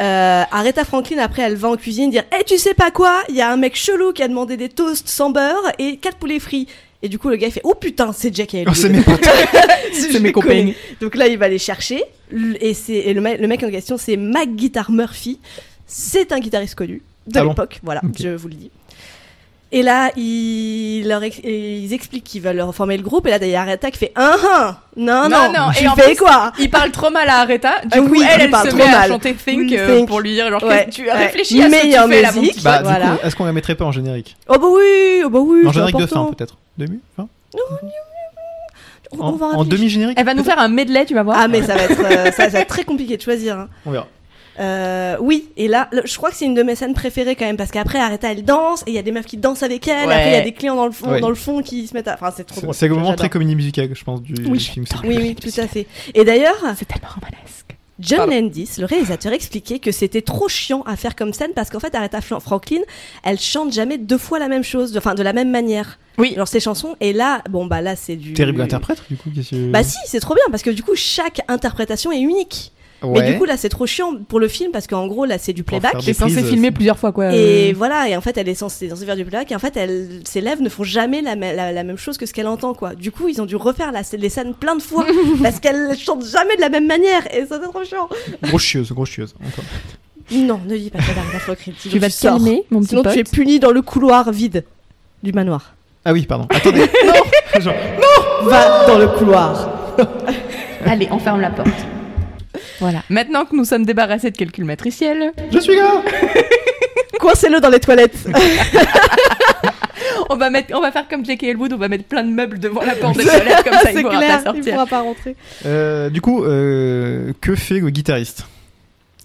Speaker 6: Euh, Aretha Franklin, après, elle va en cuisine dire Eh, tu sais pas quoi Il y a un mec chelou qui a demandé des toasts sans beurre et quatre poulets frits. Et du coup, le gars, il fait Oh putain, c'est Jack et
Speaker 8: Oh, c'est
Speaker 6: Elwood.
Speaker 8: mes potes.
Speaker 6: Je
Speaker 9: C'est mes
Speaker 6: les
Speaker 9: compagnes.
Speaker 6: connais. Donc là, il va les chercher. L- Et, c'est, et le, me- le mec en question, c'est Mac Guitar Murphy. C'est un guitariste connu de
Speaker 8: Ah bon
Speaker 6: l'époque. Voilà,
Speaker 8: Ok.
Speaker 6: je vous le dis. Et là, ils, leur ex- ils expliquent qu'ils veulent reformer le groupe. Et là, il y a Aretha qui fait Un, un, non, non, tu
Speaker 9: et en
Speaker 6: fais
Speaker 9: plus,
Speaker 6: quoi
Speaker 9: Il parle trop mal à Aretha. Du
Speaker 6: Ah
Speaker 9: coup,
Speaker 6: oui, il
Speaker 9: elle, elle
Speaker 6: parle
Speaker 9: se
Speaker 6: trop
Speaker 9: met à
Speaker 6: mal.
Speaker 9: chanter Think, euh,
Speaker 6: Think.
Speaker 9: pour lui dire genre,
Speaker 6: Ouais,
Speaker 9: qu'est-ce que tu
Speaker 6: ouais.
Speaker 9: réfléchis à ce que tu
Speaker 6: Meilleure
Speaker 9: fais là, mon
Speaker 6: musique.
Speaker 9: petit
Speaker 8: Bah,
Speaker 9: chat.
Speaker 8: du
Speaker 6: Voilà.
Speaker 8: coup, est-ce qu'on la mettrait pas en générique
Speaker 6: Oh bah oui, oh bah oui.
Speaker 8: En
Speaker 6: c'est
Speaker 8: générique de fin,
Speaker 6: important.
Speaker 8: peut-être Demi fin
Speaker 6: On-
Speaker 8: En,
Speaker 6: on va
Speaker 8: en
Speaker 6: réfléchir.
Speaker 8: demi-générique
Speaker 9: Elle va nous faire un medley, tu vas voir.
Speaker 6: Ah mais ça va être, euh, ça, ça va être très compliqué de choisir. hein.
Speaker 8: On verra.
Speaker 6: Euh, oui, et là, le- je crois que c'est une de mes scènes préférées quand même parce qu'après Aretha elle danse et il y a des meufs qui dansent avec elle.
Speaker 9: Ouais.
Speaker 6: Après il y a des clients dans le fond,
Speaker 8: Ouais.
Speaker 6: dans le fond qui se mettent. à... Enfin c'est trop
Speaker 8: C'est-
Speaker 6: drôle.
Speaker 8: C'est le moment
Speaker 6: J'adore.
Speaker 8: très comédie musicale, je pense, du, du
Speaker 6: Oui,
Speaker 8: film. c'est-
Speaker 6: oui, oui, tout à fait. Et d'ailleurs,
Speaker 9: C'est tellement romanesque.
Speaker 6: John
Speaker 9: Pardon.
Speaker 6: Landis, le réalisateur, expliquait que c'était trop chiant à faire comme scène parce qu'en fait, Aretha Flan- Franklin, elle chante jamais deux fois la même chose, de- enfin de la même manière.
Speaker 9: Oui.
Speaker 6: Genre ses chansons. Et là, bon bah là c'est du.
Speaker 8: Terrible interprète, du coup. qu'est-ce que-
Speaker 9: Mm.
Speaker 6: Bah si, c'est trop bien parce que du coup chaque interprétation est unique.
Speaker 8: Ouais.
Speaker 6: Mais du coup là c'est trop chiant pour le film parce qu'en gros là c'est du
Speaker 8: Pour
Speaker 6: playback.
Speaker 8: faire
Speaker 9: T'es
Speaker 8: des
Speaker 9: censé
Speaker 8: prises,
Speaker 9: filmer plusieurs fois, quoi.
Speaker 6: Et
Speaker 9: euh.
Speaker 6: voilà, et en fait elle est censée, censée faire du playback et en fait elle, ses lèvres ne font jamais la, ma- la- la même chose que ce qu'elle entend quoi. Du coup ils ont dû refaire la, les scènes plein de fois parce qu'elle chante jamais de la même manière et ça c'est trop chiant.
Speaker 8: Grosse chieuse, grosse chieuse. encore.
Speaker 6: Non, ne dis pas ça d'arriver à Fockril, sinon
Speaker 9: Tu vas te
Speaker 6: sors.
Speaker 9: calmer, mon petit
Speaker 6: Sinon
Speaker 9: pote.
Speaker 6: tu es puni dans le couloir vide du manoir.
Speaker 8: Ah oui, pardon. Attendez. non Genre,
Speaker 6: Va dans le couloir.
Speaker 9: Allez, on ferme la porte. Voilà. Maintenant que nous sommes débarrassés de calcul matriciel,
Speaker 8: Je suis là
Speaker 6: Coincez-le dans les toilettes.
Speaker 9: on va mettre, on va faire comme Jake et Elwood, on va mettre plein de meubles devant la porte des toilettes comme ça, il
Speaker 6: c'est
Speaker 9: pourra
Speaker 6: clair,
Speaker 9: pas
Speaker 6: il
Speaker 9: sortir.
Speaker 6: pourra pas rentrer.
Speaker 8: Euh, du coup, euh, que fait le guitariste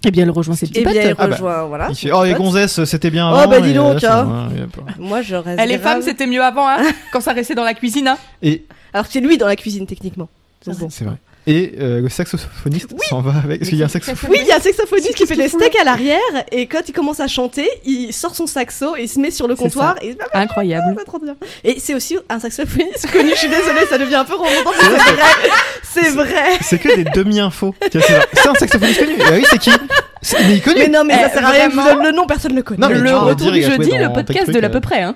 Speaker 9: Eh bien, elle rejoint ses
Speaker 6: Et
Speaker 9: petits
Speaker 6: bien il
Speaker 8: Ah bah,
Speaker 6: rejoint, voilà.
Speaker 8: Il fait
Speaker 6: son
Speaker 8: Oh, les
Speaker 6: pote.
Speaker 8: gonzesses, c'était bien.
Speaker 6: Oh,
Speaker 8: avant,
Speaker 6: bah, dis
Speaker 8: et
Speaker 6: donc,
Speaker 8: là, ça, ouais,
Speaker 6: hein.
Speaker 8: il y a pas-
Speaker 6: Moi je reste.
Speaker 9: Elle est femme,
Speaker 6: grave.
Speaker 9: c'était mieux avant, hein, quand ça restait dans la cuisine. Hein.
Speaker 8: Et
Speaker 6: Alors que c'est lui dans la cuisine techniquement. Donc bon.
Speaker 8: c'est vrai. Et euh, le saxophoniste s'en va avec. Parce qu'il y a un saxophone.
Speaker 6: Oui, il y a un saxophoniste qui fait des steaks à l'arrière et quand il commence à chanter, il sort son saxo et il se met sur le
Speaker 9: C'est Ah
Speaker 6: comptoir et il se met à
Speaker 9: Incroyable.
Speaker 6: faire trop bien. Et c'est aussi un saxophoniste connu, je suis désolée, ça devient un peu redondant, mais c'est vrai. C'est vrai.
Speaker 8: C'est que des demi-infos. Tu vois, C'est genre, c'est un saxophoniste connu. Ah oui, c'est qui C'est- Mais il est connu.
Speaker 6: Mais non, mais ça
Speaker 9: Eh,
Speaker 6: sert à rien, je vous
Speaker 9: vraiment.
Speaker 6: donne le nom, personne le connaît.
Speaker 8: Non, mais tu
Speaker 9: le
Speaker 8: vas
Speaker 9: retour
Speaker 8: dire,
Speaker 9: du
Speaker 8: il a joué
Speaker 9: jeudi,
Speaker 8: dans
Speaker 9: le podcast
Speaker 8: tel
Speaker 9: de
Speaker 8: truc,
Speaker 9: l'à
Speaker 8: euh,
Speaker 9: peu près. Hein.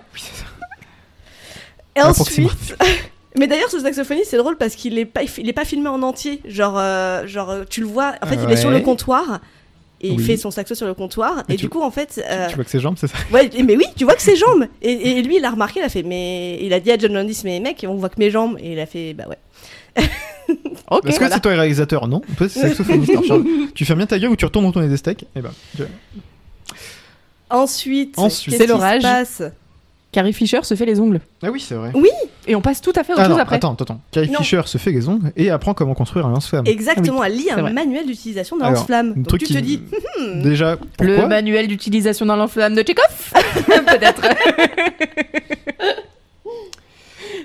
Speaker 6: Et
Speaker 8: Approximativement.
Speaker 6: ensuite. Mais d'ailleurs, ce saxophoniste, c'est drôle parce qu'il est pas, il est pas filmé en entier. Genre, euh, genre, euh, tu le vois. En fait, il est sur
Speaker 8: Ouais.
Speaker 6: le comptoir et il
Speaker 8: Oui.
Speaker 6: fait son saxo sur le comptoir.
Speaker 8: Mais
Speaker 6: et
Speaker 8: tu-
Speaker 6: du coup, en fait, euh,
Speaker 8: Tu vois que ses jambes, c'est ça
Speaker 6: Ouais, mais oui, tu vois que ses jambes. Et, et lui, il a remarqué, il a fait, mais il a dit à John Landis, mais mec, on voit que mes jambes. Et il a fait, bah ouais.
Speaker 9: Ok.
Speaker 8: Est-ce que
Speaker 9: voilà.
Speaker 8: c'est toi le réalisateur Non. Toi, c'est saxophoniste. alors, Charles. tu fermes bien ta gueule ou tu retournes retourner des steaks Et ben. tu vois.
Speaker 6: Ensuite,
Speaker 8: Ensuite.
Speaker 6: qu'est-ce
Speaker 9: C'est
Speaker 6: qui se
Speaker 9: l'orage.
Speaker 6: passe
Speaker 9: Carrie Fisher se fait les ongles.
Speaker 8: Ah oui, c'est vrai.
Speaker 6: Oui,
Speaker 9: Et on passe tout à fait à autre
Speaker 8: Ah non,
Speaker 9: chose après.
Speaker 8: attends, attends. Carrie
Speaker 6: Non.
Speaker 8: Fisher se fait les ongles et apprend comment construire un lance-flamme.
Speaker 6: exactement,
Speaker 8: Ah
Speaker 6: elle lit
Speaker 9: c'est
Speaker 6: un
Speaker 9: vrai.
Speaker 6: manuel d'utilisation d'un
Speaker 8: Alors,
Speaker 6: lance-flamme.
Speaker 8: un
Speaker 6: Donc
Speaker 8: truc
Speaker 6: tu
Speaker 8: qui-
Speaker 6: te dis,
Speaker 8: Déjà,
Speaker 9: le
Speaker 8: pourquoi
Speaker 9: manuel d'utilisation dans l'enflamme de Tchekhov Peut-être.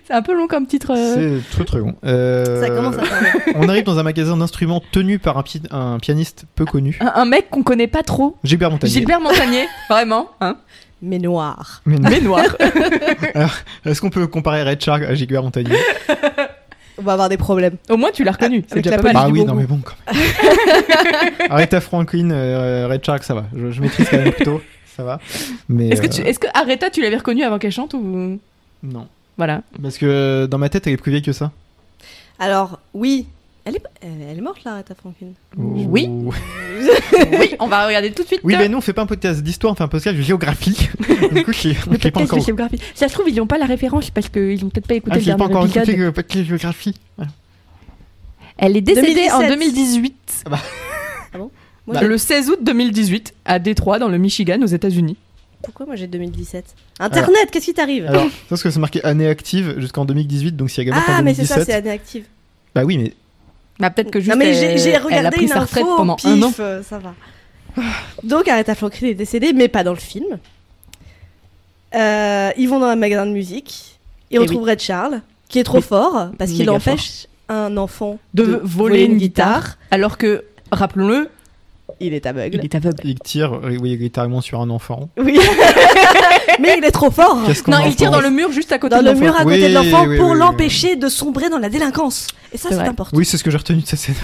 Speaker 9: C'est un peu long comme titre.
Speaker 8: C'est
Speaker 9: euh.
Speaker 8: très très long. Euh,
Speaker 9: Ça commence à faire
Speaker 8: On arrive dans un magasin d'instruments tenu par un, pi- un pianiste peu connu.
Speaker 9: Un, un mec qu'on connaît pas trop.
Speaker 8: Gilbert Montagnier.
Speaker 9: Gilbert Montagnier, vraiment. Hein
Speaker 6: Mais noir.
Speaker 8: Mais non.
Speaker 9: Mais noir.
Speaker 8: Alors, est-ce qu'on peut comparer Red Shark à Gilbert Montagnier
Speaker 6: On va avoir des problèmes.
Speaker 9: Au moins, tu l'as reconnu.
Speaker 6: Avec
Speaker 8: déjà
Speaker 6: la
Speaker 8: pas
Speaker 6: police
Speaker 8: mal.
Speaker 6: du
Speaker 8: Bah oui,
Speaker 6: bon
Speaker 8: non,
Speaker 6: goût.
Speaker 8: mais bon, quand même. Aretha Franklin, euh, Red Shark, ça va. Je, je maîtrise quand même plutôt. Ça va. Mais,
Speaker 9: Est-ce que, tu-
Speaker 8: euh,
Speaker 9: est-ce que Aretha, tu l'avais reconnue avant qu'elle chante ou
Speaker 8: Non.
Speaker 9: Voilà.
Speaker 8: Parce que euh, dans ma tête, elle est plus vieille que ça.
Speaker 6: Alors, oui. Elle est, euh, elle est morte, là, Aretha Franklin.
Speaker 9: Oui. oui, on va regarder tout de suite. euh,
Speaker 8: Oui, mais nous, on fait pas un podcast d'histoire, on fait un podcast de géographie. du coup, je l'ai- je
Speaker 9: Le
Speaker 8: l'ai pas
Speaker 9: podcast
Speaker 8: encore.
Speaker 9: de géographie. Si ça se trouve, ils n'ont pas la référence parce qu'ils n'ont peut-être pas écouté
Speaker 8: Ah,
Speaker 9: le
Speaker 8: je l'ai pas
Speaker 9: dernier
Speaker 8: encore
Speaker 9: épisode.
Speaker 8: écouté le podcast de géographie. Voilà.
Speaker 9: Elle est décédée en
Speaker 6: 2017.
Speaker 9: 2018.
Speaker 8: bah.
Speaker 6: Ah bon Moi,
Speaker 9: Bah,
Speaker 6: j'ai-
Speaker 9: Le 16 août 2018 à Détroit, dans le Michigan, aux États-Unis.
Speaker 6: Pourquoi moi j'ai 2017 Internet, qu'est-ce qui t'arrive
Speaker 8: Alors, je pense que c'est marqué année active jusqu'en 2018, donc si elle gagne
Speaker 6: Ah,
Speaker 8: en
Speaker 6: mais c'est
Speaker 8: 2017.
Speaker 6: ça, c'est année active.
Speaker 8: Bah oui, mais
Speaker 9: Bah, peut-être que juste.
Speaker 6: non, mais j'ai-
Speaker 9: elle,
Speaker 6: j'ai
Speaker 9: elle a
Speaker 6: regardé
Speaker 9: pris
Speaker 6: une
Speaker 9: sa retraite
Speaker 6: info au
Speaker 9: pendant
Speaker 6: pif,
Speaker 9: un an.
Speaker 6: euh, ça va. Donc, Aretha Franklin est décédée, mais pas dans le film. Euh, ils vont dans un magasin de musique et on
Speaker 9: Eh
Speaker 6: trouve
Speaker 9: oui.
Speaker 6: Red Charles, qui est trop
Speaker 9: Oui.
Speaker 6: fort parce qu'il
Speaker 9: Méga
Speaker 6: empêche un enfant
Speaker 9: De voler, une guitare, alors que, rappelons-le,
Speaker 6: il est aveugle.
Speaker 9: Il est aveugle.
Speaker 8: il tire euh, oui, littéralement sur un enfant.
Speaker 6: Oui. mais Ah. il est trop fort.
Speaker 8: Qu'est-ce qu'on
Speaker 9: Non,
Speaker 8: en
Speaker 9: il tire
Speaker 8: pense
Speaker 9: dans le mur juste à côté
Speaker 6: Dans
Speaker 9: de
Speaker 6: le
Speaker 9: l'enfant.
Speaker 6: mur à côté
Speaker 8: Oui,
Speaker 6: de l'enfant
Speaker 8: oui,
Speaker 6: pour
Speaker 8: oui, oui.
Speaker 6: l'empêcher de sombrer dans la délinquance. Et ça, c'est
Speaker 9: vrai.
Speaker 6: important.
Speaker 8: Oui, c'est ce que j'ai retenu de cette scène.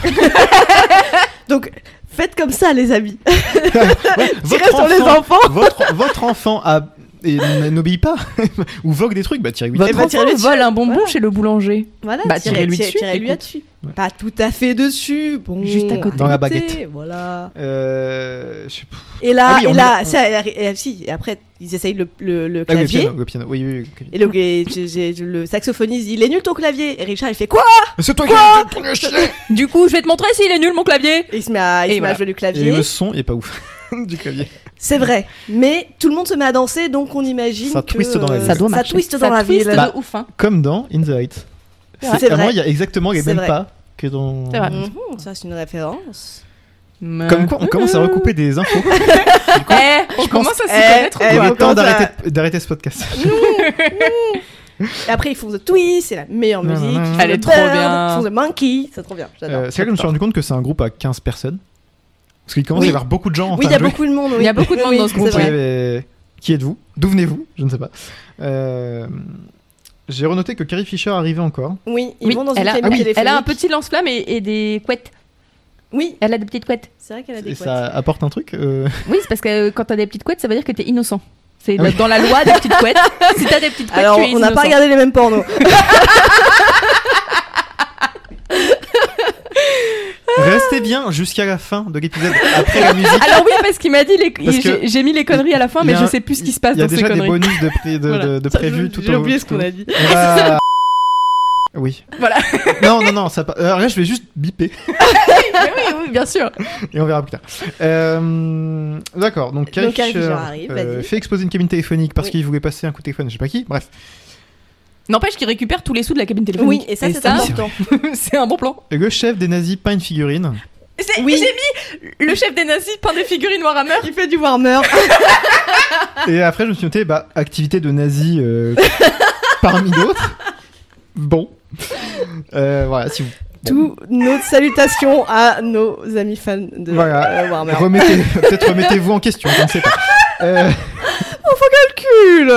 Speaker 6: Donc, faites comme ça, les amis.
Speaker 8: Tirez
Speaker 6: sur les enfants.
Speaker 8: votre, votre enfant a- et n- n'obéit pas ou vogue des trucs, bah tirez 8
Speaker 6: Eh
Speaker 9: Votre enfant vole Oh, un bonbon chez le boulanger.
Speaker 6: Voilà,
Speaker 9: Bah,
Speaker 6: tirez-
Speaker 9: tirez-lui
Speaker 6: tirez-
Speaker 9: dessus,
Speaker 6: tirez-lui
Speaker 9: écoute.
Speaker 6: dessus. Pas tout à fait dessus. Bon,
Speaker 9: Juste à côté.
Speaker 8: Dans la baguette.
Speaker 6: Voilà.
Speaker 8: Euh, je sais pas.
Speaker 6: Et là,
Speaker 8: Ah oui,
Speaker 6: et
Speaker 8: on-
Speaker 6: là,
Speaker 8: on-
Speaker 6: ça, et- et- si, et après, ils essayent le, le- le
Speaker 8: Ah oui, le
Speaker 6: clavier.
Speaker 8: piano, le piano. Oui, oui, oui, le clavier.
Speaker 6: Et le, et j'ai- j'ai- le saxophoniste dit Il est nul ton clavier. Et Richard, il fait Quoi
Speaker 8: C'est toi qui
Speaker 6: Quoi
Speaker 8: as le chien
Speaker 9: Du coup, je vais te montrer s'il est nul mon clavier.
Speaker 6: Et il se met à, il
Speaker 9: Et
Speaker 6: se met à
Speaker 9: voilà.
Speaker 6: jouer du
Speaker 8: Et
Speaker 6: clavier.
Speaker 8: le son est pas ouf du clavier.
Speaker 6: C'est vrai. Mais tout le monde se met à danser, donc on imagine.
Speaker 8: Ça
Speaker 6: que,
Speaker 8: twiste dans la
Speaker 6: euh,
Speaker 8: ville.
Speaker 9: Ça doit
Speaker 6: Ça
Speaker 9: marcher.
Speaker 6: twiste
Speaker 9: Ça
Speaker 6: dans la
Speaker 9: twiste
Speaker 6: ville.
Speaker 9: de
Speaker 8: Bah,
Speaker 9: ouf. hein.
Speaker 8: Comme dans In the Heights.
Speaker 6: C'est vrai.
Speaker 8: vraiment, il y a exactement les
Speaker 6: C'est
Speaker 8: mêmes
Speaker 6: vrai.
Speaker 8: pas que dans.
Speaker 9: C'est vrai.
Speaker 6: Mhm, ça, c'est une référence.
Speaker 8: Comme quoi, on commence à recouper des infos.
Speaker 9: Eh, on
Speaker 8: Je pense-
Speaker 9: commence à se
Speaker 6: Eh,
Speaker 9: connaître.
Speaker 6: eh,
Speaker 8: Il
Speaker 6: on
Speaker 8: est temps
Speaker 6: commence à-
Speaker 8: d'arrêter d'arrêter ce podcast. Euh,
Speaker 6: Et après, ils font The Twist, c'est la meilleure
Speaker 8: Non, non,
Speaker 6: musique.
Speaker 8: non,
Speaker 6: ils
Speaker 8: non.
Speaker 6: font
Speaker 9: Elle
Speaker 6: The
Speaker 9: est trop
Speaker 6: Bird,
Speaker 9: bien.
Speaker 6: Ils font The Monkey, c'est trop bien. J'adore.
Speaker 8: Euh, C'est là que je me suis rendu compte que c'est un groupe à 15 personnes. Parce qu'il commence
Speaker 6: Oui.
Speaker 8: à y avoir beaucoup de gens en
Speaker 6: oui, il
Speaker 8: train
Speaker 6: y a
Speaker 8: de jouer.
Speaker 6: beaucoup de monde. oui.
Speaker 9: Il y a beaucoup de
Speaker 6: Oui,
Speaker 9: monde
Speaker 6: oui,
Speaker 9: dans ce
Speaker 6: c'est
Speaker 9: groupe,
Speaker 8: Vous
Speaker 6: vrai.
Speaker 8: savez, Qui êtes-vous D'où venez-vous Je ne sais pas. Euh, J'ai renoté que Carrie Fisher arrivait encore.
Speaker 6: Oui, ils
Speaker 9: Oui,
Speaker 6: vont dans une
Speaker 9: elle a-
Speaker 6: cabine
Speaker 8: ah oui,
Speaker 6: téléphonique.
Speaker 9: Elle a un petit lance-flamme et, et des couettes.
Speaker 6: Oui,
Speaker 9: Elle a des petites couettes.
Speaker 6: c'est vrai qu'elle a des
Speaker 8: Et
Speaker 6: couettes.
Speaker 8: ça apporte un truc euh,
Speaker 9: Oui, c'est parce que euh, quand t'as des petites couettes, ça veut dire que t'es innocent. C'est
Speaker 8: Ah
Speaker 9: dans-
Speaker 8: oui.
Speaker 9: dans la loi des petites couettes. si t'as des petites couettes,
Speaker 6: Alors,
Speaker 9: tu es
Speaker 6: on n'a
Speaker 9: innocent.
Speaker 6: pas regardé les mêmes pornos.
Speaker 8: Restez bien jusqu'à la fin de l'épisode. Après la musique,
Speaker 9: Alors oui, parce qu'il m'a dit, les-
Speaker 8: Parce que-
Speaker 9: j'ai- j'ai mis les conneries à la fin,
Speaker 8: il y
Speaker 9: mais
Speaker 8: a
Speaker 9: je
Speaker 8: un-
Speaker 9: sais plus ce qui se passe
Speaker 8: il y a
Speaker 9: dans ces
Speaker 8: déjà des
Speaker 9: conneries.
Speaker 8: bonus de, pré- de,
Speaker 9: Voilà.
Speaker 8: de- de
Speaker 9: Ça,
Speaker 8: prévus
Speaker 9: je-
Speaker 8: tout au
Speaker 9: j'ai oublié ce qu'on a
Speaker 8: dit. Voilà. Oui.
Speaker 9: Voilà.
Speaker 8: Non, non, non. Ça... pa- Alors là, je vais juste biper
Speaker 9: oui, oui, bien sûr.
Speaker 8: et on verra plus tard. Euh, D'accord. Donc Carrie
Speaker 6: Donc, Carrie
Speaker 8: Fisher
Speaker 6: Fisher arrive,
Speaker 8: euh,
Speaker 6: vas-y.
Speaker 8: fait exploser une cabine téléphonique parce
Speaker 6: Oui.
Speaker 8: qu'il voulait passer un coup de téléphone. Je sais pas qui. Bref.
Speaker 9: N'empêche qu'il récupère tous les sous de la cabine téléphonique.
Speaker 6: Oui, et ça, c'est important.
Speaker 9: c'est un bon plan.
Speaker 8: Le chef des nazis peint une figurine.
Speaker 9: C'est-
Speaker 6: Oui.
Speaker 9: J'ai mis le chef des nazis peint des figurines Warhammer.
Speaker 6: Il fait du warmer. Ah.
Speaker 8: Et après, je me suis noté, bah, activité de nazi euh, parmi d'autres. Bon. Euh, voilà, si vous.
Speaker 6: Tout nos salutations à nos amis fans de
Speaker 8: Voilà.
Speaker 6: euh, Warmer.
Speaker 8: Remettez, peut-être remettez-vous en question, je ne sais pas. Euh,
Speaker 6: Recule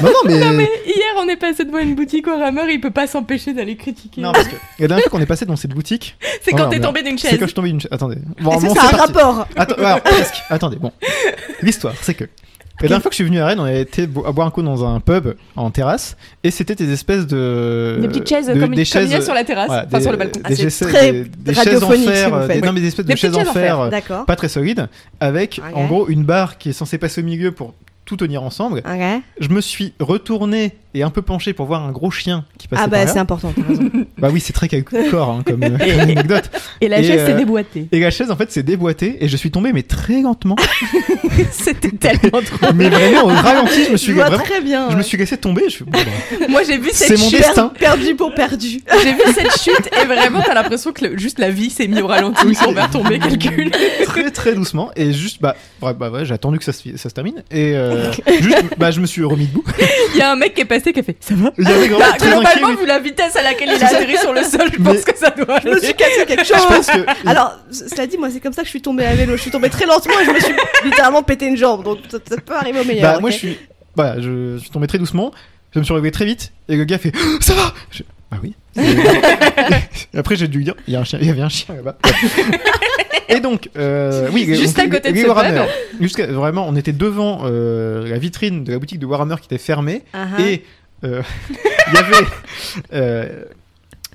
Speaker 8: non, non, mais. Non,
Speaker 9: Hier, on est passé devant une boutique Warhammer, il peut pas s'empêcher d'aller critiquer.
Speaker 8: parce que. La dernière fois qu'on est passé dans cette boutique.
Speaker 9: C'est quand
Speaker 8: Oh,
Speaker 9: t'es
Speaker 8: merde.
Speaker 9: tombé d'une
Speaker 8: C'est
Speaker 9: chaise.
Speaker 8: quand je suis tombé d'une. cha- Attendez. Bon,
Speaker 6: Est-ce
Speaker 8: bon,
Speaker 6: que Eh, ça a
Speaker 8: c'est
Speaker 6: un
Speaker 8: parti.
Speaker 6: rapport
Speaker 8: Atten- alors, presque. Attendez, bon. L'histoire, c'est que. La dernière fois que je suis venu à Rennes, on a été bo- à boire un coup dans un pub en terrasse, et c'était des espèces de.
Speaker 9: Des petites chaises
Speaker 8: de-
Speaker 9: comme, comme
Speaker 8: Euh, des
Speaker 9: il y a sur la terrasse,
Speaker 8: Voilà,
Speaker 9: enfin sur le balcon.
Speaker 8: Des,
Speaker 6: Ah, c'est
Speaker 8: chaises-
Speaker 6: très
Speaker 8: des- des chaises en
Speaker 6: radiophonique, ce que
Speaker 8: fer,
Speaker 6: vous
Speaker 8: euh, des,
Speaker 6: faites.
Speaker 8: non, mais des espèces de
Speaker 9: Des
Speaker 8: chaises en
Speaker 9: petites
Speaker 8: fer, euh,
Speaker 6: D'accord.
Speaker 8: pas très solides, avec
Speaker 6: Ok.
Speaker 8: en gros une barre qui est censée passer au milieu pour tout tenir ensemble.
Speaker 6: Ok.
Speaker 8: Je me suis retourné et un peu penché pour voir un gros chien qui passait
Speaker 6: Ah bah
Speaker 8: par
Speaker 6: c'est
Speaker 8: là.
Speaker 6: important, t'as raison.
Speaker 8: Bah oui, c'est très corps comme, euh, comme anecdote.
Speaker 9: Et la
Speaker 8: Et,
Speaker 9: chaise
Speaker 8: euh,
Speaker 9: s'est déboîtée.
Speaker 8: Et la chaise en fait s'est déboîtée et je suis tombé mais très lentement,
Speaker 9: C'était tellement drôle.
Speaker 8: mais vraiment au ralenti, je me
Speaker 6: Je
Speaker 8: suis
Speaker 6: vois
Speaker 8: vraiment-
Speaker 6: très bien.
Speaker 8: je
Speaker 6: ouais.
Speaker 8: me suis laissé tomber. Je... fais, bon, bah,
Speaker 9: Moi, j'ai vu cette
Speaker 8: C'est mon
Speaker 9: chute.
Speaker 8: destin.
Speaker 6: Perdu pour perdu.
Speaker 9: J'ai vu cette chute et vraiment, t'as l'impression que le- juste la vie s'est mise au ralenti. On va retomber quelqu'une.
Speaker 8: très très doucement et juste bah, bref, bah ouais, j'ai attendu que ça se, ça se termine et euh, euh, juste, bah, je me suis remis debout.
Speaker 9: Il y a un mec qui est passé qui a fait Ça va
Speaker 8: Il y avait vraiment
Speaker 9: Bah,
Speaker 8: très
Speaker 9: Globalement,
Speaker 8: inquiet, mais-
Speaker 9: vu la vitesse à laquelle il a atterri sur le sol, je pense que ça
Speaker 8: Euh,
Speaker 9: doit.
Speaker 6: Je me suis cassé quelque
Speaker 9: Je
Speaker 6: chose.
Speaker 9: pense que-
Speaker 6: Alors, c- cela dit, moi, c'est comme ça que je suis tombée à vélo. Je suis tombée très lentement et je me suis littéralement pété une jambe. Donc, ça, ça peut arriver au meilleur.
Speaker 8: Bah, moi,
Speaker 6: ok
Speaker 8: je suis, voilà, je, je suis tombé très doucement. Je me suis relevé très vite. Et le gars fait Oh, Ça va Je- Bah oui. Et après, j'ai dû lui dire Il y, a un chien- il y avait un chien là-bas. Et donc, euh, oui,
Speaker 9: Juste
Speaker 8: donc,
Speaker 9: à côté de
Speaker 8: les
Speaker 9: ce
Speaker 8: Warhammer,
Speaker 9: pub.
Speaker 8: jusqu'à- vraiment, on était devant euh, la vitrine de la boutique de Warhammer qui était fermée
Speaker 6: Ah ah.
Speaker 8: et euh, il y avait euh,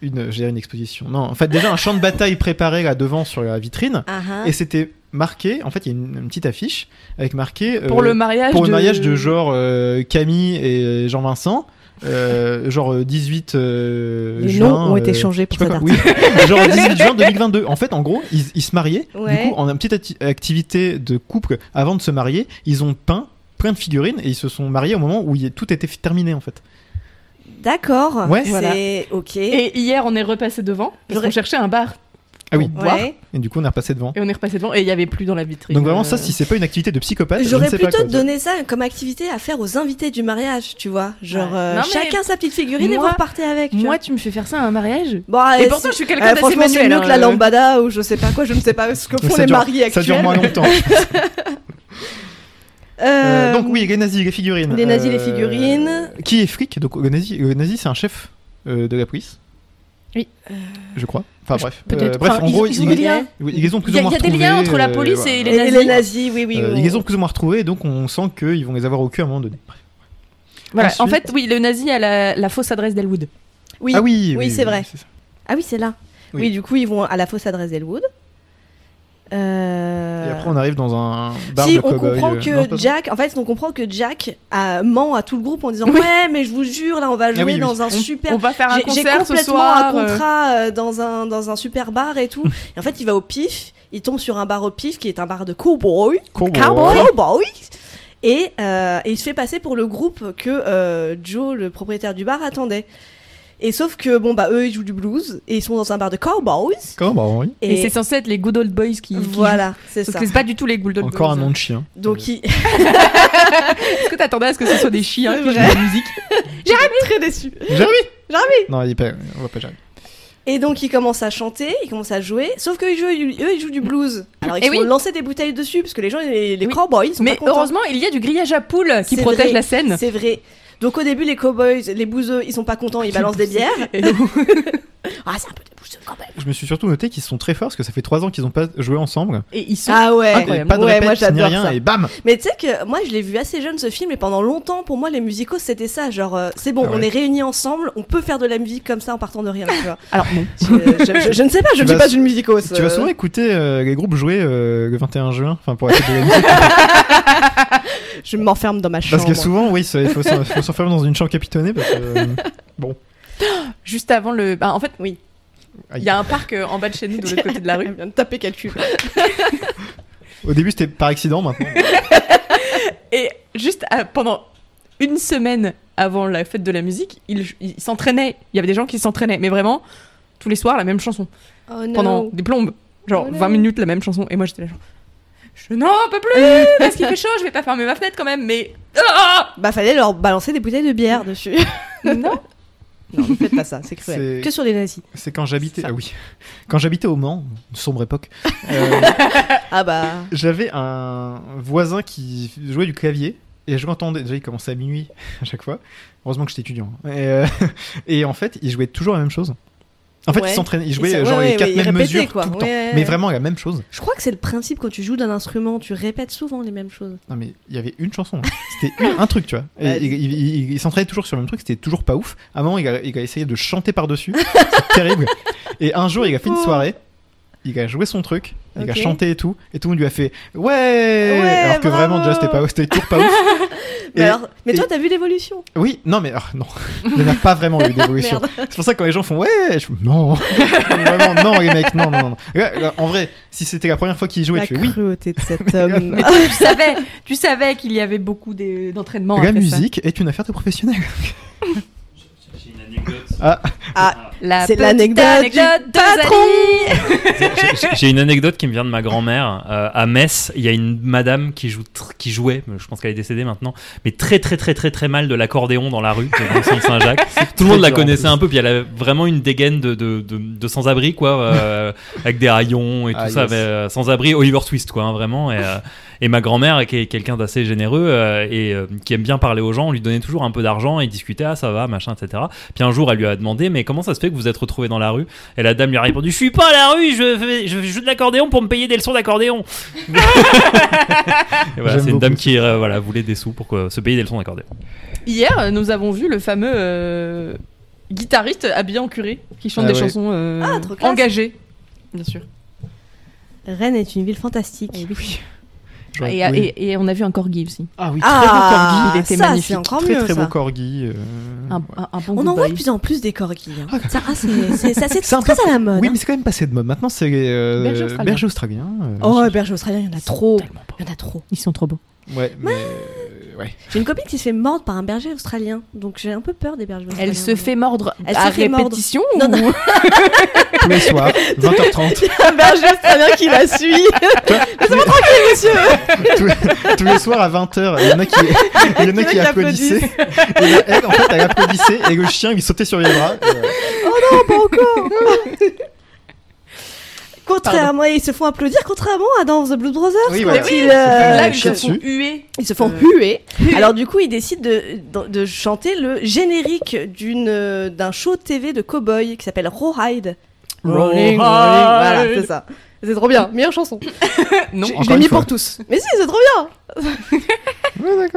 Speaker 8: une, j'ai une exposition. Non, en fait, déjà un champ de bataille préparé là devant sur la vitrine
Speaker 6: Ah ah.
Speaker 8: et c'était marqué. En fait, il y a une, une petite affiche avec marqué euh,
Speaker 9: Pour le
Speaker 6: Ah,
Speaker 9: mariage
Speaker 8: pour le
Speaker 9: de-
Speaker 8: mariage de genre euh, Camille et Jean-Vincent. euh, genre euh, 18 euh,
Speaker 6: Les
Speaker 8: juin,
Speaker 6: noms ont été
Speaker 8: euh,
Speaker 6: changés
Speaker 8: je
Speaker 6: pour
Speaker 8: sais pas
Speaker 6: cet
Speaker 8: quoi, oui. genre 18 juin 2022 en fait en gros ils, ils se mariaient
Speaker 6: Ouais.
Speaker 8: du coup en une petite ati- activité de couple avant de se marier ils ont peint plein de figurines et ils se sont mariés au moment où il y a- tout était fi- terminé en fait
Speaker 6: D'accord.
Speaker 8: Ouais.
Speaker 6: C'est
Speaker 8: Voilà.
Speaker 6: ok.
Speaker 9: Et hier, on est repassé devant parce qu'on cherchait un bar
Speaker 8: ah oui
Speaker 9: boire. Ouais.
Speaker 8: et du coup on est repassé devant
Speaker 9: et on est repassé devant et il y avait plus dans la vitrine.
Speaker 8: donc vraiment
Speaker 9: euh,
Speaker 8: ça si c'est pas une activité de psychopathe je ne
Speaker 6: J'aurais
Speaker 8: sais pas
Speaker 6: plutôt
Speaker 8: quoi.
Speaker 6: donné ça comme activité à faire aux invités du mariage, tu vois. Genre, euh,
Speaker 9: Non, mais
Speaker 6: chacun sa petite figurine et vous
Speaker 9: moi-
Speaker 6: repartez avec.
Speaker 9: Moi, tu me fais faire ça à un mariage
Speaker 6: Bon,
Speaker 9: Et
Speaker 6: euh,
Speaker 9: pourtant,
Speaker 6: c'est-
Speaker 9: je suis quelqu'un
Speaker 6: euh,
Speaker 9: d'assez
Speaker 6: franchement,
Speaker 9: manuel,
Speaker 6: C'est mieux
Speaker 9: hein,
Speaker 6: que la
Speaker 9: euh.
Speaker 6: lambada ou je sais pas quoi, je ne sais pas ce que
Speaker 8: Mais
Speaker 6: font
Speaker 8: ça
Speaker 6: les
Speaker 8: dure-
Speaker 6: maris actuels.
Speaker 8: ça dure moins longtemps Euh, donc oui les nazis les figurines
Speaker 6: les nazis, les
Speaker 8: Euh,
Speaker 6: figurines.
Speaker 8: qui est flic donc le nazi le nazi, c'est un chef euh, de la police
Speaker 9: Oui.
Speaker 8: je crois enfin bref Euh,
Speaker 9: peut-être.
Speaker 8: bref
Speaker 9: Enfin,
Speaker 8: en
Speaker 9: ils-
Speaker 8: gros
Speaker 9: ils ont des liens.
Speaker 8: oui, ils les ont plus
Speaker 9: Il y a-
Speaker 8: ou moins
Speaker 9: il y a des liens
Speaker 8: retrouvés,
Speaker 9: entre la
Speaker 8: euh,
Speaker 9: police
Speaker 8: voilà.
Speaker 9: et les nazis.
Speaker 6: oui, oui.
Speaker 8: Euh,
Speaker 6: oui,
Speaker 8: ils les
Speaker 6: oui.
Speaker 8: ont plus ou moins retrouvés, donc on sent qu'ils vont les avoir au cul à un moment donné.
Speaker 9: Voilà, en
Speaker 8: Ensuite-
Speaker 9: fait, oui, le nazi a la, la fausse adresse d'Elwood.
Speaker 6: Oui,
Speaker 8: Ah oui, oui,
Speaker 6: c'est
Speaker 8: oui,
Speaker 6: vrai.
Speaker 8: c'est ça.
Speaker 6: Ah oui, c'est là. Oui.
Speaker 8: Oui.
Speaker 6: du coup, ils vont à la fausse adresse d'Elwood. Euh...
Speaker 8: Et après, on arrive dans un bar
Speaker 6: si
Speaker 8: de
Speaker 6: on
Speaker 8: cow-boy,
Speaker 6: comprend
Speaker 8: euh, non, c'est
Speaker 6: que
Speaker 8: pas ça.
Speaker 6: Jack, en fait, on comprend que Jack a ment à tout le groupe en disant ouais, mais je vous jure, là, on va
Speaker 9: Ah
Speaker 6: jouer
Speaker 9: oui, oui.
Speaker 6: dans un
Speaker 9: On-
Speaker 6: super.
Speaker 9: on va faire un
Speaker 6: J'ai- J'ai
Speaker 9: concert ce
Speaker 6: complètement
Speaker 9: soir,
Speaker 6: un
Speaker 9: euh.
Speaker 6: contrat euh, dans un dans un super bar et tout. et en fait, il va au pif. Il tombe sur un bar au pif qui est un bar de cowboy.
Speaker 8: Cowboy.
Speaker 6: Cowboy. Et, euh, et il se fait passer pour le groupe que euh, Joe, le propriétaire du bar, attendait. Et sauf que bon bah eux ils jouent du blues et ils sont dans un bar de cowboys.
Speaker 8: Comment, oui.
Speaker 9: Et, c'est censé être les Good Old Boys qui. qui
Speaker 6: Voilà,
Speaker 9: jouent.
Speaker 6: c'est
Speaker 9: Sauf
Speaker 6: ça.
Speaker 9: que C'est pas du tout les Good Old Boys. hein.
Speaker 8: Encore un nom de chien. Euh,
Speaker 6: Donc il
Speaker 9: Est-ce que t'attendais à ce que ce soit des chiens qui jouent
Speaker 6: vrai.
Speaker 9: de la musique
Speaker 6: Jérémy très déçu.
Speaker 8: Jérémy
Speaker 6: Jérémy
Speaker 8: Non, il est pas... on va pas Jack.
Speaker 6: Et donc ils commencent à chanter, ils commencent à jouer, sauf qu'eux ils jouent, eux, ils jouent du blues. Alors ils
Speaker 9: Eh
Speaker 6: se font
Speaker 9: oui.
Speaker 6: lancer des bouteilles dessus parce que les gens, les, les cowboys, ils sont
Speaker 9: Mais
Speaker 6: pas contents.
Speaker 9: heureusement, il y a du grillage à poules qui
Speaker 6: C'est
Speaker 9: protège
Speaker 6: vrai,
Speaker 9: la scène.
Speaker 6: C'est vrai. Donc au début les cowboys, les bouseux, ils sont pas contents, ils balancent des bières. ah c'est un peu des bouseux quand même.
Speaker 8: Je me suis surtout noté qu'ils sont très forts parce que ça fait 3 ans qu'ils ont pas joué ensemble.
Speaker 9: Et ils sont
Speaker 6: ah ouais,
Speaker 8: incroyables. Pas de
Speaker 6: ouais,
Speaker 8: répète,
Speaker 6: moi
Speaker 8: ni
Speaker 6: j'adore
Speaker 8: rien,
Speaker 6: ça.
Speaker 8: et bam
Speaker 6: Mais tu sais que moi je l'ai vu assez jeune ce film et pendant longtemps pour moi les musicaux c'était ça, genre euh, c'est bon,
Speaker 8: Ah ouais.
Speaker 6: on est réunis ensemble, on peut faire de la musique comme ça en partant de rien. tu vois.
Speaker 9: Alors non.
Speaker 6: Je, je- je- je ne sais pas,
Speaker 8: Tu
Speaker 6: je ne suis
Speaker 8: vas
Speaker 6: pas
Speaker 8: sou-
Speaker 6: une musicose.
Speaker 8: Tu vas
Speaker 6: euh.
Speaker 8: souvent écouter euh, les groupes jouer euh, le 21 juin, enfin pour la fête de la musique.
Speaker 6: Je m'enferme dans ma chambre.
Speaker 8: Parce que souvent, oui, ça- il faut s'en- faut s'enfermer dans une chambre capitonnée parce que. euh, Bon.
Speaker 9: Juste avant le. bah, en fait,
Speaker 6: oui.
Speaker 9: Il y a un parc euh, en bas de chez nous, de l'autre côté de la rue.
Speaker 6: vient de taper calcul.
Speaker 8: Au début, c'était par accident, maintenant.
Speaker 9: Et juste à- pendant une semaine avant la fête de la musique, il, il s'entraînait. Il y avait des gens qui s'entraînaient, mais vraiment tous les soirs la même chanson.
Speaker 6: Oh non.
Speaker 9: Pendant des plombes. Genre
Speaker 6: Oh no.
Speaker 9: 20 minutes la même chanson. Et moi j'étais là genre. Je n'en peux plus parce qu'il fait chaud, je vais pas fermer ma fenêtre quand même, mais. Ah
Speaker 6: Bah fallait leur balancer des bouteilles de bière dessus.
Speaker 9: non.
Speaker 6: Non, ne faites pas ça, c'est cruel.
Speaker 8: C'est-
Speaker 6: Que sur les nazis.
Speaker 8: C'est quand j'habitais. Ah oui. Quand j'habitais au Mans, une sombre époque. euh,
Speaker 6: Ah bah.
Speaker 8: J'avais un voisin qui jouait du clavier. Et je l'entendais, déjà il commençait à minuit à chaque fois. Heureusement que j'étais étudiant. Et, euh, et en fait, il jouait toujours la même chose. En fait,
Speaker 6: Ouais.
Speaker 8: il s'entraînait, il
Speaker 6: Et
Speaker 8: jouait
Speaker 6: ça-
Speaker 8: euh, genre
Speaker 6: ouais,
Speaker 8: les
Speaker 6: ouais,
Speaker 8: quatre
Speaker 6: ouais, il
Speaker 8: mêmes
Speaker 6: répétait,
Speaker 8: mesures
Speaker 6: quoi.
Speaker 8: tout le temps.
Speaker 6: Ouais, ouais, ouais.
Speaker 8: Mais vraiment la même chose.
Speaker 6: Je crois que c'est le principe quand tu joues d'un instrument, tu répètes souvent les mêmes choses.
Speaker 8: Non mais il y avait une chanson, hein. c'était une- un truc tu vois. Et
Speaker 6: Ouais.
Speaker 8: il il- il- il s'entraînait toujours sur le même truc, c'était toujours pas ouf. À un moment il a, il a essayé de chanter par dessus, c'est terrible. Et un jour il a fait une soirée, il a joué son truc, il a
Speaker 6: Oh. Ok.
Speaker 8: chanté et tout, et tout le monde lui a fait ouais,
Speaker 6: Ouais,
Speaker 8: alors que
Speaker 6: bravo.
Speaker 8: vraiment déjà c'était pas ouf, c'était toujours pas ouf.
Speaker 6: Mais,
Speaker 8: Et-
Speaker 6: alors, mais
Speaker 8: et-
Speaker 6: toi, t'as vu l'évolution
Speaker 8: oui, non mais alors, non, il n'y en a pas vraiment eu d'évolution.
Speaker 6: Merde.
Speaker 8: C'est pour ça que quand les gens font ouais, je fais, non, vraiment non les mecs, non non non. Là, là, en vrai, si c'était la première fois qu'il jouait,
Speaker 6: La
Speaker 8: tu fais oui.
Speaker 6: cruauté de cet homme.
Speaker 9: Mais tu savais, tu savais qu'il y avait beaucoup d'e- d'entraînements.
Speaker 8: La
Speaker 9: après ça.
Speaker 8: musique est une affaire de professionnel.
Speaker 4: J'ai une anecdote.
Speaker 8: Ah,
Speaker 6: Ah,
Speaker 9: La
Speaker 6: c'est
Speaker 9: petite
Speaker 6: l'anecdote du
Speaker 9: anecdote de
Speaker 6: patron.
Speaker 4: J'ai- J'ai une anecdote qui me vient de ma grand-mère. Euh, à Metz, il y a une madame qui, joue tr- qui jouait, je pense qu'elle est décédée maintenant, mais très très très très très mal de l'accordéon dans la rue, de Saint-Jacques. Tout le monde la
Speaker 8: dur, en
Speaker 4: connaissait
Speaker 8: plus.
Speaker 4: un peu, puis elle avait vraiment une dégaine de, de- de- de sans-abri, quoi, euh, avec des haillons et tout
Speaker 8: Ah,
Speaker 4: ça,
Speaker 8: yes.
Speaker 4: mais, euh, sans-abri, Oliver Twist, quoi, hein, vraiment. Et, euh, et ma grand-mère, qui est quelqu'un d'assez généreux euh, et euh, qui aime bien parler aux gens, on lui donnait toujours un peu d'argent et discutait, ah ça va, machin, etc. Puis un jour, elle lui a demandé, mais comment ça se fait que vous êtes retrouvé dans la rue Et la dame lui a répondu, je suis pas à la rue, je, fais- je joue de l'accordéon pour me payer des leçons d'accordéon. Et voilà, c'est
Speaker 8: J'aime
Speaker 4: une
Speaker 8: beaucoup
Speaker 4: dame qui euh, voilà, voulait des sous pour quoi, se payer des leçons d'accordéon.
Speaker 9: Hier, euh, nous avons vu le fameux euh, guitariste habillé en curé qui chante
Speaker 4: Ah
Speaker 9: des
Speaker 4: ouais.
Speaker 9: chansons euh,
Speaker 6: Ah, trop classe.
Speaker 9: engagées, bien sûr.
Speaker 6: Rennes est une ville fantastique.
Speaker 8: Eh
Speaker 9: Et, euh, et- et on a vu un corgi aussi.
Speaker 8: Ah oui,
Speaker 6: très Ah, beau corgi, il était ça, magnifique. c'est encore
Speaker 8: très
Speaker 6: mieux,
Speaker 8: très
Speaker 6: ça.
Speaker 8: beau corgi. euh,
Speaker 9: Un, un- un bon
Speaker 6: On
Speaker 9: good
Speaker 6: en voit de
Speaker 9: boy.
Speaker 6: plus en plus des corgis. hein. ça, ah, c'est- c'est- ça, c'est
Speaker 8: C'est un
Speaker 6: très à la mode.
Speaker 8: Oui,
Speaker 6: hein.
Speaker 8: mais c'est quand même passé de mode. Maintenant, c'est euh,
Speaker 6: Berger australien.
Speaker 8: berger australien. euh,
Speaker 6: Oh, berger australien, il y en a trop. Il y en a trop.
Speaker 9: Ils sont trop beaux.
Speaker 8: Ouais, mais. euh, Ouais.
Speaker 6: J'ai une copine qui se fait mordre par un berger australien, donc j'ai un peu peur des bergers australiens.
Speaker 9: Elle se fait mordre
Speaker 6: Elle
Speaker 9: à
Speaker 6: se fait mordre.
Speaker 9: répétition
Speaker 6: Non, non.
Speaker 9: ou-
Speaker 8: Tous les soirs, 20h30.
Speaker 6: Il y a un berger australien qui la suit. Laissez-moi tranquille, monsieur.
Speaker 8: Tous les soirs à 20h, il y en a qui, il y en a qui applaudissaient. Et la- elle, en fait, elle applaudissait et le chien lui sautait sur les bras. Euh,
Speaker 6: Oh non, pas encore. Contrairement, ils se font applaudir, contrairement à dans The Blood Brothers.
Speaker 8: Oui,
Speaker 6: quand
Speaker 8: voilà.
Speaker 6: ils, euh,
Speaker 8: Oui, je
Speaker 9: Là, ils se
Speaker 8: suis
Speaker 9: font
Speaker 8: dessus.
Speaker 9: huer.
Speaker 6: Ils se font huer. Alors du coup, ils décident de, de chanter le générique d'une euh, d'un show TV de cowboy qui s'appelle Rawhide.
Speaker 9: Rolling, rolling,
Speaker 6: Voilà, c'est ça. C'est trop bien. Meilleure chanson.
Speaker 9: Non,
Speaker 6: je
Speaker 9: encore
Speaker 6: l'ai
Speaker 9: une
Speaker 6: mis
Speaker 9: fois.
Speaker 6: pour tous. Mais si, c'est trop bien.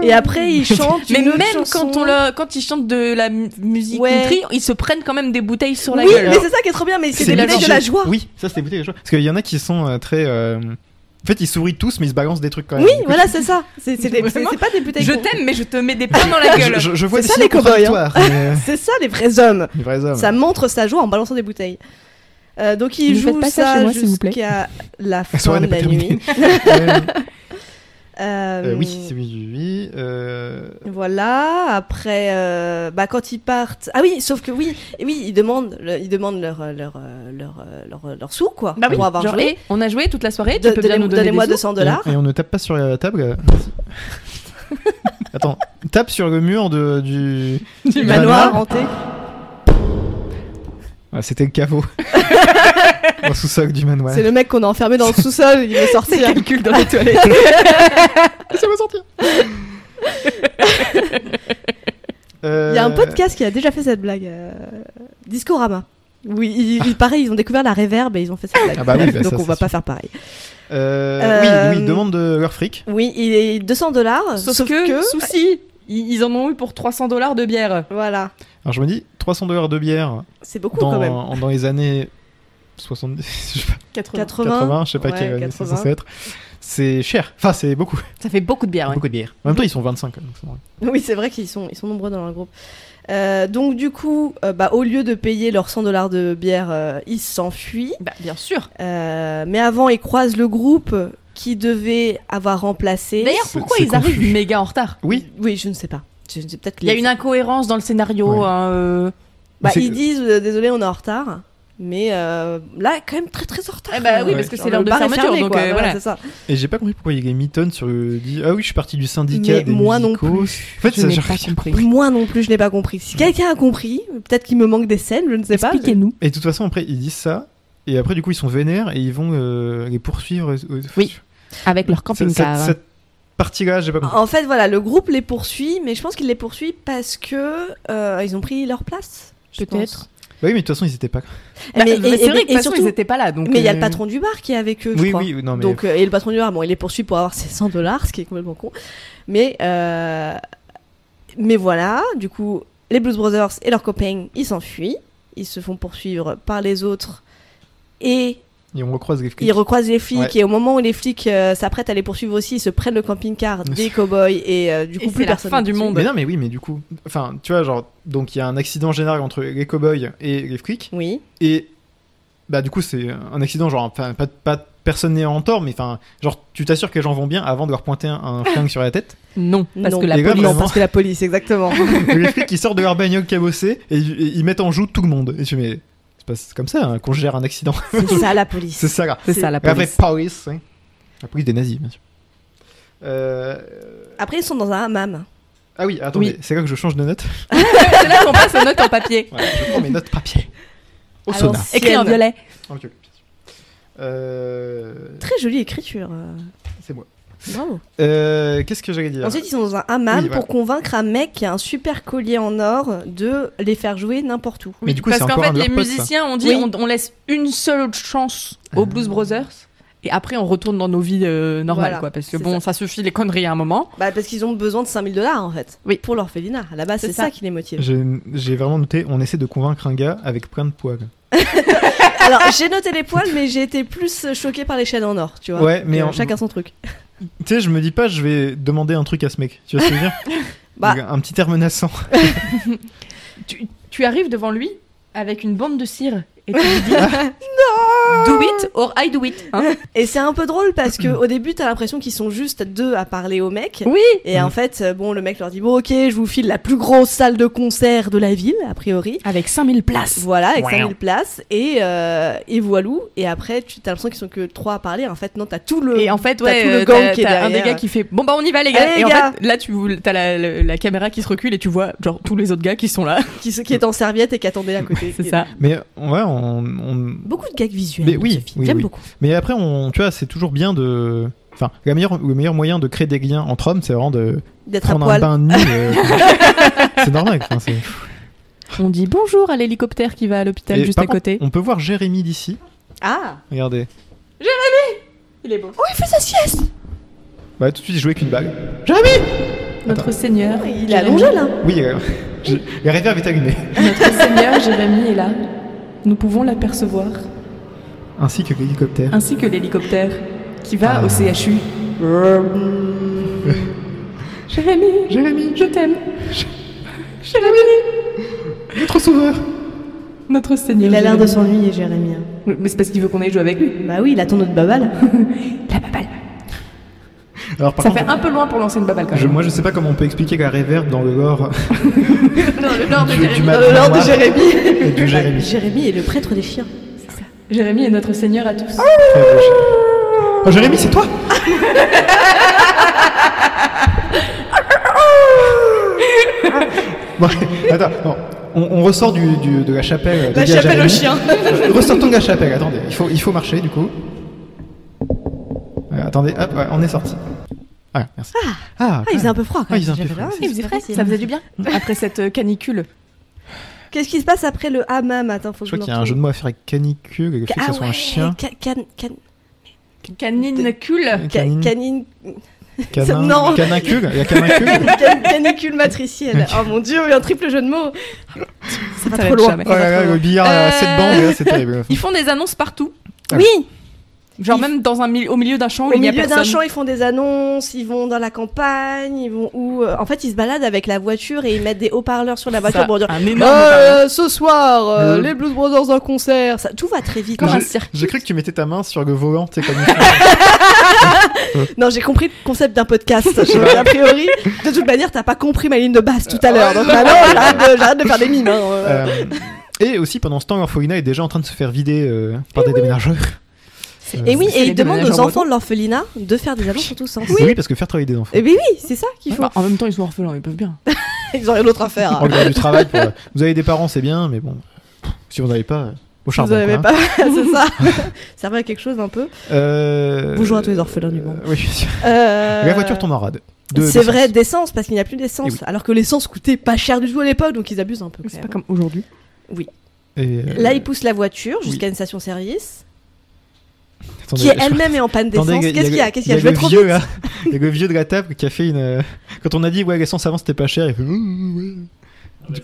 Speaker 6: Et après, ils chantent.
Speaker 9: Mais
Speaker 6: une autre
Speaker 9: même
Speaker 6: chanson.
Speaker 9: quand, on le, quand ils chantent de la mu- musique
Speaker 6: Ouais.
Speaker 9: country, ils se prennent quand même des bouteilles sur la
Speaker 6: Oui,
Speaker 9: gueule.
Speaker 6: mais c'est ça qui est trop bien. Mais c'est des
Speaker 8: la
Speaker 6: bouteilles de la joie.
Speaker 8: Oui, ça c'est des bouteilles de joie. Parce qu'il y en a qui sont euh, très. euh, En fait, ils sourient tous, mais ils se balancent des trucs quand même.
Speaker 6: Oui,
Speaker 8: Du coup,
Speaker 6: voilà, c'est ça. C'est c'est des- c'est-
Speaker 9: Vraiment.
Speaker 6: c'est pas des bouteilles.
Speaker 9: Je
Speaker 6: qu'on-
Speaker 9: t'aime, mais je te mets des pains dans la gueule.
Speaker 8: je, je- je vois
Speaker 6: C'est
Speaker 8: des
Speaker 6: ça,
Speaker 8: signes
Speaker 6: les cow-boys, hein.
Speaker 8: contradictoires, mais, euh,
Speaker 6: C'est ça les vrais hommes.
Speaker 8: les vrais hommes.
Speaker 6: Ça montre sa joie en balançant des bouteilles. Euh, donc il
Speaker 13: Ne
Speaker 6: joue
Speaker 13: faites pas ça
Speaker 6: ça,
Speaker 13: chez moi, s'il vous plaît.
Speaker 6: jusqu'à la
Speaker 8: La
Speaker 6: fin
Speaker 8: soirée
Speaker 6: de
Speaker 8: n'est pas
Speaker 6: la nuit.
Speaker 8: terminée. Euh,
Speaker 6: Euh,
Speaker 8: euh, oui, c'est- oui, oui, oui. euh,
Speaker 6: Voilà. Après, euh, bah quand ils partent, ah oui, sauf que oui, et oui, ils demandent, le- ils demandent leur euh, leur euh, leur euh, leur, euh, leur sous quoi
Speaker 9: Bah oui,
Speaker 6: pour avoir
Speaker 9: genre,
Speaker 6: joué.
Speaker 9: eh, on a joué toute la soirée, tu
Speaker 6: De-
Speaker 9: peux bien nous
Speaker 6: Donnez-moi
Speaker 9: donner
Speaker 6: donnez-moi
Speaker 9: des sous
Speaker 6: 200 dollars.
Speaker 8: Et on ne tape pas sur la table. euh, Attends, tape sur le mur de, du,
Speaker 6: Du manoir hanté.
Speaker 8: Ah, C'était le caveau. Au sous-sol du manoir.
Speaker 6: C'est le mec qu'on a enfermé dans le sous-sol, il hein. veut sortir. calcul dans les toilettes.
Speaker 8: Laissez-moi sortir. Euh,
Speaker 6: Il y a un podcast qui a déjà fait cette blague. euh, Discorama. Oui, ils- ils- pareil, ils ont découvert la réverb et ils ont fait cette blague.
Speaker 8: Ah bah oui, bah
Speaker 6: Donc
Speaker 8: ça,
Speaker 6: on
Speaker 8: c'est
Speaker 6: va pas
Speaker 8: sûr.
Speaker 6: faire pareil.
Speaker 8: Euh, Oui,
Speaker 6: Euh,
Speaker 8: oui, demande de leur fric.
Speaker 6: Oui, il est 200 dollars.
Speaker 9: Sauf, que, souci, ils, ils en ont eu pour 300 dollars de bière.
Speaker 6: Voilà,
Speaker 8: Alors je me dis, 300 dollars de bière
Speaker 6: c'est beaucoup
Speaker 8: dans,
Speaker 6: quand même.
Speaker 8: en- dans les années 70, je sais pas,
Speaker 9: 80.
Speaker 6: 80,
Speaker 8: 80, je sais pas
Speaker 6: ouais,
Speaker 8: quelle année c'est
Speaker 6: 80.
Speaker 8: censé être. C'est cher. Enfin, c'est beaucoup.
Speaker 9: Ça fait beaucoup de bière. ouais.
Speaker 8: Beaucoup de bière. En même temps, ils sont 25. donc c'est normal.
Speaker 6: Oui, c'est vrai qu'ils sont, ils sont nombreux dans le groupe. Euh, donc du coup, euh, bah, au lieu de payer leurs 100 dollars de bière, euh, ils s'enfuient.
Speaker 9: Bah, bien sûr.
Speaker 6: Euh, mais avant, ils croisent le groupe qui devait avoir remplacé.
Speaker 9: D'ailleurs, pourquoi
Speaker 8: c'est
Speaker 9: ils arrivent
Speaker 8: confus.
Speaker 9: méga en retard
Speaker 8: Oui.
Speaker 6: Oui, je ne sais pas. Je ne sais peut-être.
Speaker 9: Il y a une incohérence dans le scénario.
Speaker 8: Ouais.
Speaker 9: hein, euh.
Speaker 6: Bah,
Speaker 8: C'est-
Speaker 6: ils disent euh, désolé, on est en retard. Mais euh, là, quand même très très en retard.
Speaker 9: Eh bah oui,
Speaker 8: Ouais.
Speaker 9: parce que
Speaker 6: Genre,
Speaker 9: c'est
Speaker 6: le
Speaker 9: l'heure de
Speaker 6: bar est
Speaker 9: fermeture.
Speaker 6: fermé,
Speaker 9: donc
Speaker 6: quoi.
Speaker 9: euh,
Speaker 6: voilà,
Speaker 9: voilà.
Speaker 6: c'est ça.
Speaker 8: Et j'ai pas compris pourquoi il y a Miton sur le dit Ah oui, je suis parti du syndicat.
Speaker 6: Mais
Speaker 8: des
Speaker 6: moi non
Speaker 8: musicos.
Speaker 6: plus.
Speaker 8: En fait,
Speaker 13: Je
Speaker 8: ça,
Speaker 13: n'ai
Speaker 8: j'ai
Speaker 13: pas
Speaker 8: rien
Speaker 13: compris.
Speaker 6: Moi non plus, je n'ai pas compris. Si quelqu'un a compris, peut-être qu'il me manque des scènes, je ne sais pas.
Speaker 13: Expliquez-nous.
Speaker 8: Et de toute façon, après, ils disent ça. Et après, du coup, ils sont vénères et ils vont euh, les poursuivre. euh,
Speaker 13: Oui, avec leur
Speaker 8: Cette,
Speaker 13: camping-car.
Speaker 8: cette- cette partie-là, j'ai pas compris.
Speaker 6: En fait, voilà, le groupe les poursuit, mais je pense qu'il les poursuit parce que euh, ils ont pris leur place. je pense.
Speaker 13: Peut-être.
Speaker 8: Bah oui, mais de toute façon, ils étaient pas.
Speaker 9: Bah,
Speaker 6: Mais-
Speaker 9: mais
Speaker 6: et-
Speaker 9: c'est vrai
Speaker 6: et-
Speaker 9: que de
Speaker 6: et
Speaker 9: toute façon,
Speaker 6: surtout-
Speaker 9: ils étaient pas là. Donc,
Speaker 6: mais il y a
Speaker 9: euh,
Speaker 6: le patron du bar qui est avec eux, je
Speaker 8: Oui,
Speaker 6: crois.
Speaker 8: oui, non, mais.
Speaker 6: Donc, euh, et le patron du bar, bon, il les poursuit pour avoir ses 100 dollars, ce qui est complètement con. Mais, euh, mais voilà, du coup, les Blues Brothers et leurs copains, ils s'enfuient. Ils se font poursuivre par les autres. Et
Speaker 8: Et on recroise les flics.
Speaker 6: ils recroisent les flics.
Speaker 8: Ouais.
Speaker 6: Et au moment où les flics euh, s'apprêtent à les poursuivre aussi, ils se prennent le camping-car des cowboys. Et euh, du coup,
Speaker 9: Et
Speaker 6: plus
Speaker 9: c'est la
Speaker 6: personne.
Speaker 9: fin
Speaker 6: les
Speaker 9: du
Speaker 6: poursuit.
Speaker 9: monde.
Speaker 8: Mais non, mais oui, mais du coup. Enfin, tu vois, genre. Donc, il y a un accident général entre les cow-boys et les flics.
Speaker 6: Oui.
Speaker 8: Et. Bah, du coup, c'est un accident, genre. Enfin, pas, pas personne n'est en tort, mais enfin. Genre, tu t'assures que les gens vont bien avant de leur pointer un, un flingue sur la tête.
Speaker 9: Non, parce
Speaker 6: Non.
Speaker 9: que la
Speaker 8: Et là,
Speaker 9: police.
Speaker 8: vraiment.
Speaker 6: parce que la police, exactement.
Speaker 8: les flics qui sortent de leur bagnole cabossée et, et ils mettent en joue tout le monde. Et tu mets. C'est pas- c'est comme ça hein, qu'on gère un accident.
Speaker 6: C'est ça, la police.
Speaker 8: C'est ça, là.
Speaker 6: C'est ça, la
Speaker 8: vraie
Speaker 6: police.
Speaker 8: police, hein. La police des nazis, bien sûr. Euh,
Speaker 6: Après, ils sont dans un hammam.
Speaker 8: Ah oui, attendez,
Speaker 6: Oui.
Speaker 8: c'est là que je change de note.
Speaker 9: C'est là qu'on passe aux notes en papier.
Speaker 8: Voilà, je prends mes notes papier. Au
Speaker 6: À
Speaker 8: sauna.
Speaker 6: l'ancienne. Écrit en violet.
Speaker 8: En violet, bien sûr. Euh,
Speaker 6: Très jolie écriture. euh,
Speaker 8: C'est moi.
Speaker 6: Bravo.
Speaker 8: Euh, Qu'est-ce que j'allais dire
Speaker 6: Ensuite, ils sont dans un hammam
Speaker 8: Oui, voilà.
Speaker 6: pour convaincre un mec qui a un super collier en or de les faire jouer n'importe où.
Speaker 8: Mais du coup,
Speaker 9: Parce
Speaker 8: c'est
Speaker 9: qu'en
Speaker 8: encore
Speaker 9: fait,
Speaker 8: un de
Speaker 9: les
Speaker 8: leurs potes, ça.
Speaker 9: musiciens ont dit
Speaker 6: Oui.
Speaker 9: on, on laisse une seule autre chance aux Blues Brothers et après on retourne dans nos vies euh, normales
Speaker 6: Voilà,
Speaker 9: quoi parce que
Speaker 6: c'est
Speaker 9: bon ça. suffit les conneries à un moment.
Speaker 6: Bah, parce qu'ils ont besoin de 5000 dollars en fait.
Speaker 9: Oui.
Speaker 6: Pour leur félinat. À la base,
Speaker 9: C'est
Speaker 6: c'est ça.
Speaker 9: ça.
Speaker 6: qui les motive.
Speaker 8: Je- J'ai vraiment noté, on essaie de convaincre un gars avec plein de poils.
Speaker 6: Alors, j'ai noté les poils, mais j'ai été plus choquée par les chaînes en or, tu vois.
Speaker 8: Ouais, mais
Speaker 6: Que
Speaker 8: en-
Speaker 6: chacun son truc.
Speaker 8: Tu sais, je me dis pas, je vais demander un truc à ce mec. Tu vois ce que je veux dire
Speaker 6: Bah.
Speaker 8: Donc, Un petit air menaçant.
Speaker 9: Tu, tu arrives devant lui avec une bande de cire et tu lui dis
Speaker 8: Ah
Speaker 9: do it or I do it. hein.
Speaker 6: Et c'est un peu drôle parce que au début, t'as l'impression qu'ils sont juste deux à parler au mec.
Speaker 9: Oui.
Speaker 6: Et
Speaker 8: Mm.
Speaker 6: en fait, euh, bon, le mec leur dit bon, ok, je vous file la plus grosse salle de concert de la ville, a priori.
Speaker 9: Avec 5000 places.
Speaker 6: Voilà, avec
Speaker 9: Wow.
Speaker 6: 5000 places. Et, euh, et voilou. Et après, tu t'as l'impression qu'ils sont que trois à parler. En fait, non, t'as tout le.
Speaker 9: Et en fait,
Speaker 6: t'as
Speaker 9: ouais,
Speaker 6: tout le
Speaker 9: euh,
Speaker 6: gang
Speaker 9: t'as-
Speaker 6: qui est
Speaker 9: t'as un des gars
Speaker 6: derrière.
Speaker 9: qui fait Bon, bah, on y va, les gars.
Speaker 6: Allez,
Speaker 9: et
Speaker 6: les
Speaker 9: en
Speaker 6: gars.
Speaker 9: fait, là, tu t'as la, la- la caméra qui se recule et tu vois, genre, tous les autres gars qui sont là.
Speaker 6: qui, se- qui est en serviette et qui attendait à côté.
Speaker 9: C'est ça.
Speaker 8: Mais euh, ouais, on. on-
Speaker 6: Beaucoup de gags visuels.
Speaker 8: Mais
Speaker 6: dans
Speaker 8: oui,
Speaker 6: ce film.
Speaker 8: oui,
Speaker 6: j'aime
Speaker 8: oui.
Speaker 6: beaucoup.
Speaker 8: Mais après, on, tu vois, c'est toujours bien de. Enfin, la meilleure, le meilleur moyen de créer des liens entre hommes, c'est vraiment de
Speaker 6: D'être à
Speaker 8: prendre un
Speaker 6: poil.
Speaker 8: bain nu. euh, c'est normal. enfin, c'est-
Speaker 9: On dit bonjour à l'hélicoptère qui va à l'hôpital
Speaker 8: Et
Speaker 9: juste
Speaker 8: par
Speaker 9: à côté.
Speaker 8: contre, on peut voir Jérémy d'ici.
Speaker 6: Ah
Speaker 8: Regardez.
Speaker 9: Il est beau.
Speaker 6: Oh, il fait sa sieste
Speaker 8: Bah, tout de suite, il jouait avec une bague.
Speaker 6: Jérémy
Speaker 9: Notre Seigneur.
Speaker 6: Il est allongé là
Speaker 8: Oui, euh, je- la réverb est allumée.
Speaker 9: Notre Seigneur Jérémie est là. Nous pouvons l'apercevoir,
Speaker 8: Ainsi que l'hélicoptère.
Speaker 9: ainsi que l'hélicoptère qui va au CHU. Jérémie,
Speaker 8: Jérémie,
Speaker 9: je t'aime. Jérémie,
Speaker 8: Notre sauveur
Speaker 9: notre Seigneur.
Speaker 6: Il a l'air de
Speaker 9: Jérémie.
Speaker 6: s'ennuyer, Jérémy. hein.
Speaker 9: Mais c'est parce qu'il veut qu'on aille jouer avec lui.
Speaker 6: Bah oui, il attend notre babale.
Speaker 9: La babale.
Speaker 8: Alors, par
Speaker 9: Ça
Speaker 8: contre,
Speaker 9: fait un peu loin pour lancer une babale quand même.
Speaker 8: je- moi, je sais pas comment on peut expliquer la réverb dans le lore
Speaker 9: Non, le Lord de
Speaker 8: du,
Speaker 9: Jérémie.
Speaker 8: du Mad
Speaker 6: Dans le lore de
Speaker 8: Noir
Speaker 6: Jérémy.
Speaker 8: et du Jérémy.
Speaker 6: Jérémy est le prêtre des chiens.
Speaker 9: Jérémie est notre Seigneur à
Speaker 6: Oh,
Speaker 9: tous.
Speaker 8: Très beau, Jérémy. Oh, Jérémy, c'est toi Bon, attends, bon, on, on ressort du, du- de la chapelle.
Speaker 6: La
Speaker 8: dédiée à
Speaker 6: chapelle aux
Speaker 8: Jérémy. Ressortons de la chapelle, attendez, il faut, il faut marcher du coup. Ouais, attendez, hop, ouais, on est sorti. Ah, merci. Ah,
Speaker 6: Ah, il faisait un peu froid quand
Speaker 8: Ah,
Speaker 6: même.
Speaker 8: il faisait un peu
Speaker 6: J'avais
Speaker 8: froid,
Speaker 6: l'air,
Speaker 8: oui.
Speaker 6: mais
Speaker 9: Il faisait
Speaker 6: c'est
Speaker 9: frais,
Speaker 6: pas
Speaker 9: ça
Speaker 6: facile.
Speaker 9: faisait du bien. Après cette euh, canicule.
Speaker 6: Qu'est-ce qui se passe après le hammam Attends, faut que
Speaker 8: Je
Speaker 6: je
Speaker 8: crois
Speaker 6: me
Speaker 8: qu'il y a un
Speaker 6: retrouve.
Speaker 8: jeu de mots à faire avec canicule, le fait que
Speaker 6: Ah
Speaker 8: ça soit un
Speaker 6: ouais,
Speaker 8: chien.
Speaker 6: ca- can- can-
Speaker 9: Canicule.
Speaker 8: Un
Speaker 6: ca-
Speaker 8: canine-
Speaker 6: Canine.
Speaker 8: canin-
Speaker 6: non.
Speaker 8: Canincule Il y a canincule
Speaker 6: Can- Canicule matricielle. Oh mon dieu, il y a un triple jeu de mots. Ça va trop
Speaker 9: s'arrête
Speaker 6: loin.
Speaker 9: jamais.
Speaker 8: Oh là là, le billard à
Speaker 9: Euh,
Speaker 8: 7 bandes, là, c'est terrible.
Speaker 9: Ils font des annonces partout.
Speaker 8: Ah
Speaker 6: Oui,
Speaker 9: Genre même dans un mili- au milieu d'un champ, où
Speaker 6: au
Speaker 9: il n'y a
Speaker 6: milieu d'un
Speaker 9: personne.
Speaker 6: champ, ils font des annonces, ils vont dans la campagne, ils vont où euh, En fait, ils se baladent avec la voiture et ils mettent des haut-parleurs sur la voiture
Speaker 9: Ça,
Speaker 6: pour dire
Speaker 9: un énorme
Speaker 6: Euh, ce soir, euh,
Speaker 8: Le-
Speaker 6: les Blues Brothers en concert. Ça, tout va très vite.
Speaker 9: Comme
Speaker 6: hein.
Speaker 9: un
Speaker 8: J'ai-
Speaker 9: circuit.
Speaker 8: J'ai cru que tu mettais ta main sur le volant, tu sais, comme
Speaker 6: Non, j'ai compris le concept d'un podcast. Je- a priori, de toute manière, t'as pas compris ma ligne de base tout à l'heure. Donc maintenant, j'arrête de, j'arrête de faire des mimes. hein.
Speaker 8: Euh, et aussi, pendant ce temps, l'orphelinat est déjà en train de se faire vider euh,
Speaker 6: Eh
Speaker 8: par des déménageurs. Euh,
Speaker 6: et oui,
Speaker 9: c'est
Speaker 6: et
Speaker 9: les
Speaker 6: ils demandent
Speaker 9: déménageurs
Speaker 6: aux enfants
Speaker 9: bretons.
Speaker 6: de l'orphelinat de faire des annonces en tous sens.
Speaker 8: oui. parce que faire travailler des enfants.
Speaker 6: Et oui, oui, c'est ça qu'il faut.
Speaker 9: Enfin, bah, en même temps, ils sont orphelins, ils peuvent bien.
Speaker 6: Ils ont rien d'autre à faire. hein.
Speaker 8: En dehors du travail, pour, euh, vous avez des parents, c'est bien, mais bon, pff, si vous n'avez pas, euh, au
Speaker 6: Vous
Speaker 8: charbon.
Speaker 6: n'avez
Speaker 9: hein.
Speaker 8: quoi,
Speaker 6: pas, c'est ça. Ça va à quelque chose un peu.
Speaker 8: hein. Euh,
Speaker 6: Bonjour à tous les orphelins du monde.
Speaker 8: euh, oui, bien sûr.
Speaker 6: Euh,
Speaker 8: La voiture tombe en rade. De-
Speaker 6: C'est
Speaker 8: de-
Speaker 6: vrai, d'essence, parce qu'il n'y a plus d'essence.
Speaker 8: Et oui.
Speaker 6: Alors que l'essence coûtait pas cher du tout à l'époque, donc ils abusent un peu. quand
Speaker 9: C'est
Speaker 6: même.
Speaker 9: pas comme aujourd'hui.
Speaker 8: Et, euh,
Speaker 6: Là, ils poussent la voiture jusqu'à
Speaker 8: oui.
Speaker 6: une station-service,
Speaker 8: attendez,
Speaker 6: qui
Speaker 8: je-
Speaker 6: elle-même est en panne d'essence.
Speaker 8: attendez,
Speaker 6: Qu'est-ce
Speaker 8: il y a-
Speaker 6: qu'il y a Qu'est-ce qu'il y a
Speaker 8: il
Speaker 6: Je vais
Speaker 8: le
Speaker 6: trop
Speaker 8: vieux,
Speaker 6: vite.
Speaker 8: là. Il y a le vieux de la table qui a fait une. euh, Quand on a dit, ouais, l'essence avant c'était pas cher, il fait. Ouh, ouais. hein.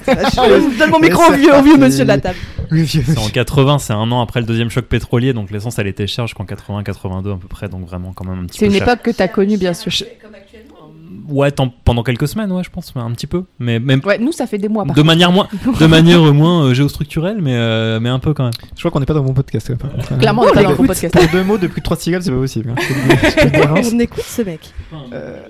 Speaker 6: Je donne mon
Speaker 8: Mais
Speaker 6: micro au
Speaker 8: c'est
Speaker 6: vieux, au vieux
Speaker 8: parti.
Speaker 6: monsieur de la table.
Speaker 8: Le vieux.
Speaker 4: C'est en 80, c'est un an après le deuxième choc pétrolier, donc l'essence elle était chère jusqu'en 80-82 à peu près, donc vraiment quand même un petit
Speaker 9: C'est
Speaker 4: peu
Speaker 9: une
Speaker 4: cher.
Speaker 9: époque Oh, que t'as connue, bien sûr.
Speaker 4: ouais, tant- pendant quelques semaines, ouais, je pense, mais un petit peu. Mais même
Speaker 9: Ouais, nous, ça fait des mois. par
Speaker 4: de
Speaker 9: contre.
Speaker 4: manière moins, de manière moins euh, géostructurelle, mais euh, mais un peu quand même.
Speaker 8: Je crois qu'on n'est pas dans mon podcast. là, par contre.
Speaker 9: Clairement, on n'est pas dans le bon podcast.
Speaker 8: Pour deux mots de plus de 3 syllabes, c'est pas possible. hein. Je te le dis, je te le balance.
Speaker 6: On écoute ce mec.
Speaker 8: Euh,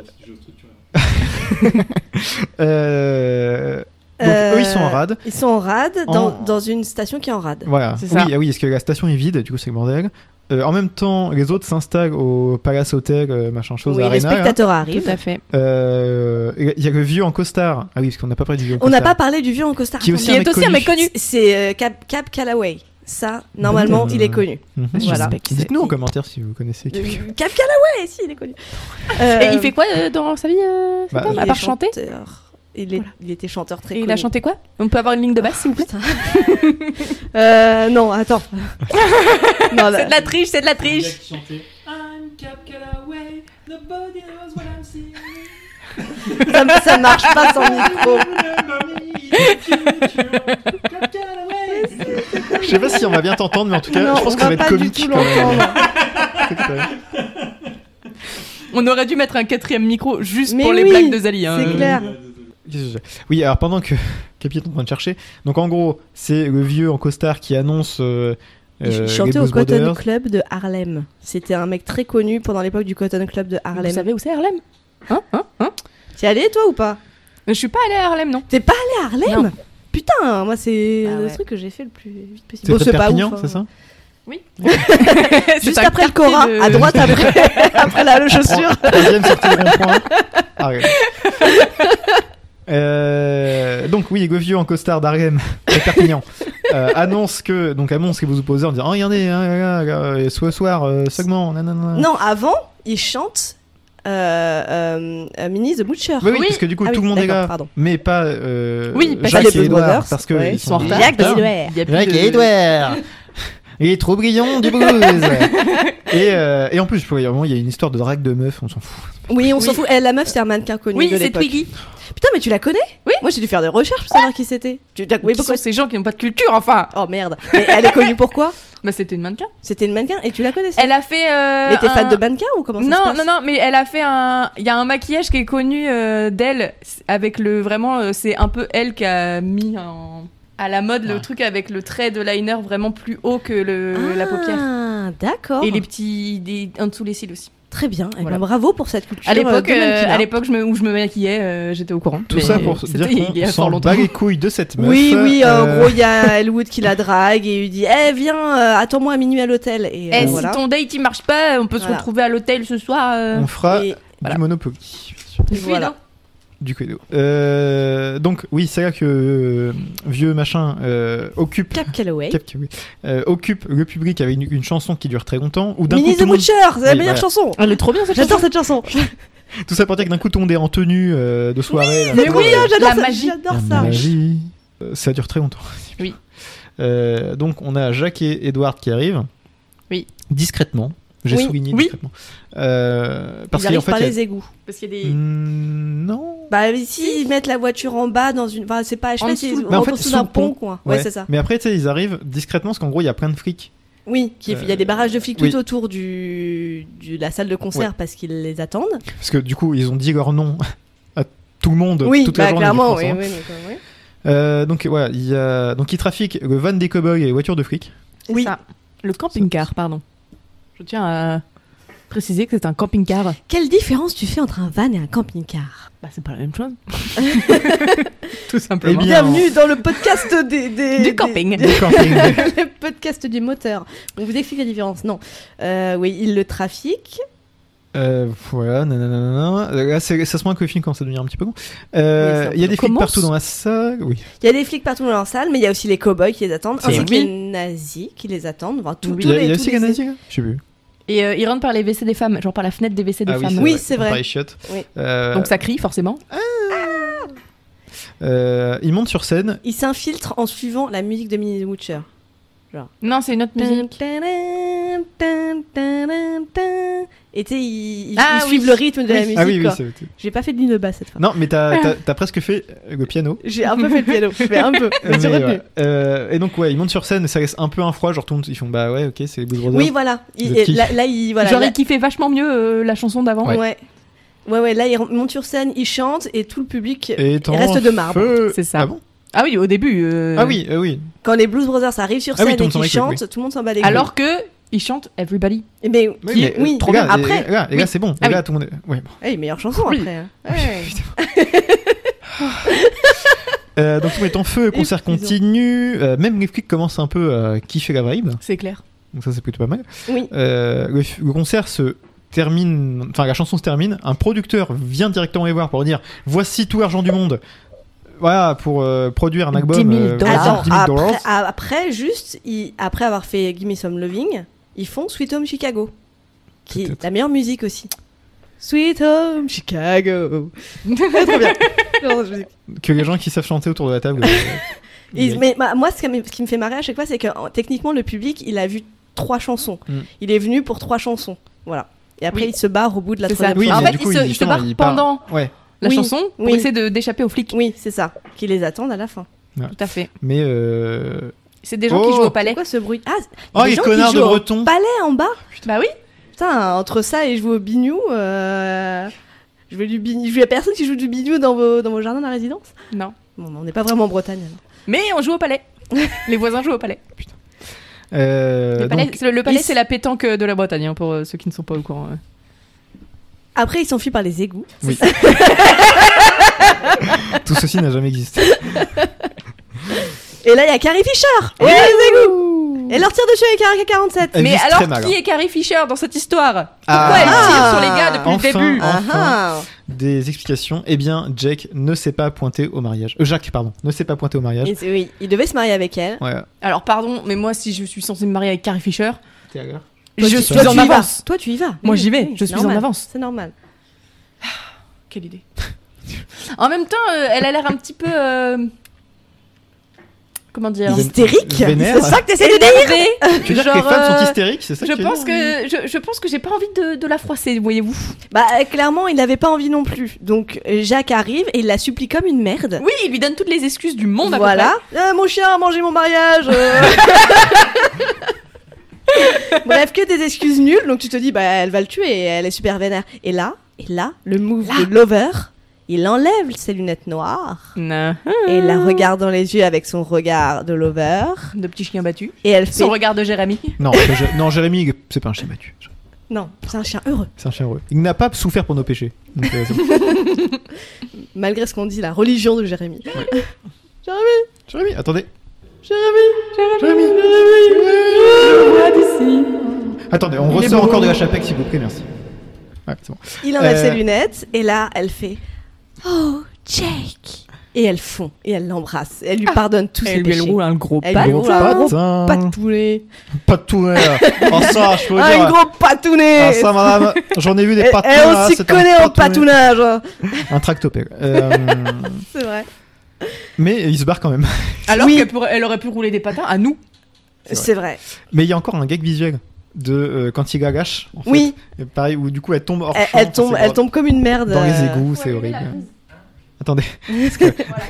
Speaker 8: Donc
Speaker 6: Euh,
Speaker 8: eux ils sont en rade.
Speaker 6: Ils sont en rade dans,
Speaker 8: En-
Speaker 6: dans une station qui est en rade.
Speaker 8: Voilà.
Speaker 6: C'est
Speaker 8: Oui,
Speaker 6: ça.
Speaker 8: ah oui, parce que la station est vide, du coup c'est le bordel. Euh, en même temps, les autres s'installent au Palace Hotel, euh, machin chose.
Speaker 6: Oui, les
Speaker 8: Arena, là.
Speaker 6: spectateurs arrivent.
Speaker 9: Tout à fait.
Speaker 8: Euh, Il y a le vieux en costard. Ah oui, parce qu'on n'a pas parlé du vieux. en
Speaker 6: On n'a pas
Speaker 8: costard.
Speaker 6: parlé du vieux en costard.
Speaker 8: Qui est aussi
Speaker 6: attendez.
Speaker 8: un mec Qui est aussi un connu. mec
Speaker 9: connu.
Speaker 6: C'est euh, Cap, Cap Calloway. Ça, normalement,
Speaker 8: Euh,
Speaker 6: il est connu.
Speaker 8: mhm.
Speaker 6: Voilà.
Speaker 8: Dites-nous en commentaire si vous connaissez. quelqu'un.
Speaker 6: Euh, Cap Calloway, si, il est connu. Euh,
Speaker 9: Et il fait quoi euh, dans sa vie, euh, cet
Speaker 8: Bah,
Speaker 9: homme,
Speaker 8: il
Speaker 9: à
Speaker 8: est
Speaker 9: part chanter
Speaker 6: chanteur. Il, est- il était chanteur très
Speaker 9: Et il
Speaker 6: connu.
Speaker 9: a chanté quoi On peut avoir une ligne de basse, s'il vous plaît
Speaker 6: Euh, non, bah. attends. Non, là-
Speaker 9: C'est de la triche, c'est de la triche
Speaker 6: ça, ça marche pas sans micro.
Speaker 8: Je sais pas si on va bien t'entendre, mais en tout cas,
Speaker 6: Non,
Speaker 8: je pense
Speaker 6: on
Speaker 8: qu'on va,
Speaker 6: va
Speaker 8: être
Speaker 6: pas du
Speaker 8: comique.
Speaker 6: tout
Speaker 8: quand même.
Speaker 6: l'entendre.
Speaker 9: On aurait dû mettre un quatrième micro juste
Speaker 6: Mais
Speaker 9: pour les
Speaker 6: oui,
Speaker 9: blagues de Zali. hein.
Speaker 6: C'est clair.
Speaker 8: euh, Qu'est-ce que c'est Oui, alors pendant que Capitaine est en train de chercher, donc en gros, c'est le vieux en costard qui annonce. Euh, euh,
Speaker 6: Il chantait
Speaker 8: les
Speaker 6: au
Speaker 8: Blues
Speaker 6: Cotton
Speaker 8: Brothers.
Speaker 6: Club de Harlem. C'était un mec très connu pendant l'époque du Cotton Club de Harlem.
Speaker 9: Vous savez où c'est Harlem Hein Hein Hein
Speaker 6: T'y es allé toi ou pas
Speaker 9: Je suis pas allée à Harlem, non.
Speaker 6: T'es pas
Speaker 9: Eh,
Speaker 6: allé à Harlem Putain, moi c'est
Speaker 9: Ah
Speaker 6: le truc que j'ai fait le plus vite possible.
Speaker 8: C'est
Speaker 6: Bon,
Speaker 8: près de Perpignan, c'est ça
Speaker 9: Oui.
Speaker 6: hein. Juste
Speaker 9: C'est un
Speaker 6: après
Speaker 9: quartier
Speaker 6: le Corin,
Speaker 9: de-
Speaker 6: à droite après, après la le chaussure.
Speaker 8: Troisième sortie de rond-point. Ah, ouais. Euh, donc oui, le vieux en costard d'Arlem, à Perpignan, euh, annonce que donc annonce que vous opposez en disant Oh, regardez, hein, là, là, là, ce soir euh, segment, nanana.
Speaker 6: Non, avant, il chante euh, euh, euh, Minnie the Butcher.
Speaker 8: Oui, oui, parce que du coup
Speaker 6: Ah
Speaker 8: tout
Speaker 6: oui,
Speaker 8: le monde est
Speaker 6: d'accord,
Speaker 8: là,
Speaker 6: pardon.
Speaker 8: mais pas euh,
Speaker 6: Oui, parce
Speaker 8: Jacques
Speaker 6: que les
Speaker 8: et
Speaker 6: Blues
Speaker 8: Edouard,
Speaker 6: Brothers,
Speaker 8: parce que
Speaker 6: ouais,
Speaker 8: ils sont
Speaker 6: en retard. Jacques et Edouard.
Speaker 9: Il y a plus
Speaker 8: Jacques
Speaker 9: de-
Speaker 8: et Edouard. Il est trop brillant du blues. et, euh, et en plus, je pourrais dire, vraiment, il y a une histoire de drague de meuf, on s'en fout.
Speaker 6: Oui, on s'en fout. Eh, la meuf, c'est un mannequin connu
Speaker 9: Oui,
Speaker 6: de
Speaker 9: c'est
Speaker 6: l'époque.
Speaker 9: Twiggy.
Speaker 6: Putain, mais tu la connais Oui. Moi, j'ai dû faire des recherches pour savoir qui c'était. Tu t'as- oui,
Speaker 9: Qui
Speaker 6: pourquoi
Speaker 9: sont ces gens qui n'ont pas de culture, enfin
Speaker 6: Oh merde. Mais elle est connue pourquoi
Speaker 9: Bah, c'était une mannequin.
Speaker 6: C'était une mannequin et tu la connaissais.
Speaker 9: Elle a fait. euh,
Speaker 6: Mais t'es fan
Speaker 9: un-
Speaker 6: de mannequin ou comment ça se
Speaker 9: Non,
Speaker 6: passe
Speaker 9: non, non, mais elle a fait un. Il y a un maquillage qui est connu euh, d'elle, c- avec le. Vraiment, euh, c'est un peu elle qui a mis en- à la mode le truc avec le trait de liner vraiment plus haut que le... la paupière.
Speaker 6: Ah, d'accord.
Speaker 9: Et les petits. des- En dessous les cils aussi.
Speaker 6: Très bien. Eh ben,
Speaker 9: Voilà.
Speaker 6: bravo pour cette culture.
Speaker 9: À l'époque,
Speaker 6: euh, de
Speaker 9: euh,
Speaker 6: mannequinat.
Speaker 9: à l'époque je me- où je me maquillais, euh, j'étais au courant.
Speaker 8: Tout
Speaker 9: Mais
Speaker 8: ça pour
Speaker 9: c'était
Speaker 8: dire
Speaker 9: il y a
Speaker 8: qu'on
Speaker 9: fort
Speaker 8: s'en
Speaker 9: longtemps.
Speaker 8: bat les couilles de cette meuf.
Speaker 6: Oui, oui, euh, en
Speaker 8: Euh,
Speaker 6: gros, il y a Elwood qui la drague et lui dit Eh, viens, euh, attends-moi à minuit à l'hôtel. Et, euh,
Speaker 9: Eh,
Speaker 6: voilà.
Speaker 9: si ton date il marche pas, on peut
Speaker 6: Voilà.
Speaker 9: se retrouver à l'hôtel ce soir. euh.
Speaker 8: On fera
Speaker 6: Et-
Speaker 8: du Monopoly.
Speaker 6: Et voilà.
Speaker 8: Du Quedo. Euh, donc, oui, c'est là que euh, vieux machin euh, occupe.
Speaker 6: Cap Calloway.
Speaker 8: Cap- oui, euh, occupe le public avec une, une chanson qui dure très longtemps. Ou d'un coup,
Speaker 6: Minnie
Speaker 8: tout,
Speaker 6: the
Speaker 8: le monde-
Speaker 6: Butcher, c'est la
Speaker 8: Oui,
Speaker 6: meilleure
Speaker 8: voilà.
Speaker 6: chanson.
Speaker 9: Elle est trop bien cette
Speaker 6: J'adore
Speaker 9: chanson.
Speaker 6: cette chanson.
Speaker 8: tout ça pour dire que d'un coup, tout le monde est en tenue euh, de soirée. là,
Speaker 6: C'est trop
Speaker 8: euh,
Speaker 6: bien, j'adore
Speaker 9: la
Speaker 6: ça.
Speaker 9: magie.
Speaker 6: J'adore
Speaker 8: La
Speaker 6: ça.
Speaker 8: magie. Euh, Ça dure très longtemps.
Speaker 9: Oui.
Speaker 8: Euh, donc on a Jacques et Edward qui arrivent.
Speaker 9: Oui.
Speaker 8: Discrètement. J'ai
Speaker 6: Oui.
Speaker 8: souligné
Speaker 9: Oui.
Speaker 8: discrètement. Euh, parce
Speaker 6: Ils
Speaker 8: qu'en
Speaker 6: arrivent
Speaker 8: fait.
Speaker 6: par
Speaker 8: il y a-
Speaker 6: les égouts.
Speaker 9: Parce qu'il y a des.
Speaker 8: Hmm, non.
Speaker 6: Bah ici ils mettent la voiture en bas dans une. Enfin c'est pas
Speaker 9: En
Speaker 6: HPS,
Speaker 9: dessous.
Speaker 6: c'est
Speaker 8: Mais en fait,
Speaker 6: en dessous
Speaker 8: sous
Speaker 6: d'un
Speaker 8: le pont.
Speaker 6: pont quoi. Ouais, c'est ça.
Speaker 8: Mais après, tu sais, ils arrivent discrètement parce qu'en gros, il y a plein de frics.
Speaker 6: Oui, qui- il y
Speaker 8: Euh,
Speaker 6: a des barrages de flics
Speaker 8: oui.
Speaker 6: tout autour du, du- la salle de concert
Speaker 8: Ouais.
Speaker 6: parce qu'ils les attendent.
Speaker 8: Parce que du coup, ils ont dit leur nom à tout le monde
Speaker 6: Oui,
Speaker 8: toute
Speaker 6: bah,
Speaker 8: la journée.
Speaker 6: clairement,
Speaker 8: je pense,
Speaker 6: oui,
Speaker 8: hein.
Speaker 6: oui, donc, euh, oui.
Speaker 8: Euh, donc voilà, il y a... donc ils trafiquent le van des cow-boys et les voitures de frics.
Speaker 6: Oui.
Speaker 9: Ça. Le camping-car, pardon. Je tiens à préciser que c'est un camping-car.
Speaker 6: Quelle différence tu fais entre un van et un camping-car
Speaker 9: Bah, c'est pas la même chose. Tout simplement.
Speaker 8: Eh bien,
Speaker 6: Bienvenue dans le podcast des, des-
Speaker 9: Du
Speaker 6: des-
Speaker 9: camping.
Speaker 6: des-
Speaker 8: Du camping.
Speaker 6: le podcast du moteur. On vous explique la différence. Non, Euh, oui, ils le trafiquent.
Speaker 8: Euh, voilà, nanana. Là, c'est- ça se moins que le film quand ça devient un petit peu con. Euh,
Speaker 9: Oui, ça
Speaker 8: Il y a des flics
Speaker 9: commence.
Speaker 8: partout dans la salle. Oui.
Speaker 6: Il y a des flics partout dans la salle, mais il y a aussi les cow-boys qui les attendent,
Speaker 9: C'est
Speaker 6: ainsi
Speaker 9: vrai.
Speaker 6: que les nazis qui les attendent. Enfin, tout,
Speaker 9: Oui.
Speaker 6: tous
Speaker 8: Ah, il y a,
Speaker 6: les-
Speaker 8: il y a
Speaker 6: tous
Speaker 8: aussi
Speaker 6: les-
Speaker 8: Ganazzi, là Je sais plus.
Speaker 9: Et euh, ils rentrent par les WC des femmes, genre par la fenêtre des WC des
Speaker 8: Ah
Speaker 9: femmes.
Speaker 6: Oui,
Speaker 8: vrai,
Speaker 6: c'est
Speaker 8: par
Speaker 6: vrai.
Speaker 8: les chiottes.
Speaker 6: Oui.
Speaker 8: Euh,
Speaker 9: Donc ça crie forcément.
Speaker 8: euh, il monte sur scène.
Speaker 6: Ils s'infiltrent en suivant la musique de Minnie the Witcher.
Speaker 9: Non, c'est une autre musique.
Speaker 6: Et tu sais, ils, ils-
Speaker 9: Ah
Speaker 6: ils
Speaker 9: oui.
Speaker 6: suivent le rythme de la
Speaker 9: Oui.
Speaker 6: musique.
Speaker 8: Ah oui, oui,
Speaker 6: quoi.
Speaker 8: c'est-
Speaker 6: J'ai pas fait de ligne de basse cette fois.
Speaker 8: Non, mais t'as t'as- t'as presque fait le piano.
Speaker 6: J'ai un peu fait le piano, mais un peu. Mais j'ai
Speaker 8: Mais,
Speaker 6: retenu.
Speaker 8: ouais. Euh, et donc, ouais, il monte sur scène, ça laisse un peu un froid. Genre, tout le monde, ils font bah ouais, ok, c'est les Blues Brothers.
Speaker 6: Oui, voilà. Il-
Speaker 8: Le kiff.
Speaker 6: là, là, il. Voilà,
Speaker 9: Genre
Speaker 6: là-
Speaker 9: ils kiffaient vachement mieux euh, la chanson d'avant.
Speaker 6: Ouais. Ouais, ouais, là, il monte sur scène, il chante et tout le public
Speaker 8: Et
Speaker 6: il reste
Speaker 8: en
Speaker 6: de marbre.
Speaker 8: feu.
Speaker 6: C'est ça.
Speaker 8: Ah bon
Speaker 9: Ah oui, au début. euh,
Speaker 8: Ah oui, euh, oui.
Speaker 6: Quand les Blues Brothers arrivent sur
Speaker 8: Ah oui,
Speaker 6: scène
Speaker 8: tout le monde
Speaker 6: et
Speaker 8: s'en
Speaker 6: qu'ils
Speaker 8: bat les couilles,
Speaker 6: chantent,
Speaker 8: oui.
Speaker 6: tout le monde s'en bat les couilles.
Speaker 9: Alors que ils chantent Everybody.
Speaker 6: Eh ben,
Speaker 8: Oui,
Speaker 6: qui-
Speaker 8: mais, euh,
Speaker 6: oui,
Speaker 8: trop bien.
Speaker 6: après.
Speaker 8: Les, les gars, les gars,
Speaker 6: oui.
Speaker 8: c'est bon.
Speaker 6: Ah
Speaker 8: les gars,
Speaker 6: oui.
Speaker 8: tout le monde. est- Ouais, bon.
Speaker 6: Eh, meilleure chanson
Speaker 9: Oui.
Speaker 6: après. hein.
Speaker 8: Euh, donc, tout le monde est en feu, concert continue. Euh, même les flics commencent un peu à kiffer la vibe.
Speaker 9: C'est clair.
Speaker 8: Donc, ça, c'est plutôt pas mal.
Speaker 6: Oui.
Speaker 8: Euh, le, f- le concert se termine, enfin la chanson se termine, un producteur vient directement les voir pour dire voici tout l'argent du monde. Voilà, pour euh, produire un album.
Speaker 13: 10 000
Speaker 8: euh,
Speaker 13: dollars.
Speaker 8: pour 10 000 dollars.
Speaker 6: Après, a- après, juste, ils- après avoir fait Gimme Some Loving, ils font Sweet Home Chicago, qui est la meilleure musique aussi. Sweet Home Chicago. Ouais, Trop bien. Genre, je-
Speaker 8: Que les gens qui savent chanter autour de la table. euh,
Speaker 6: Et-
Speaker 8: Oui.
Speaker 6: mais bah, moi, ce qui, me- ce qui me fait marrer à chaque fois, c'est que en- techniquement, le public, il a vu trois chansons.
Speaker 8: Mm.
Speaker 6: Il est venu pour trois chansons. Voilà. Et après, il se barre au bout de la
Speaker 9: C'est
Speaker 6: troisième
Speaker 9: ça. Oui,
Speaker 6: chanson.
Speaker 9: mais En fait, du coup, il se- il- il se justement, barre il part- pendant
Speaker 8: ouais.
Speaker 9: La
Speaker 6: Oui,
Speaker 9: chanson pour
Speaker 6: oui.
Speaker 9: essayer de- d'échapper aux flics.
Speaker 6: Oui, c'est ça. Qui les attendent à la fin.
Speaker 8: Ouais.
Speaker 9: Tout à fait.
Speaker 8: Mais. euh,
Speaker 9: C'est des gens qui
Speaker 8: Oh
Speaker 9: jouent au palais.
Speaker 6: C'est quoi ce bruit Ah, c'est-
Speaker 8: Oh,
Speaker 6: des
Speaker 8: les
Speaker 6: gens qui
Speaker 8: connards de
Speaker 6: jouent au
Speaker 8: Bretons.
Speaker 6: palais en bas
Speaker 8: Oh,
Speaker 9: Bah oui.
Speaker 6: Putain, entre ça et jouer au bignou, euh, je vais du bignou. Je vais à personne qui joue du bignou dans vos, dans vos jardins de la résidence
Speaker 9: Non.
Speaker 6: Bon, on n'est pas vraiment en Bretagne. alors.
Speaker 9: Mais on joue au palais. les voisins jouent au palais.
Speaker 8: euh,
Speaker 9: Le palais,
Speaker 8: donc,
Speaker 9: c'est- le- le palais,
Speaker 6: Ils-
Speaker 9: c'est la pétanque de la Bretagne, hein, pour euh, ceux qui ne sont pas au courant. euh.
Speaker 6: Après, ils s'enfuient par les égouts.
Speaker 8: oui. Tout ceci n'a jamais existé.
Speaker 6: Et là, il y a Carrie Fisher Et les égouts Elle leur tire dessus avec un AK-47
Speaker 8: Elle
Speaker 9: Mais
Speaker 8: vise très
Speaker 9: alors,
Speaker 8: mal,
Speaker 9: qui
Speaker 8: hein.
Speaker 9: est Carrie Fisher dans cette histoire Pourquoi
Speaker 8: Ah.
Speaker 9: elle tire sur les gars depuis
Speaker 8: Enfin,
Speaker 9: le début
Speaker 8: enfin,
Speaker 6: Ah.
Speaker 8: des explications. Eh bien, Jake ne s'est pas pointé au mariage. Euh, Jacques, pardon, ne s'est pas pointé au mariage.
Speaker 6: Et c'est- Oui, il devait se marier avec elle.
Speaker 8: Ouais.
Speaker 9: Alors, pardon, mais moi, si je suis censée me marier avec Carrie Fisher,
Speaker 8: T'es à l'heure
Speaker 9: je
Speaker 6: tu-
Speaker 9: suis
Speaker 6: toi,
Speaker 9: en
Speaker 6: tu y vas.
Speaker 9: avance.
Speaker 6: Toi, tu y vas.
Speaker 9: Moi,
Speaker 6: Oui,
Speaker 9: j'y vais.
Speaker 6: oui,
Speaker 9: Je suis en
Speaker 6: normal.
Speaker 9: avance.
Speaker 6: C'est normal.
Speaker 9: Quelle idée. En même temps, euh, elle a l'air un petit peu. euh, Comment dire
Speaker 6: Hystérique
Speaker 8: Vénère.
Speaker 6: C'est ça que t'essaies de dire
Speaker 9: Énervée.
Speaker 8: Tu veux dire que les
Speaker 9: Genre,
Speaker 8: femmes
Speaker 9: euh,
Speaker 8: sont hystériques C'est ça
Speaker 9: Je
Speaker 8: que tu veux
Speaker 9: pense
Speaker 8: dire
Speaker 9: que je, je pense que j'ai pas envie de, de la froisser, voyez-vous.
Speaker 6: Bah, euh, clairement, il n'avait pas envie non plus. Donc, euh, Jacques arrive et il la supplie comme une merde.
Speaker 9: Oui, il lui donne toutes les excuses du monde. bah, à peu
Speaker 6: voilà. Euh, mon chien a mangé mon mariage. euh. Bref, que des excuses nulles. Donc tu te dis, bah, elle va le tuer. et Elle est super vénère. Et là, et là, le move de Lover, il enlève ses lunettes noires
Speaker 9: près. Non.
Speaker 6: et la
Speaker 9: Ah.
Speaker 6: regarde dans les yeux avec son regard de Lover.
Speaker 9: De petits chiens battus.
Speaker 6: Et elle fait.
Speaker 9: Son regard de Jérémy.
Speaker 8: Non, que je- non, Jérémy, il- c'est pas un chien battu.
Speaker 6: Non, c'est un chien heureux.
Speaker 8: C'est un chien heureux. Il n'a pas souffert pour nos péchés. Donc, euh, c'est bon.
Speaker 6: Malgré ce qu'on dit, la religion de Jérémy. Jérémy,
Speaker 8: Jérémy, attendez.
Speaker 6: Jérémy,
Speaker 8: Jérémy,
Speaker 6: Jérémy.
Speaker 8: Attendez, on
Speaker 6: Il est
Speaker 8: ressort
Speaker 6: beau.
Speaker 8: encore de la chapelle, s'il vous plaît, merci. Ouais, c'est bon.
Speaker 6: Il enlève
Speaker 8: Euh,
Speaker 6: ses lunettes et là, elle fait Oh, Jake Et elle fond et elle l'embrasse. et Elle lui pardonne tous ses
Speaker 9: Ah. Elle lui
Speaker 6: péchés.
Speaker 9: elle roule un gros
Speaker 6: Elle
Speaker 9: pas.
Speaker 6: lui roule un gros
Speaker 8: Patin.
Speaker 6: pas de poulet.
Speaker 8: Pas de tourneur. En ça, je peux vous
Speaker 6: Ah, un
Speaker 8: euh, dire. euh,
Speaker 6: gros patounet
Speaker 8: Ah, ça, madame, j'en ai vu
Speaker 6: Et,
Speaker 8: des patins.
Speaker 6: et on
Speaker 8: là,
Speaker 6: s'y
Speaker 8: c'est un
Speaker 6: connaît en
Speaker 8: patounet.
Speaker 6: patounage hein.
Speaker 8: Un tractopelle. Euh,
Speaker 6: C'est vrai.
Speaker 8: mais il se barre quand même.
Speaker 9: Alors
Speaker 6: Oui.
Speaker 9: qu'elle pourrait- elle aurait pu rouler des patins à nous.
Speaker 8: C'est vrai.
Speaker 6: C'est vrai.
Speaker 8: Mais il y a encore un gag visuel de euh, quand il gagache. en fait.
Speaker 6: Oui.
Speaker 8: Et pareil, où du coup, elle tombe hors
Speaker 6: Elle,
Speaker 8: champ,
Speaker 6: elle tombe,
Speaker 8: c'est
Speaker 6: elle
Speaker 8: dans-
Speaker 6: tombe comme une merde.
Speaker 8: Dans les
Speaker 6: euh.
Speaker 8: égouts, c'est horrible. Attendez.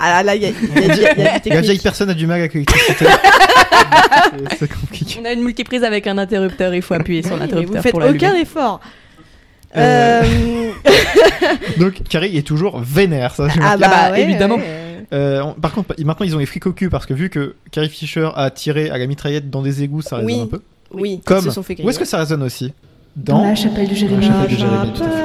Speaker 6: Ah là, là, il y a, il y a- il y a- il y a du
Speaker 8: La vieille
Speaker 6: technique.
Speaker 8: personne a du mal avec l'électricité. C'est- c'est compliqué.
Speaker 9: On a une multiprise avec un interrupteur. Il faut appuyer sur
Speaker 6: Mais vous
Speaker 9: l'interrupteur
Speaker 6: faites
Speaker 9: pour la
Speaker 6: aucun effort.
Speaker 8: Euh,
Speaker 6: Euh,
Speaker 8: Donc, Carrie est toujours vénère, ça. j'ai
Speaker 6: ah
Speaker 8: marqué.
Speaker 6: bah,
Speaker 9: bah,
Speaker 6: ouais,
Speaker 9: évidemment.
Speaker 6: ouais.
Speaker 8: Euh, on- par contre, maintenant ils ont les flics au cul parce que vu que Carrie Fisher a tiré à la mitraillette dans des égouts, ça résonne
Speaker 6: Oui.
Speaker 8: un peu.
Speaker 6: Oui, ils
Speaker 8: Comme.
Speaker 6: se sont fait
Speaker 8: Où est-ce que ça résonne aussi Dans,
Speaker 13: la chapelle du Jérémy.
Speaker 8: La chapelle du Jérémy, tout à fait.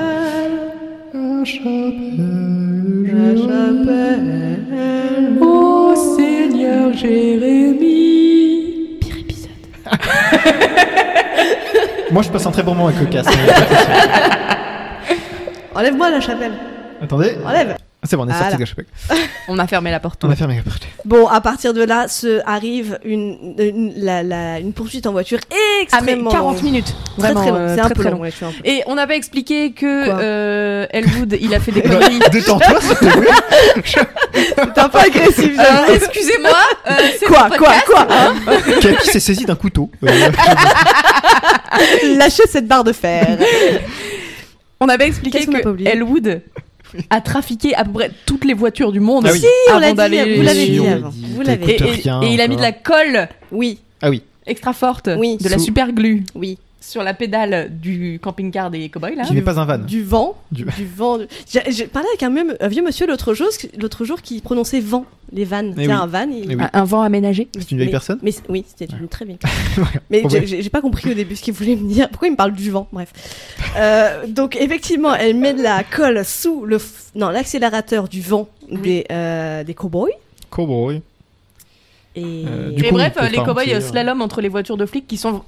Speaker 13: Oh Seigneur Jérémy.
Speaker 8: Moi je passe un très bon moment avec le casque.
Speaker 6: Enlève-moi la chapelle.
Speaker 8: Attendez.
Speaker 6: Enlève.
Speaker 8: C'est bon, on est sorti
Speaker 6: Voilà.
Speaker 8: de la chapelle.
Speaker 9: On a fermé la porte.
Speaker 8: On a fermé la porte.
Speaker 6: Bon, à partir de là, se arrive une, une, la- la- une poursuite en voiture
Speaker 9: Ah mais
Speaker 6: extrêmement
Speaker 9: 40
Speaker 6: longue.
Speaker 9: minutes.
Speaker 6: Très
Speaker 9: Vraiment,
Speaker 6: très long,
Speaker 9: euh,
Speaker 6: c'est un
Speaker 9: très,
Speaker 6: peu
Speaker 9: très
Speaker 6: long. ouais, je suis un peu-
Speaker 9: Et on avait expliqué que
Speaker 6: Quoi
Speaker 9: euh, Elwood, il a fait des
Speaker 8: Eh ben,
Speaker 9: conneries.
Speaker 8: Détends-toi, s'il te plaît.
Speaker 6: T'es un peu agressif,
Speaker 9: Euh,
Speaker 6: j'avoue.
Speaker 9: Excusez-moi. euh, c'est
Speaker 6: Quoi,
Speaker 9: mon
Speaker 6: quoi,
Speaker 9: podcast.
Speaker 6: quoi
Speaker 8: Capi s'est saisi d'un couteau. Euh,
Speaker 6: Ah, Lâchez cette barre de fer.
Speaker 9: On avait expliqué
Speaker 6: Qu'est-ce qu'on a pas
Speaker 9: que
Speaker 6: oublié
Speaker 9: Elwood a trafiqué à peu près toutes les voitures du monde
Speaker 8: Ah oui. Si,
Speaker 6: on l'a
Speaker 9: avant
Speaker 6: dit,
Speaker 9: d'aller.
Speaker 6: vous l'avez
Speaker 8: si,
Speaker 6: dit
Speaker 8: on l'a
Speaker 6: avant.
Speaker 8: dit,
Speaker 6: Vous l'avez.
Speaker 9: Et,
Speaker 8: t'écoutes
Speaker 9: et-
Speaker 8: rien
Speaker 9: et il a mis de
Speaker 8: encore.
Speaker 9: la colle
Speaker 6: Oui,
Speaker 8: Ah oui.
Speaker 9: extra forte,
Speaker 6: Oui.
Speaker 9: de la
Speaker 8: Sous-
Speaker 9: super glue.
Speaker 6: oui.
Speaker 9: sur la pédale du camping-car des cow-boys là.
Speaker 8: Qui n'est pas un van.
Speaker 9: Du vent.
Speaker 8: Du-
Speaker 6: Du vent. du- J'ai j'ai parlé avec un, même- un vieux monsieur l'autre jour, l'autre jour qui prononçait vent, les vannes.
Speaker 8: Eh
Speaker 6: C'est
Speaker 8: oui.
Speaker 6: un van. il-
Speaker 8: Eh oui. Un- un
Speaker 9: vent aménagé.
Speaker 8: C'est une vieille
Speaker 6: Mais-
Speaker 8: personne
Speaker 6: mais, Oui, c'était une très vieille personne. mais
Speaker 8: Ouais.
Speaker 6: j'ai- j'ai j'ai pas compris au début ce qu'il voulait me dire. Pourquoi il me parle du vent Bref. Euh, donc, effectivement, elle met de la colle sous le f- non, l'accélérateur du vent des, euh, des cow-boys.
Speaker 8: Cowboy.
Speaker 6: Et,
Speaker 8: Euh,
Speaker 9: Et bref, les cow-boys euh,
Speaker 6: cow-boys
Speaker 9: slalom entre les voitures de flics qui sont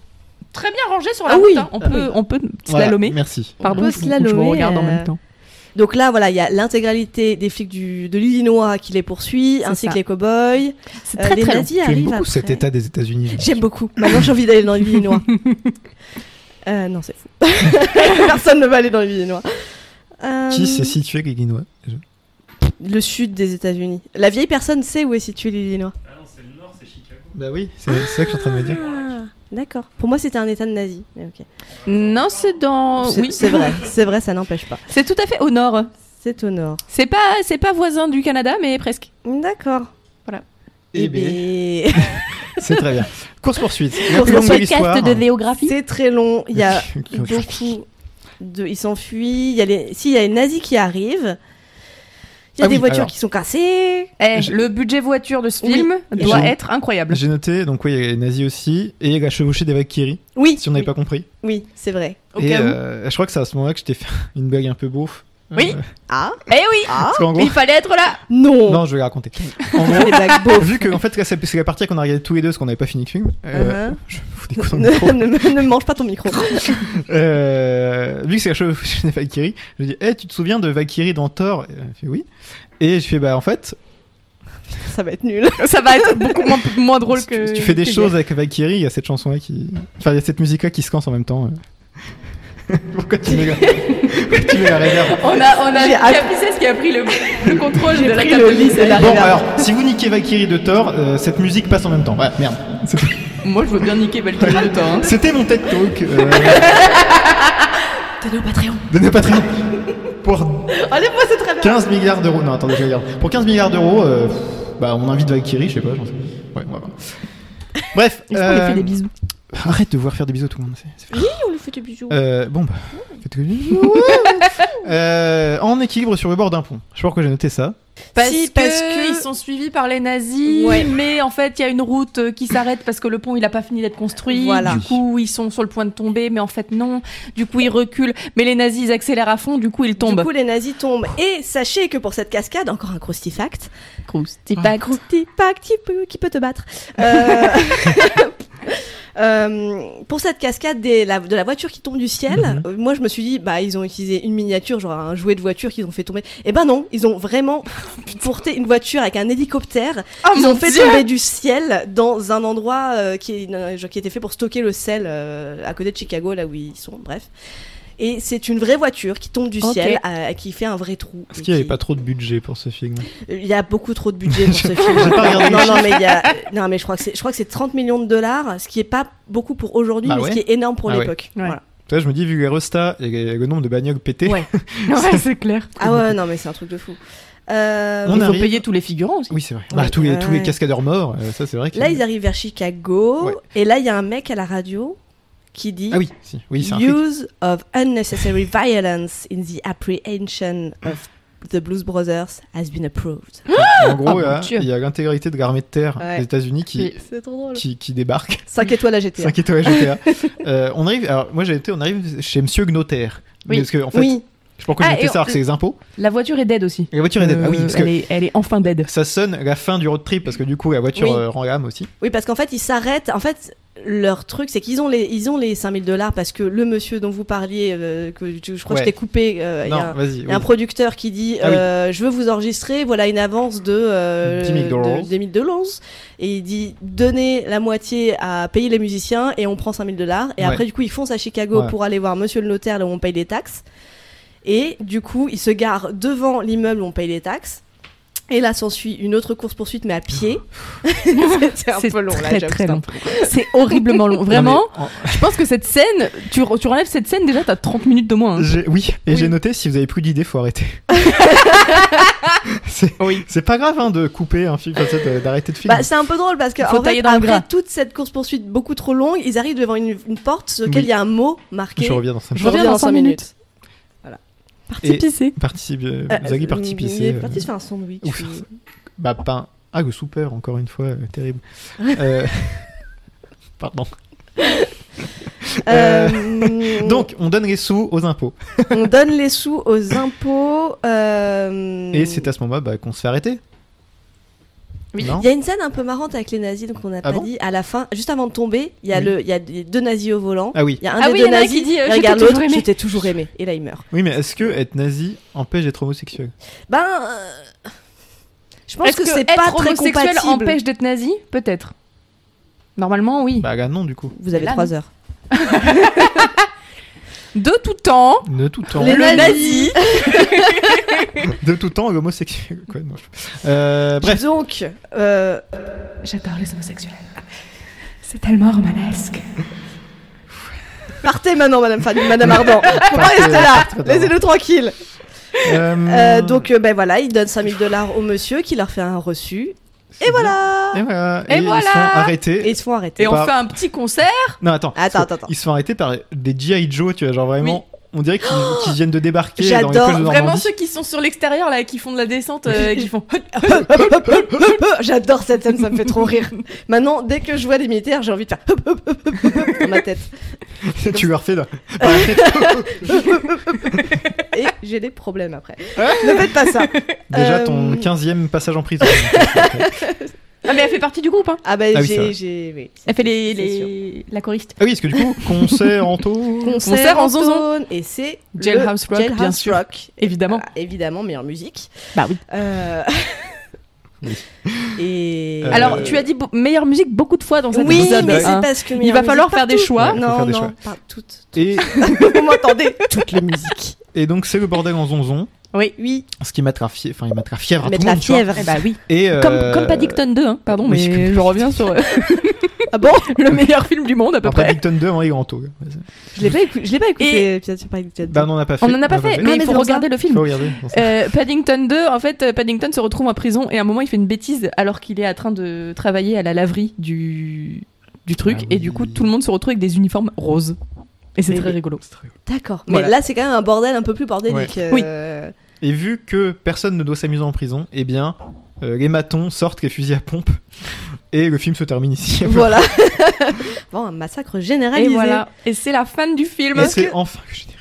Speaker 9: très bien rangées sur la
Speaker 6: Ah
Speaker 9: route.
Speaker 6: oui.
Speaker 9: hein. On,
Speaker 6: Ah
Speaker 9: peut,
Speaker 6: oui.
Speaker 9: on peut
Speaker 6: Voilà,
Speaker 9: slalomer.
Speaker 8: merci.
Speaker 9: Pardon,
Speaker 6: On peut
Speaker 9: je, je me
Speaker 6: slalomer,
Speaker 9: regarde en
Speaker 6: euh,
Speaker 9: même temps.
Speaker 6: Donc là, voilà, il y a l'intégralité des flics du, de l'Illinois qui les poursuit,
Speaker 9: C'est
Speaker 6: ainsi
Speaker 9: ça.
Speaker 6: que les cow-boys.
Speaker 9: C'est
Speaker 6: Euh, les
Speaker 8: Tu
Speaker 6: nazis
Speaker 8: aimes
Speaker 6: arrivent
Speaker 8: beaucoup
Speaker 6: après.
Speaker 8: cet état des États-Unis.
Speaker 6: J'aime beaucoup. Maintenant, j'ai envie d'aller dans l'Illinois. euh, non, c'est fou. Personne ne va aller dans l'Illinois. Euh,
Speaker 8: Qui s'est situé l'Illinois déjà
Speaker 6: Le sud des États-Unis. La vieille personne sait où est situé l'Illinois.
Speaker 8: Bah oui, c'est c'est ça que je suis en train de me dire.
Speaker 6: Ah, D'accord. Pour moi, c'était un état de nazi. Mais ok.
Speaker 9: Non, c'est dans.
Speaker 6: C'est-
Speaker 9: Oui,
Speaker 6: c'est vrai. C'est vrai, ça n'empêche pas.
Speaker 9: C'est tout à fait au nord.
Speaker 6: C'est au nord.
Speaker 9: C'est pas, c'est pas voisin du Canada, mais presque.
Speaker 6: D'accord.
Speaker 9: Voilà.
Speaker 8: Eh
Speaker 6: ben.
Speaker 8: C'est très bien. Course poursuite. La
Speaker 6: Pour
Speaker 8: plus
Speaker 6: ce
Speaker 8: longue de l'histoire.
Speaker 6: podcast de géographie. C'est très long. Il y a
Speaker 8: Géographie.
Speaker 6: beaucoup de. Ils s'enfuient. Il y a les. Si, il y a les nazis qui arrivent. Il y a
Speaker 8: Ah
Speaker 6: des
Speaker 8: oui,
Speaker 6: voitures
Speaker 8: alors.
Speaker 6: qui sont cassées.
Speaker 9: Eh, le budget voiture de ce film doit
Speaker 8: J'ai-
Speaker 9: être incroyable.
Speaker 8: J'ai noté, donc oui, il y a les nazis aussi, et la chevauchée des Valkyries.
Speaker 6: Oui.
Speaker 8: Si on n'avait pas compris.
Speaker 6: Oui, c'est vrai.
Speaker 8: et euh, je crois que c'est à ce moment-là que je t'ai fait une blague un peu beauf.
Speaker 9: Oui.
Speaker 8: Euh,
Speaker 6: Ah.
Speaker 9: Eh oui.
Speaker 8: Parce qu'en gros-
Speaker 9: Il fallait être là.
Speaker 6: Non.
Speaker 8: Non, je vais la raconter. En gros, vu que en fait, là, c'est c'est la partie qu'on a regardée tous les deux, parce qu'on n'avait pas fini le film. euh,
Speaker 6: Uh-huh.
Speaker 8: Je vous découpe dans le micro.
Speaker 6: ne, ne- ne mange pas ton micro.
Speaker 8: Euh, vu que c'est la chevauchée des Valkyries, je lui dis Eh, tu te souviens de Valkyrie dans Thor Et Elle fait Oui. Et je fais Bah, en fait,
Speaker 6: ça va être nul.
Speaker 9: Ça va être beaucoup moins, moins drôle que.
Speaker 8: tu fais des
Speaker 9: que
Speaker 8: choses
Speaker 9: hier.
Speaker 8: avec Valkyrie, il y a cette chanson-là qui. Enfin, il y a cette musique-là qui se lance en même temps. euh. Pourquoi tu mets la, Pourquoi tu mets la réverb
Speaker 9: On a, on a
Speaker 6: J'ai app-
Speaker 9: Capices qui a pris le, le contrôle de la
Speaker 6: pris
Speaker 9: carte
Speaker 6: le
Speaker 9: de
Speaker 6: lit,
Speaker 9: visite.
Speaker 6: c'est la
Speaker 8: Bon,
Speaker 6: réverb.
Speaker 8: alors, si vous niquez Valkyrie de Thor, euh, cette musique passe en même temps. Voilà, merde. C'est tout.
Speaker 9: Moi, je veux bien niquer Valkyrie de temps. hein.
Speaker 8: C'était mon TED Talk. Euh,
Speaker 6: Tenez au Patreon.
Speaker 8: de Patreon. Pour
Speaker 9: Ah,
Speaker 6: Allez-moi, c'est très bien.
Speaker 8: 15 milliards d'euros. Non, attendez, je regarde. Pour 15 milliards d'euros, euh, pff, bah, on invite Valkyrie, je sais pas. j'en sais- Ouais, on va voir. Bref.
Speaker 9: Est-ce qu'on lui
Speaker 8: euh,
Speaker 9: fait des bisous
Speaker 8: Arrête de vouloir faire des bisous à tout le monde. c'est- c'est-
Speaker 6: Oui, on lui fait des bisous.
Speaker 8: Euh, bon, bah. faites des bisous. Euh, en équilibre sur le bord d'un pont. Je crois que j'ai noté ça.
Speaker 9: Parce,
Speaker 6: Si,
Speaker 9: que
Speaker 6: parce que-
Speaker 9: ils sont suivis par les nazis,
Speaker 6: Ouais.
Speaker 9: mais en fait il y a une route euh, qui s'arrête parce que le pont il a pas fini d'être construit.
Speaker 6: Voilà.
Speaker 9: Du coup ils sont sur le point de tomber, mais en fait non. Du coup ils reculent, mais les nazis ils accélèrent à fond, du coup ils tombent.
Speaker 6: Du coup, les nazis tombent. Et sachez que pour cette cascade, encore un croustifact.
Speaker 9: Croustifact.
Speaker 6: Croustifact qui peut, qui peut te battre. Euh, euh, pour cette cascade des- la- de la voiture qui tombe du ciel,
Speaker 9: Mhm.
Speaker 6: euh, moi je me suis dit, bah ils ont utilisé une miniature, genre un jouet de voiture qu'ils ont fait tomber. Et ben non, ils ont vraiment porté une voiture avec un hélicoptère.
Speaker 9: Oh,
Speaker 6: ils
Speaker 9: mon
Speaker 6: ont fait
Speaker 9: Dieu
Speaker 6: tomber du ciel dans un endroit euh, qui, est- euh, qui était fait pour stocker le sel euh, à côté de Chicago, là où ils sont. Bref. Et c'est une vraie voiture qui tombe du
Speaker 9: Ok.
Speaker 6: ciel, euh, qui fait un vrai trou.
Speaker 8: Est-ce
Speaker 6: et
Speaker 8: qu'il n'y
Speaker 6: qui-
Speaker 8: avait pas trop de budget pour ce film
Speaker 6: il y a beaucoup trop de budget pour ce film.
Speaker 8: J'ai pas regardé les
Speaker 6: non, non,
Speaker 8: chiffres.
Speaker 6: mais il y a, non, mais je crois que c'est, je crois que c'est 30 millions de dollars, ce qui est pas beaucoup pour aujourd'hui,
Speaker 8: Bah
Speaker 6: mais
Speaker 8: ouais.
Speaker 6: ce qui est énorme pour
Speaker 8: Ah ouais.
Speaker 6: l'époque.
Speaker 9: Ouais.
Speaker 6: Voilà.
Speaker 8: Tu vois, je me dis, vu les restats et les- le nombre de bagnoles pétées,
Speaker 6: Ouais.
Speaker 9: Ouais, c'est clair.
Speaker 6: Ah ouais, non, mais c'est un truc de fou. Euh,
Speaker 8: On
Speaker 9: ils ont
Speaker 8: arrive-
Speaker 9: payé tous les figurants aussi.
Speaker 8: Oui, c'est vrai. Bah,
Speaker 6: Ouais.
Speaker 8: tous, les, tous les
Speaker 6: Ouais.
Speaker 8: cascadeurs morts, euh, ça c'est vrai. que-
Speaker 6: Là, ils arrivent vers Chicago,
Speaker 8: Ouais.
Speaker 6: et là, il y a un mec à la radio qui dit
Speaker 8: Ah oui, si. oui c'est un flic.
Speaker 6: Use of unnecessary violence in the apprehension of the Blues Brothers has been approved.
Speaker 8: En gros,
Speaker 9: Oh,
Speaker 8: là,
Speaker 9: mon Dieu.
Speaker 8: il y a l'intégralité de l'armée de terre
Speaker 6: Ah, Ouais.
Speaker 8: des États-Unis qui,
Speaker 9: Mais
Speaker 6: C'est trop drôle.
Speaker 8: qui, qui débarque.
Speaker 6: 5 étoiles à GTA.
Speaker 8: 5 étoiles GTA. Euh, on arrive, alors moi j'ai été, on arrive chez Monsieur Gnotaire.
Speaker 9: Oui.
Speaker 8: Parce que, en fait,
Speaker 6: Oui.
Speaker 8: je pense que
Speaker 9: Ah,
Speaker 8: j'ai noté
Speaker 9: et
Speaker 8: ça, alors
Speaker 9: on-
Speaker 8: que c'est les impôts.
Speaker 9: La voiture est dead aussi.
Speaker 8: La voiture est dead. Ah oui,
Speaker 9: Euh,
Speaker 8: parce que-
Speaker 9: elle, est, elle est enfin dead.
Speaker 8: Ça sonne la fin du road trip parce que du coup la voiture
Speaker 6: Oui.
Speaker 8: euh, rend l'âme aussi.
Speaker 6: Oui, parce qu'en fait, ils s'arrêtent. En fait, leur truc, c'est qu'ils ont les, ils ont les 5000 dollars parce que le monsieur dont vous parliez, euh, que tu- je crois
Speaker 8: Ouais.
Speaker 6: que je t'ai coupé, euh, il y
Speaker 8: non,
Speaker 6: a un-
Speaker 8: vas-y.
Speaker 6: il y
Speaker 8: oui.
Speaker 6: a un producteur qui dit
Speaker 8: Ah oui.
Speaker 6: euh, Je veux vous enregistrer, voilà une avance de, euh,
Speaker 8: 10 000 dollars.
Speaker 6: de 10 000 dollars. Et il dit Donnez la moitié à payer les musiciens et on prend 5 000 dollars. Et
Speaker 8: Ouais.
Speaker 6: après, du coup, ils foncent à Chicago
Speaker 8: Ouais.
Speaker 6: pour aller voir monsieur le notaire là où on paye les taxes. Et du coup, ils se garent devant l'immeuble où on paye les taxes. Et là s'ensuit une autre course-poursuite, mais à pied. C'était un
Speaker 9: C'est
Speaker 6: peu long, là,
Speaker 9: très,
Speaker 6: j'avoue,
Speaker 9: très
Speaker 6: c'était un
Speaker 9: long.
Speaker 6: peu
Speaker 9: C'est horriblement long. Vraiment,
Speaker 6: Non,
Speaker 9: je pense que cette scène, tu, re- tu relèves cette scène, déjà, t'as 30 minutes de moins. hein.
Speaker 8: J'ai- Oui, et j'ai noté si vous avez plus d'idées, faut arrêter. c'est c'est pas grave hein, de couper un film comme ça, de- d'arrêter de filmer.
Speaker 6: Bah, c'est un peu drôle parce que
Speaker 8: Faut
Speaker 6: en fait,
Speaker 8: tailler dans le
Speaker 6: après
Speaker 8: gras.
Speaker 6: toute cette course poursuite beaucoup trop longue, ils arrivent devant une, une porte sur laquelle
Speaker 8: Oui.
Speaker 6: il y a un mot marqué.
Speaker 8: Je reviens dans cinq
Speaker 6: Je
Speaker 8: minutes.
Speaker 6: reviens dans
Speaker 8: cinq
Speaker 6: 5 minutes.
Speaker 8: Et-
Speaker 6: pisser.
Speaker 8: Participe, euh,
Speaker 6: Euh,
Speaker 8: Zaghi
Speaker 6: euh,
Speaker 8: partit
Speaker 6: il est
Speaker 8: pisser.
Speaker 6: parti
Speaker 8: euh,
Speaker 6: se faire un sandwich,
Speaker 8: ou faire
Speaker 6: ou-
Speaker 8: ça. Bah, pain. Ah, le souper, encore une fois, euh, terrible. Euh, Pardon. Euh, Donc, on donne les sous aux impôts.
Speaker 6: On donne les sous aux impôts. euh,
Speaker 8: Et c'est à ce moment bah, qu'on se fait arrêter.
Speaker 6: Il
Speaker 8: Non
Speaker 6: y a une scène un peu marrante avec les nazis, donc on n'a pas
Speaker 8: Ah bon
Speaker 6: dit. À la fin, juste avant de tomber, il y a
Speaker 8: Oui.
Speaker 6: le, il y a des- deux nazis au volant.
Speaker 8: Ah oui.
Speaker 6: Il y a un
Speaker 9: Ah
Speaker 6: des
Speaker 9: oui,
Speaker 6: deux
Speaker 9: il y en a un
Speaker 6: nazis
Speaker 9: qui dit, euh,
Speaker 6: il
Speaker 9: j'étais
Speaker 6: regarde
Speaker 9: toujours
Speaker 6: l'autre,
Speaker 9: aimé.
Speaker 6: j'étais toujours aimé, et là il meurt.
Speaker 8: Oui, mais est-ce que être nazi empêche d'être homosexuel
Speaker 6: Ben, euh, je pense
Speaker 9: Est-ce
Speaker 6: que,
Speaker 9: que
Speaker 6: c'est
Speaker 9: être
Speaker 6: pas très
Speaker 9: homosexuel
Speaker 6: compatible.
Speaker 9: empêche d'être nazi Peut-être. Normalement, oui.
Speaker 8: Bah, non, du coup.
Speaker 6: Vous avez
Speaker 9: Là,
Speaker 6: 3
Speaker 9: non.
Speaker 6: heures.
Speaker 9: De tout temps,
Speaker 8: De tout temps.
Speaker 9: Les Le nazis.
Speaker 8: De tout temps, l'homosexuel. Quoi, non, je- Euh, bref.
Speaker 6: Donc, euh,
Speaker 9: j'adore les homosexuels. C'est tellement romanesque.
Speaker 6: partez maintenant, Madame Fanny, Madame Ardent. Faut pas
Speaker 9: Partez,
Speaker 6: rester là.
Speaker 9: partez d'abord.
Speaker 6: Laissez-le tranquille.
Speaker 8: Euh,
Speaker 6: Euh, donc, euh, ben voilà, il donne 5000 dollars au monsieur qui leur fait un reçu. Et voilà
Speaker 8: Et voilà
Speaker 9: Et
Speaker 8: Et Ils se font
Speaker 9: voilà.
Speaker 8: arrêter.
Speaker 6: Et ils se font arrêter.
Speaker 9: Et on
Speaker 8: Par-
Speaker 9: fait un petit concert.
Speaker 8: Non, attends.
Speaker 6: Attends,
Speaker 8: Parce que
Speaker 6: attends,
Speaker 8: Ils se font arrêter par des G.I. Joe, tu vois, genre vraiment. On dirait qu'ils
Speaker 6: Oh
Speaker 8: qu'ils viennent de débarquer dans les
Speaker 9: J'adore
Speaker 8: plages de
Speaker 9: vraiment
Speaker 8: Normandie.
Speaker 9: ceux qui sont sur l'extérieur là, qui font de la descente, euh, qui font.
Speaker 6: J'adore cette scène, ça me fait trop rire. Maintenant, dès que je vois des militaires, j'ai envie de faire hop, hop, hop, hop, hop, hop dans ma tête.
Speaker 8: tu leur fais là.
Speaker 6: Et j'ai des problèmes après. ne faites pas ça.
Speaker 8: Déjà
Speaker 6: Euh,
Speaker 8: ton 15e passage en prison.
Speaker 9: Ah mais elle fait partie du groupe hein.
Speaker 6: Ah bah
Speaker 8: Ah oui, c'est vrai.
Speaker 6: j'ai, j'ai- oui.
Speaker 9: Elle fait les, les... la choriste.
Speaker 8: Ah oui, parce que du coup, concert en taux.
Speaker 6: Concert,
Speaker 9: Concert en
Speaker 6: en
Speaker 9: zonzon.
Speaker 6: zone et c'est le
Speaker 9: Jailhouse Rock,
Speaker 6: Jailhouse
Speaker 9: bien sûr.
Speaker 6: Rock.
Speaker 9: Évidemment.
Speaker 6: Voilà, évidemment, mais en musique.
Speaker 9: Bah oui.
Speaker 6: Euh, et
Speaker 8: Euh,
Speaker 9: Alors tu as dit bo- meilleure musique beaucoup de fois dans cet
Speaker 6: oui,
Speaker 9: épisode.
Speaker 6: mais c'est
Speaker 9: hein.
Speaker 6: parce que
Speaker 9: il va falloir faire des choix.
Speaker 8: Ouais, faut
Speaker 6: non,
Speaker 8: faire des
Speaker 6: non,
Speaker 8: choix.
Speaker 6: pas toutes.
Speaker 8: Et,
Speaker 6: Vous m'entendez Toutes les musiques.
Speaker 8: et donc, c'est le bordel en zonzon.
Speaker 9: Oui,
Speaker 6: oui.
Speaker 8: Ce qui mettra, fie- enfin, il mettra fièvre à
Speaker 6: Mettre
Speaker 8: Ah, tout le
Speaker 6: la
Speaker 8: monde. tu vois.
Speaker 6: fièvre. Eh bah oui.
Speaker 8: Et,
Speaker 9: Comme,
Speaker 8: euh,
Speaker 9: comme Paddington 2, hein. pardon,
Speaker 8: oui,
Speaker 9: mais je reviens sur.
Speaker 6: ah bon
Speaker 9: Le meilleur film du monde à peu
Speaker 8: Après
Speaker 9: près.
Speaker 8: Paddington 2 en est en taux. Vas-y.
Speaker 6: Je l'ai pas, écou- je l'ai pas écouté. Puis tu parles de-
Speaker 8: Bah, non, on n'a pas fait.
Speaker 9: On en a pas fait, mais il faut
Speaker 6: c'est pour
Speaker 9: regarder
Speaker 6: ça.
Speaker 9: le film.
Speaker 8: Faut regarder. Non, c'est-
Speaker 9: Euh, Paddington 2, en fait, euh, Paddington se retrouve en prison et à un moment il fait une bêtise alors qu'il est en train de travailler à la laverie du, du truc
Speaker 8: Ah
Speaker 9: et du coup tout le monde se retrouve avec des uniformes roses. Et c'est
Speaker 6: Et-
Speaker 9: très rigolo.
Speaker 6: D'accord. Mais
Speaker 9: Voilà.
Speaker 6: là, c'est quand même un bordel un peu plus bordélique.
Speaker 8: Ouais.
Speaker 9: Oui.
Speaker 6: euh,
Speaker 8: Et vu que personne ne doit s'amuser en prison, eh bien, euh, les matons sortent les fusils à pompe. Et le film se termine ici.
Speaker 6: Voilà. bon, un massacre
Speaker 9: Et
Speaker 6: généralisé.
Speaker 9: voilà. Et c'est la fin du film.
Speaker 8: Et c'est enfin que je dis.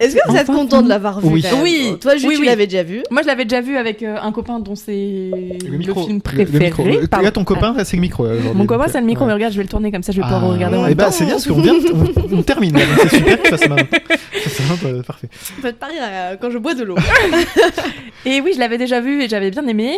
Speaker 6: Est-ce que vous êtes
Speaker 9: Enfin,
Speaker 6: content de l'avoir vu
Speaker 8: Oui.
Speaker 6: quand même
Speaker 9: Oui.
Speaker 6: Toi, Jules,
Speaker 9: Oui,
Speaker 6: tu
Speaker 9: oui.
Speaker 6: l'avais déjà vu.
Speaker 9: Moi je l'avais déjà vu avec euh, un copain dont c'est le, film préféré.
Speaker 8: Le, micro.
Speaker 9: Pardon.
Speaker 8: Là, ton copain, c'est le micro. là,
Speaker 9: Ah.
Speaker 8: aujourd'hui.
Speaker 9: Mon copain c'est le micro,
Speaker 8: Ouais.
Speaker 9: mais regarde, je vais le tourner comme ça, je vais pouvoir regarder en
Speaker 8: et
Speaker 9: même
Speaker 8: bah,
Speaker 9: temps. hein.
Speaker 8: c'est bien parce qu'on vient, on, on termine. là, donc C'est super que ça, c'est maintenant. Ça, c'est maintenant, euh, parfait.
Speaker 6: Faites pas rire euh, quand je bois de l'eau.
Speaker 9: Et oui, je l'avais déjà vu et j'avais bien aimé.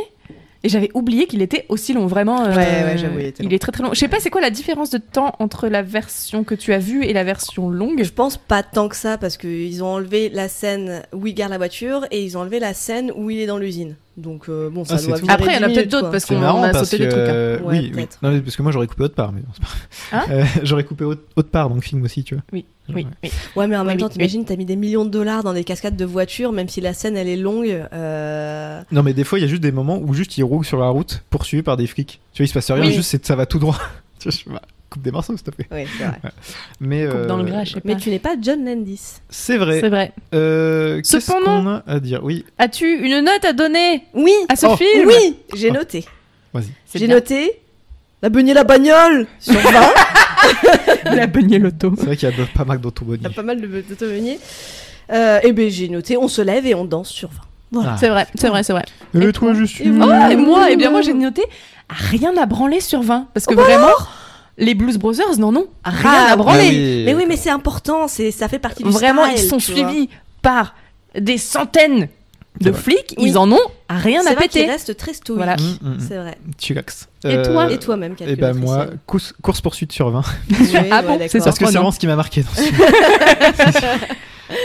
Speaker 9: Et j'avais oublié qu'il était aussi long, vraiment. euh,
Speaker 6: Ouais, ouais, j'avoue, il était
Speaker 9: est très très long. Je sais pas, c'est quoi la différence de temps entre la version que tu as vue et la version longue
Speaker 6: Je pense pas tant que ça parce qu'ils ont enlevé la scène où il garde la voiture et ils ont enlevé la scène où il est dans l'usine. Donc euh, bon, ça
Speaker 8: Ah, c'est
Speaker 6: doit
Speaker 8: tout.
Speaker 6: durer
Speaker 9: Après, il y en a
Speaker 6: 10
Speaker 9: peut-être
Speaker 6: minutes,
Speaker 9: d'autres
Speaker 6: quoi.
Speaker 9: parce
Speaker 8: C'est
Speaker 9: qu'on
Speaker 8: marrant
Speaker 9: a
Speaker 8: parce
Speaker 9: sauté des
Speaker 8: que,
Speaker 9: trucs, hein.
Speaker 8: euh,
Speaker 6: Ouais,
Speaker 8: oui, oui.
Speaker 6: peut-être.
Speaker 8: Non, mais parce que moi j'aurais coupé autre part, mais non, c'est pas
Speaker 9: Hein
Speaker 8: Euh, J'aurais coupé autre, autre part dans le film aussi, tu vois.
Speaker 9: Oui, oui, oui.
Speaker 6: Ouais, mais en même
Speaker 9: Oui,
Speaker 6: temps,
Speaker 9: oui,
Speaker 6: t'imagines, t'as mis des millions de dollars dans des cascades de voitures, même si la scène elle est longue. euh,
Speaker 8: Non, mais des fois il y a juste des moments où juste ils roulent sur la route poursuivis par des flics. Tu vois, il se passe rien,
Speaker 6: Oui.
Speaker 8: juste c'est- ça va tout droit. tu vois, je- bah, coupe des morceaux, s'il te plaît.
Speaker 6: Oui, c'est vrai.
Speaker 8: Ouais. Mais euh,
Speaker 9: dans le gras, je sais
Speaker 6: Mais
Speaker 9: pas.
Speaker 6: tu n'es pas John Landis.
Speaker 8: c'est vrai.
Speaker 9: C'est vrai.
Speaker 8: Euh, Qu'est-ce
Speaker 9: Cependant-
Speaker 8: qu'on a à dire Oui,
Speaker 9: As-tu une note à donner
Speaker 6: Oui,
Speaker 9: à Ah, ce
Speaker 8: Oh.
Speaker 9: film
Speaker 6: oui, j'ai
Speaker 8: Ah.
Speaker 6: noté.
Speaker 8: vas-y.
Speaker 9: C'est
Speaker 6: J'ai
Speaker 9: bien.
Speaker 6: noté la beugner la bagnole sur 20.
Speaker 9: La bagnole auto.
Speaker 8: C'est vrai qu'il y a pas mal d'autobonniers.
Speaker 6: Il y a pas mal de d'automeuniers. Euh, et ben j'ai noté, on se lève et on danse sur 20. Voilà.
Speaker 8: Ah.
Speaker 9: C'est vrai, c'est vrai, c'est vrai.
Speaker 8: Le toi, je suis.
Speaker 9: Oh,
Speaker 6: Ah.
Speaker 9: et moi, et bien moi j'ai noté à rien à branler sur 20 parce
Speaker 6: Oh,
Speaker 9: que vraiment les Blues Brothers n'en ont à rien
Speaker 6: Ah,
Speaker 9: à branler.
Speaker 8: oui. Et-
Speaker 6: Mais oui, mais c'est important, c'est ça fait partie du
Speaker 9: Vraiment,
Speaker 6: style,
Speaker 9: ils sont
Speaker 6: tu vois.
Speaker 9: suivis par des centaines
Speaker 8: C'est
Speaker 9: de
Speaker 8: vrai.
Speaker 9: flics,
Speaker 6: Oui.
Speaker 9: ils en ont à rien
Speaker 6: C'est
Speaker 9: à
Speaker 6: vrai qu'ils
Speaker 9: péter.
Speaker 6: restent très stoïques.
Speaker 9: Voilà.
Speaker 8: Mm, mm, mm.
Speaker 6: C'est vrai.
Speaker 8: Tu laxes.
Speaker 9: Et toi
Speaker 6: Et toi-même,
Speaker 8: Et Euh, ben
Speaker 6: calculatrice.
Speaker 8: moi, course poursuite sur 20.
Speaker 6: Ouais,
Speaker 9: Ah
Speaker 6: ouais,
Speaker 9: bon,
Speaker 6: d'accord.
Speaker 9: c'est
Speaker 8: Parce que c'est
Speaker 9: Surprenant.
Speaker 8: vraiment ce qui m'a marqué dans ce film.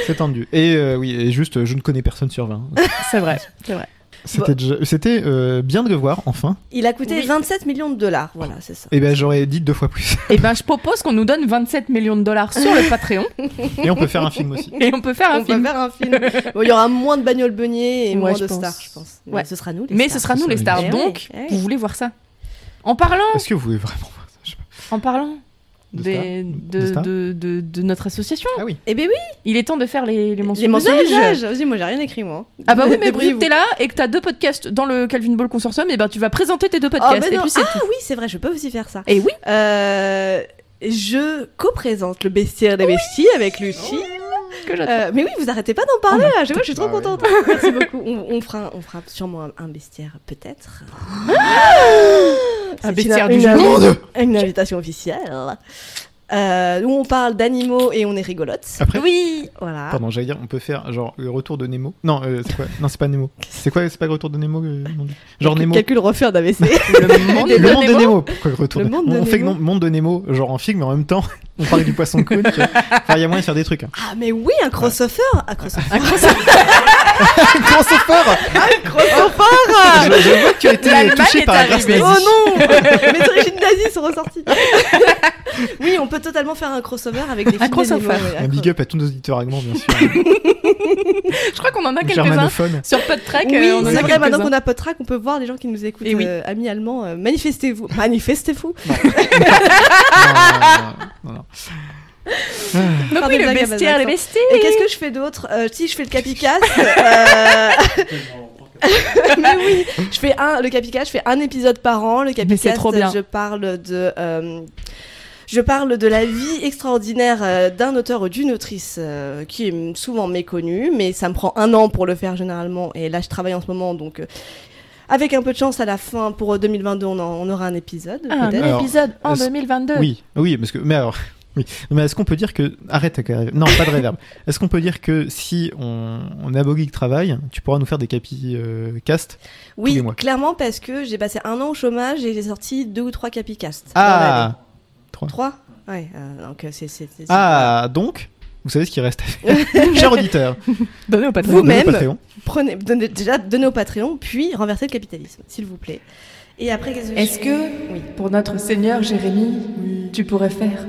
Speaker 8: C'est tendu. Et euh, oui, et juste, euh, je ne connais personne sur 20.
Speaker 9: C'est vrai, c'est vrai.
Speaker 8: C'était déjà- c'était, euh, bien de le voir, enfin.
Speaker 6: Il a coûté 27 millions de dollars, voilà,
Speaker 9: Ah.
Speaker 6: c'est ça.
Speaker 8: Et ben j'aurais dit deux fois plus.
Speaker 9: Et ben, je propose qu'on nous donne 27 millions de dollars sur le Patreon.
Speaker 8: Et on peut faire un film aussi.
Speaker 9: Et on peut faire un
Speaker 6: On
Speaker 9: film.
Speaker 6: peut faire un film. Bon, il y aura moins de bagnoles beignées
Speaker 9: Ouais,
Speaker 6: et moins
Speaker 9: je
Speaker 6: de
Speaker 9: pense.
Speaker 6: stars, je pense. Mais
Speaker 9: Ouais.
Speaker 6: ce sera nous les
Speaker 9: Mais
Speaker 6: stars.
Speaker 9: ce sera nous les stars.
Speaker 6: Eh
Speaker 9: Donc,
Speaker 6: oui, eh oui.
Speaker 9: vous voulez voir ça En parlant,
Speaker 8: Est-ce que vous voulez vraiment
Speaker 9: en parlant
Speaker 8: De
Speaker 9: des-
Speaker 8: De
Speaker 9: de,
Speaker 8: stars
Speaker 9: de- de- de notre association.
Speaker 8: Ah oui.
Speaker 6: Eh ben oui.
Speaker 9: Il est temps de faire les, les mentions
Speaker 6: Les mentions
Speaker 9: d'usage.
Speaker 6: d'usage. Vas-y, moi j'ai rien écrit moi.
Speaker 9: Ah bah oui, mais vu que
Speaker 6: Débrouillez-vous.
Speaker 9: t'es là et que t'as deux podcasts dans le Calvin Ball Consortium, et ben tu vas présenter tes deux podcasts.
Speaker 6: Ah, bah
Speaker 9: et
Speaker 6: non.
Speaker 9: puis c'est
Speaker 6: Ah
Speaker 9: tout.
Speaker 6: oui, c'est vrai, je peux aussi faire ça. Euh,
Speaker 9: Et oui.
Speaker 6: je co-présente le bestiaire des besties avec Lucie. Euh, mais oui, vous arrêtez pas d'en parler, là. Je, vois, je suis
Speaker 8: bah
Speaker 6: trop contente. Merci beaucoup. On, on fera, on fera sûrement un, un bestiaire, peut-être. C'est
Speaker 9: Un bestiaire
Speaker 6: une-
Speaker 9: du
Speaker 6: une-
Speaker 9: monde.
Speaker 6: Une invitation officielle. Euh, où on parle d'animaux et on est rigolote.
Speaker 8: Après-
Speaker 6: oui. Voilà.
Speaker 8: Pardon, j'allais dire, on peut faire genre le retour de Nemo. Non, euh, c'est quoi Non, c'est pas Nemo. C'est quoi C'est pas le retour de Nemo euh, mon dieu Genre Nemo.
Speaker 6: Calcul refaire d'ABC.
Speaker 8: Le monde de Nemo. Pourquoi le retour
Speaker 6: Le
Speaker 8: de-
Speaker 6: monde
Speaker 8: on,
Speaker 6: de
Speaker 8: on fait
Speaker 6: Nemo.
Speaker 8: le monde de Nemo genre en film, mais en même temps, on parle du poisson clown. tu vois. Enfin, il y a moyen de faire des trucs. hein.
Speaker 6: Ah mais oui, un crossover. Un crossover. Un
Speaker 8: crossover.
Speaker 6: crossover.
Speaker 8: Je, je vois que tu as été
Speaker 6: L'Allemagne
Speaker 8: touché
Speaker 6: est
Speaker 8: par la race
Speaker 6: arrivée.
Speaker 8: nazie.
Speaker 6: Oh non Mes origines nazies sont ressorties. oui, on peut totalement faire un crossover avec des films
Speaker 9: crossover.
Speaker 6: d'animaux, ouais,
Speaker 8: Un big up à tous nos auditeurs allemands, bien sûr.
Speaker 9: Je crois qu'on en a quelques-uns
Speaker 8: Germanophone.
Speaker 9: sur PodTrack.
Speaker 6: Oui,
Speaker 9: euh, on en a
Speaker 6: c'est vrai, maintenant
Speaker 9: quelques-uns.
Speaker 6: qu'on a Potrac, on peut voir les gens qui nous écoutent,
Speaker 9: Et oui.
Speaker 6: euh, amis allemands, euh, manifestez-vous. Manifestez-vous.
Speaker 9: Donc
Speaker 6: Faire
Speaker 9: oui,
Speaker 6: des
Speaker 9: le
Speaker 6: blagues à base
Speaker 9: bestiaire, les
Speaker 6: d'accent.
Speaker 9: besties.
Speaker 6: Et qu'est-ce que je fais d'autre Euh, Si, je fais le Capicas. euh, Mais oui, je fais un, le Capicas, je fais un épisode par an. Le Capicas,
Speaker 9: c'est trop bien.
Speaker 6: je parle de... euh, je parle de la vie extraordinaire euh, d'un auteur ou d'une autrice euh, qui est mm, souvent méconnue, mais ça me prend un an pour le faire généralement. Et là, je travaille en ce moment, donc euh, avec un peu de chance, à la fin pour euh, 2022, on, en- on aura un épisode.
Speaker 9: Ah, Un
Speaker 6: peut-être.
Speaker 8: Alors,
Speaker 9: épisode en
Speaker 8: est-ce-
Speaker 9: 2022.
Speaker 8: euh, Oui, oui, parce que. Mais alors. Oui. Mais est-ce qu'on peut dire que. Arrête avec la- Non, pas de réverb. Est-ce qu'on peut dire que si on, on abolit le travail, tu pourras nous faire des capi euh, cast tous
Speaker 6: Oui,
Speaker 8: les mois
Speaker 6: clairement parce que j'ai passé un an au chômage et j'ai sorti deux ou trois capicastes.
Speaker 8: Ah Trois.
Speaker 6: Trois Ouais, euh, donc euh, c'est. c'est- c'est-
Speaker 8: Ah, donc, vous savez ce qu'il reste à faire. Cher auditeur,
Speaker 9: Donnez au Patreon.
Speaker 8: Donnez au
Speaker 6: Vous-même,
Speaker 8: Patreon.
Speaker 6: prenez, donnez, déjà donnez au Patreon, puis renversez le capitalisme, s'il vous plaît. Et après, qu'est-ce que je
Speaker 9: Est-ce
Speaker 6: fais
Speaker 9: que,
Speaker 6: Oui.
Speaker 9: pour notre Seigneur Jérémie, tu pourrais faire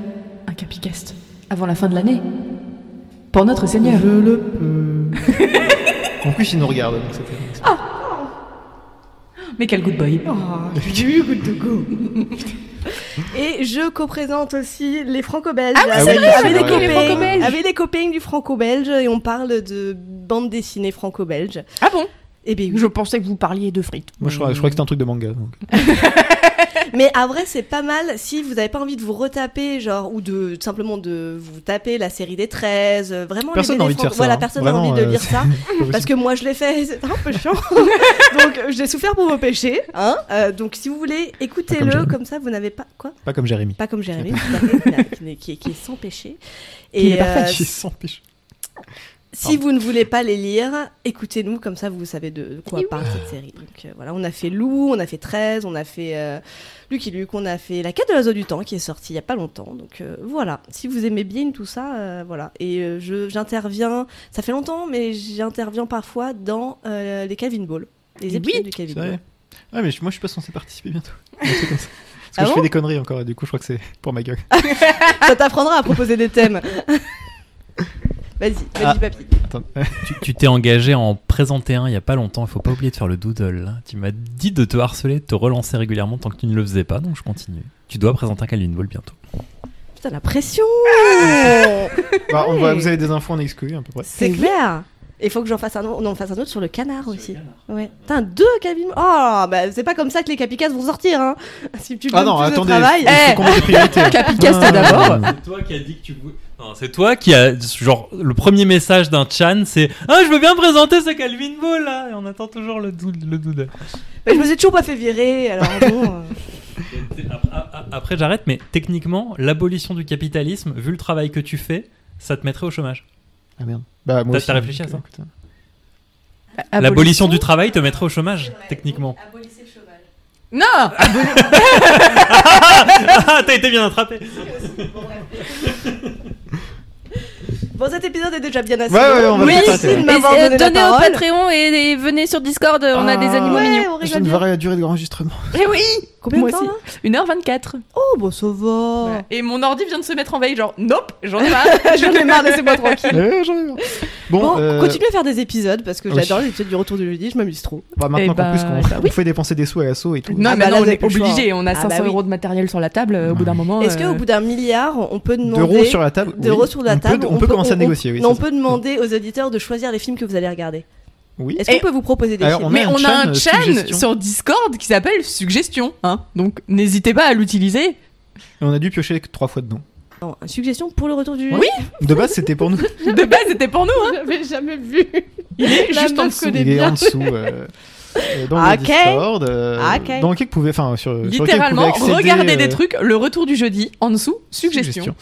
Speaker 9: un capicast avant la fin de l'année Pour notre Seigneur.
Speaker 8: Je le peux. en plus, il nous regarde. donc ça fait-
Speaker 6: Ah.
Speaker 9: Mais quel good boy.
Speaker 6: J'ai eu good to go. Et je co-présente aussi les franco-belges.
Speaker 9: Ah oui,
Speaker 8: c'est
Speaker 6: avec,
Speaker 8: vrai,
Speaker 6: avec
Speaker 8: c'est
Speaker 6: les
Speaker 8: vrai, les
Speaker 6: copains,
Speaker 8: Franco-Belges.
Speaker 6: avec les copains du franco-belge et on parle de bande dessinée franco-belge.
Speaker 9: Ah bon
Speaker 6: Eh ben oui.
Speaker 9: Je pensais que vous parliez de frites.
Speaker 8: Moi, je crois, je crois que c'est un truc de manga. donc.
Speaker 6: Mais à vrai, c'est pas mal si vous n'avez pas envie de vous retaper, genre, ou de simplement de vous taper la série des 13. euh, Vraiment,
Speaker 8: Personne
Speaker 6: les
Speaker 8: n'a
Speaker 6: BD
Speaker 8: envie de faire
Speaker 6: fran-
Speaker 8: ça,
Speaker 6: Voilà,
Speaker 8: hein.
Speaker 6: personne n'a
Speaker 8: Vraiment,
Speaker 6: envie de
Speaker 8: euh,
Speaker 6: lire
Speaker 8: c'est
Speaker 6: ça.
Speaker 8: pas possible.
Speaker 6: parce que moi, je l'ai fait, c'est un peu chiant. donc, euh, j'ai souffert pour vos péchés. Hein Euh, donc, si vous voulez, écoutez-le, comme,
Speaker 8: Jérémy.
Speaker 6: ça, vous n'avez pas. Quoi
Speaker 8: Pas comme Jérémy.
Speaker 6: Pas comme Jérémy, tout à fait, qui n'a- qui, n'est- qui est, qui est sans péché.
Speaker 8: Il est
Speaker 6: Et euh,
Speaker 8: parfait, il est sans péché.
Speaker 6: si vous ne voulez pas les lire, écoutez-nous, comme ça vous savez de quoi parle cette série. Donc euh, voilà, on a fait Lou, on a fait 13, on a fait euh, Lucky Luke, on a fait La quête de l'oiseau du temps qui est sortie il y a pas longtemps. Donc euh, voilà, si vous aimez bien tout ça, euh, voilà. Et euh, je- j'interviens, ça fait longtemps, mais j'interviens parfois dans euh, les Calvin Ball. Les
Speaker 9: Oui,
Speaker 6: épisodes du Calvin
Speaker 8: C'est
Speaker 6: Ball.
Speaker 8: vrai. Ouais, mais je- moi, je suis pas censé participer bientôt. Un truc comme ça. Parce que
Speaker 6: Ah
Speaker 8: je
Speaker 6: bon
Speaker 8: fais des conneries encore, et du coup, je crois que c'est pour ma gueule.
Speaker 6: Ça t'apprendra à proposer des thèmes. vas-y, vas-y,
Speaker 8: Ah.
Speaker 6: papy.
Speaker 8: Attends.
Speaker 4: Tu- Tu t'es engagé à en présenter un il y a pas longtemps. Il faut pas oublier de faire le doodle. hein. Tu m'as dit de te harceler, de te relancer régulièrement tant que tu ne le faisais pas, donc je continue. Tu dois présenter un Calvin Ball bientôt.
Speaker 6: Putain, la pression
Speaker 8: Bah, on
Speaker 6: Ouais.
Speaker 8: voit- vous avez des infos en exclu, à peu près.
Speaker 6: C'est clair. Il faut que j'en fasse un autre. Non, on fasse un autre sur le canard aussi. Ouais. Putain, deux cabines. Oh, bah c'est pas comme ça que les capicas vont sortir, hein. Si tu veux
Speaker 8: Ah non,
Speaker 6: plus
Speaker 8: attendez,
Speaker 6: de travail.
Speaker 8: il faut
Speaker 6: Eh,
Speaker 8: qu'on mette des priorités.
Speaker 9: Capicas,
Speaker 8: Ah,
Speaker 9: d'abord.
Speaker 4: C'est toi qui a dit que tu voulais. Non, c'est toi qui a. Genre, le premier message d'un Chan, c'est Ah, je veux bien présenter ce Calvin Ball là Et on attend toujours le, dou- le doodle.
Speaker 6: mais Bah, je me suis toujours pas fait virer, alors bon. euh,
Speaker 4: Après, après, j'arrête, mais techniquement, l'abolition du capitalisme, vu le travail que tu fais, ça te mettrait au chômage.
Speaker 8: Ah merde. Bah, moi
Speaker 4: T'as-
Speaker 8: aussi,
Speaker 4: t'as réfléchi à
Speaker 8: donc,
Speaker 4: ça
Speaker 8: putain.
Speaker 4: Ah, L'abolition du travail te mettrait au chômage, techniquement.
Speaker 9: Non
Speaker 4: Ah, T'as été bien attrapé.
Speaker 6: Bon, cet épisode est déjà bien assez.
Speaker 8: Ouais, ouais, on va
Speaker 6: Merci
Speaker 8: s'arrêter là.
Speaker 6: de
Speaker 9: bah,
Speaker 6: m'avoir
Speaker 14: Et, euh,
Speaker 6: donné la
Speaker 14: donnez au
Speaker 6: parole.
Speaker 14: Patreon et, et venez sur Discord, on a des animaux
Speaker 8: Ah,
Speaker 14: mignons.
Speaker 8: Je ne verrai la durée de l'enregistrement.
Speaker 9: Eh oui
Speaker 6: Combien
Speaker 9: Moi
Speaker 6: de temps,
Speaker 9: aussi. 1h24.
Speaker 6: hein. Oh, bah ça va.
Speaker 9: Et mon ordi vient de se mettre en veille, genre, nope, j'en ai marre.
Speaker 6: J'en ai marre, laissez-moi tranquille.
Speaker 8: Ouais, Eh, j'en ai marre. Bon,
Speaker 6: Bon,
Speaker 8: euh,
Speaker 6: continuez à faire des épisodes parce que
Speaker 8: oui.
Speaker 6: j'adore les épisodes du retour du jeudi, je m'amuse trop.
Speaker 8: bah,
Speaker 6: Eh
Speaker 8: maintenant qu'en
Speaker 6: bah,
Speaker 8: plus qu'on
Speaker 6: bah
Speaker 8: on
Speaker 6: oui.
Speaker 8: fait dépenser des sous à l'assaut et tout.
Speaker 9: Non,
Speaker 6: Ah
Speaker 9: mais
Speaker 6: bah là,
Speaker 9: là, on
Speaker 6: vous avez
Speaker 9: est
Speaker 6: plus le
Speaker 9: obligé,
Speaker 6: choix.
Speaker 9: on a
Speaker 6: Ah
Speaker 9: 500
Speaker 6: bah oui.
Speaker 9: euros de matériel sur la table, euh, au bout d'un moment.
Speaker 6: Est-ce qu'au
Speaker 9: euh,
Speaker 6: bout d'un milliard, on peut demander.
Speaker 8: D'euros sur la table,
Speaker 6: d'euros
Speaker 8: oui.
Speaker 6: sur la
Speaker 8: On peut-
Speaker 6: table,
Speaker 8: on peut commencer à négocier, oui, ça,
Speaker 6: non, on peut demander aux auditeurs de choisir les films que vous allez regarder.
Speaker 8: Oui. Eh,
Speaker 6: Est-ce qu'on peut vous proposer des films
Speaker 9: mais on a un chan
Speaker 8: suggestions.
Speaker 9: sur Discord qui s'appelle Suggestion, hein. Donc n'hésitez pas à l'utiliser.
Speaker 8: Et on a dû piocher trois fois dedans.
Speaker 6: Non, une suggestion pour le retour du
Speaker 9: Oui.
Speaker 8: De base, c'était pour nous.
Speaker 9: De base, c'était pour nous, hein.
Speaker 13: J'avais jamais vu.
Speaker 9: Il est
Speaker 13: La
Speaker 9: juste en
Speaker 13: meuf
Speaker 9: dessous.
Speaker 13: connaît
Speaker 8: Il est
Speaker 13: bien.
Speaker 8: en dessous. euh, euh, dans le
Speaker 9: Ok.
Speaker 8: Discord. euh,
Speaker 9: Ok.
Speaker 8: Dans lequel vous pouvez. Enfin, sur, sur lequel vous
Speaker 9: Littéralement,
Speaker 8: pouvez accéder,
Speaker 9: regardez
Speaker 8: euh,
Speaker 9: des trucs, le retour du jeudi, en dessous, suggestion.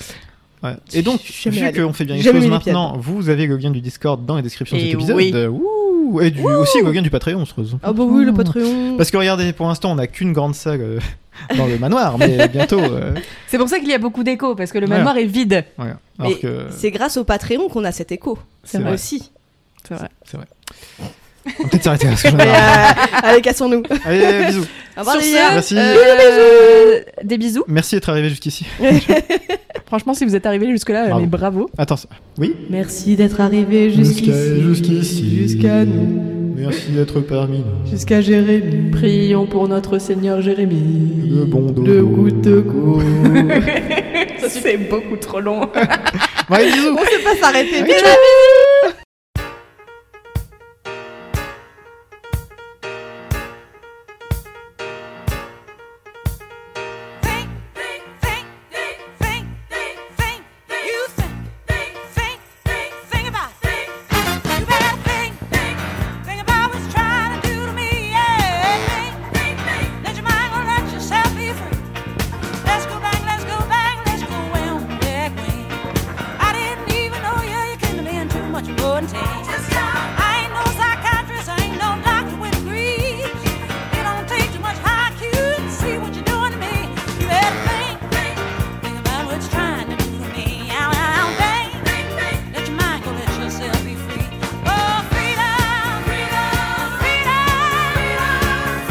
Speaker 8: Ouais. Et donc,
Speaker 9: Jamais
Speaker 8: vu
Speaker 9: allé.
Speaker 8: qu'on fait bien les
Speaker 9: Jamais
Speaker 8: choses
Speaker 9: mis les pieds
Speaker 8: maintenant, vous avez le lien du Discord dans la description de
Speaker 9: Et
Speaker 8: cet épisode.
Speaker 9: oui.
Speaker 8: Euh, ouh, et du, aussi le lien du Patreon, on se retrouve.
Speaker 6: Ah bah oui,
Speaker 9: Hmm.
Speaker 6: le Patreon.
Speaker 8: Parce que regardez, pour l'instant, on n'a qu'une grande salle euh, dans le manoir, mais bientôt. euh,
Speaker 9: C'est pour ça qu'il y a beaucoup d'écho, parce que le
Speaker 8: Ouais.
Speaker 9: manoir est vide.
Speaker 8: voilà.
Speaker 6: Mais
Speaker 8: Alors
Speaker 9: Euh.
Speaker 8: que.
Speaker 6: c'est grâce au Patreon qu'on a cet écho.
Speaker 8: C'est vrai.
Speaker 6: aussi.
Speaker 9: C'est vrai.
Speaker 8: C'est vrai. On va peut-être s'arrêter là. parce que j'en ai
Speaker 6: Mais,
Speaker 8: marre.
Speaker 6: euh, allez, cassons-nous.
Speaker 8: Allez, bisous.
Speaker 6: Au revoir,
Speaker 9: Sur
Speaker 6: les
Speaker 9: ce,
Speaker 6: gars.
Speaker 8: Merci.
Speaker 9: euh, des bisous.
Speaker 8: Merci d'être arrivé jusqu'ici.
Speaker 9: Franchement, si vous êtes arrivés jusque-là, euh,
Speaker 8: Bravo.
Speaker 9: mais bravo.
Speaker 8: Attends, ça- oui
Speaker 6: Merci d'être arrivé
Speaker 8: Jusqu'ici, jusqu'ici,
Speaker 13: jusqu'à nous,
Speaker 8: Merci d'être parmi nous.
Speaker 13: jusqu'à Jérémie. Prions pour notre Seigneur Jérémie.
Speaker 8: Le bon dos.
Speaker 13: De goutte de goutte.
Speaker 9: C'est beaucoup trop long.
Speaker 8: Ouais, bisous.
Speaker 6: On sait pas s'arrêter. Bisous.
Speaker 5: I ain't no psychiatrist, I ain't no doctor with a degree. It don't take too much IQ to see what you're doing to me. You better think, think, think about what you're trying to do to me. Ow, ow, ow, think, think, think. Let your mind go, let yourself be free. Oh, freedom, freedom, freedom,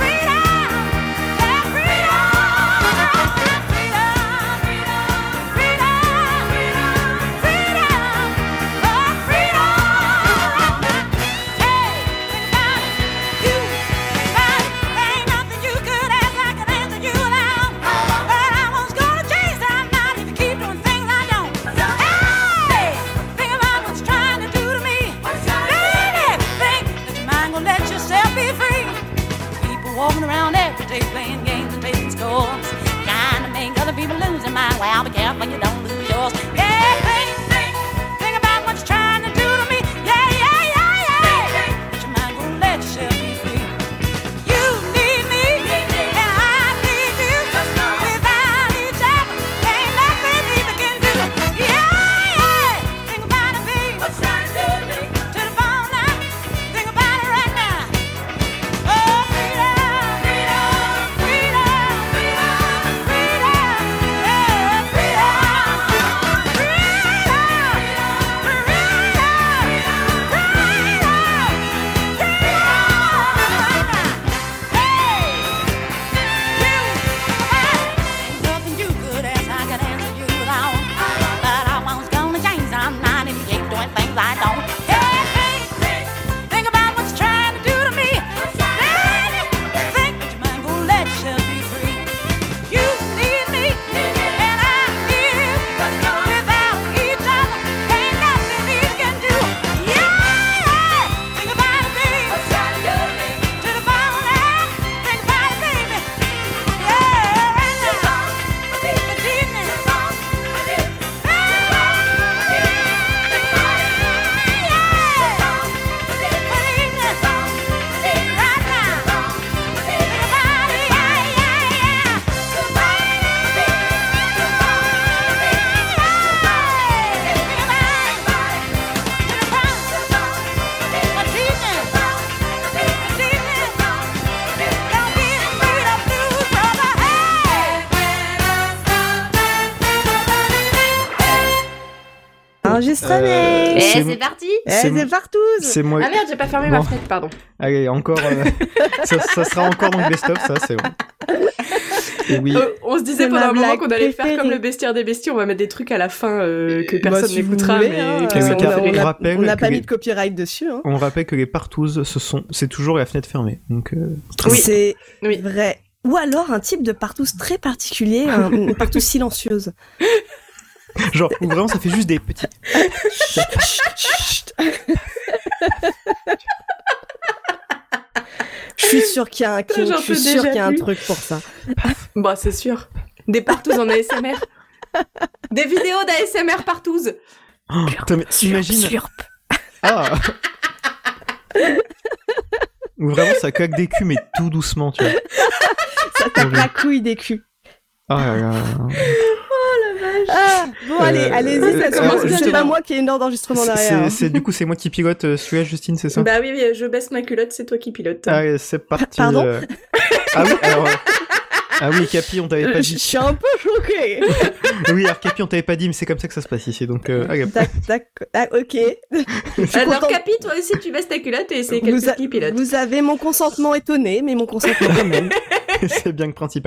Speaker 5: freedom, yeah, freedom, freedom, freedom, freedom, freedom. Walking around every day playing games and making scores, trying to make other people lose their mind. Well, be careful you don't lose yours. Yeah, think, think, think about what you're trying to do to me. Yeah, yeah, yeah, yeah. But your mind won't let yourself be free. You need me, and I need you. Without each other, ain't nothing we can do. Yeah, yeah. Think about it, babe. What's trying to do to me? To the phone now. Think about it right now. Oh, freedom, freedom, freedom, freedom, freedom, yeah, freedom, freedom.
Speaker 6: Enregistrement
Speaker 8: Euh, c'est
Speaker 6: Eh,
Speaker 8: mo-
Speaker 6: parti Eh,
Speaker 8: c'est mo-
Speaker 6: c'est partout
Speaker 8: C'est moi.
Speaker 10: Ah merde, j'ai pas fermé ma
Speaker 8: Bon.
Speaker 10: fenêtre, pardon.
Speaker 8: Allez, encore. euh, ça, ça sera encore mon best-of, ça, c'est bon. Et
Speaker 6: Oh,
Speaker 8: oui.
Speaker 10: Euh, on se disait
Speaker 6: C'est
Speaker 10: pendant
Speaker 6: ma
Speaker 10: un moment
Speaker 6: blague
Speaker 10: qu'on allait faire
Speaker 6: préférée.
Speaker 10: comme le bestiaire des besties, on va mettre des trucs à la fin euh, que personne
Speaker 6: Bah, si vous
Speaker 10: n'écoutera,
Speaker 6: voulez,
Speaker 10: mais
Speaker 6: hein,
Speaker 10: que
Speaker 6: euh,
Speaker 10: ça
Speaker 6: on a-
Speaker 10: nous fait
Speaker 6: on
Speaker 10: rire.
Speaker 6: a-
Speaker 8: rappelle
Speaker 6: On n'a pas
Speaker 8: que-
Speaker 6: mis de copyright dessus. hein.
Speaker 8: On rappelle que les partouzes, ce sont, c'est toujours la fenêtre fermée. Donc, euh, très bien.
Speaker 6: C'est vrai. Ou alors un type de partouze très particulier, un- une partouze silencieuse.
Speaker 8: genre, ou vraiment, ça fait juste des petits.
Speaker 6: Je suis sûre qu'il y a un kink,
Speaker 10: J'en
Speaker 6: je suis
Speaker 10: peux
Speaker 6: sûre
Speaker 10: déjà
Speaker 6: qu'il y a un
Speaker 10: plus.
Speaker 6: truc pour ça.
Speaker 10: Bah, c'est sûr. Des partous en ASMR. Des vidéos d'ASMR partous.
Speaker 8: Oh, putain, mais imagine. Ah. Ou vraiment, ça claque des culs, mais tout doucement, tu vois.
Speaker 6: Ça tape la couille des culs.
Speaker 8: Ah, là, là.
Speaker 6: Ah, bon,
Speaker 8: Euh,
Speaker 6: allez, allez-y, ça
Speaker 8: euh,
Speaker 6: commence bien. C'est
Speaker 8: justement.
Speaker 6: pas moi qui ai une ordre d'enregistrement
Speaker 8: C'est-
Speaker 6: derrière.
Speaker 8: c'est-
Speaker 6: hein.
Speaker 8: c'est- Du coup, c'est moi qui pilote euh, celui-là, Justine, c'est ça
Speaker 10: Bah oui, oui, je baisse ma culotte, c'est toi qui pilotes.
Speaker 8: Allez, c'est parti.
Speaker 10: Pardon
Speaker 8: euh. Ah oui, alors. euh, Ah oui, Capi, on t'avait pas
Speaker 6: Euh, Je je
Speaker 8: dit.
Speaker 6: suis un peu choquée.
Speaker 8: Oui, alors Capi, on t'avait pas dit, mais c'est comme ça que ça se passe ici. Donc, euh, allez.
Speaker 6: Tac, tac, ah, ok. Je suis
Speaker 10: Alors,
Speaker 6: contente.
Speaker 10: Capi, toi aussi, tu baisses ta culotte et c'est
Speaker 6: vous,
Speaker 10: quelqu'un
Speaker 6: a-
Speaker 10: qui pilote.
Speaker 6: vous avez mon consentement étonné, mais mon consentement quand même.
Speaker 8: c'est bien le principal.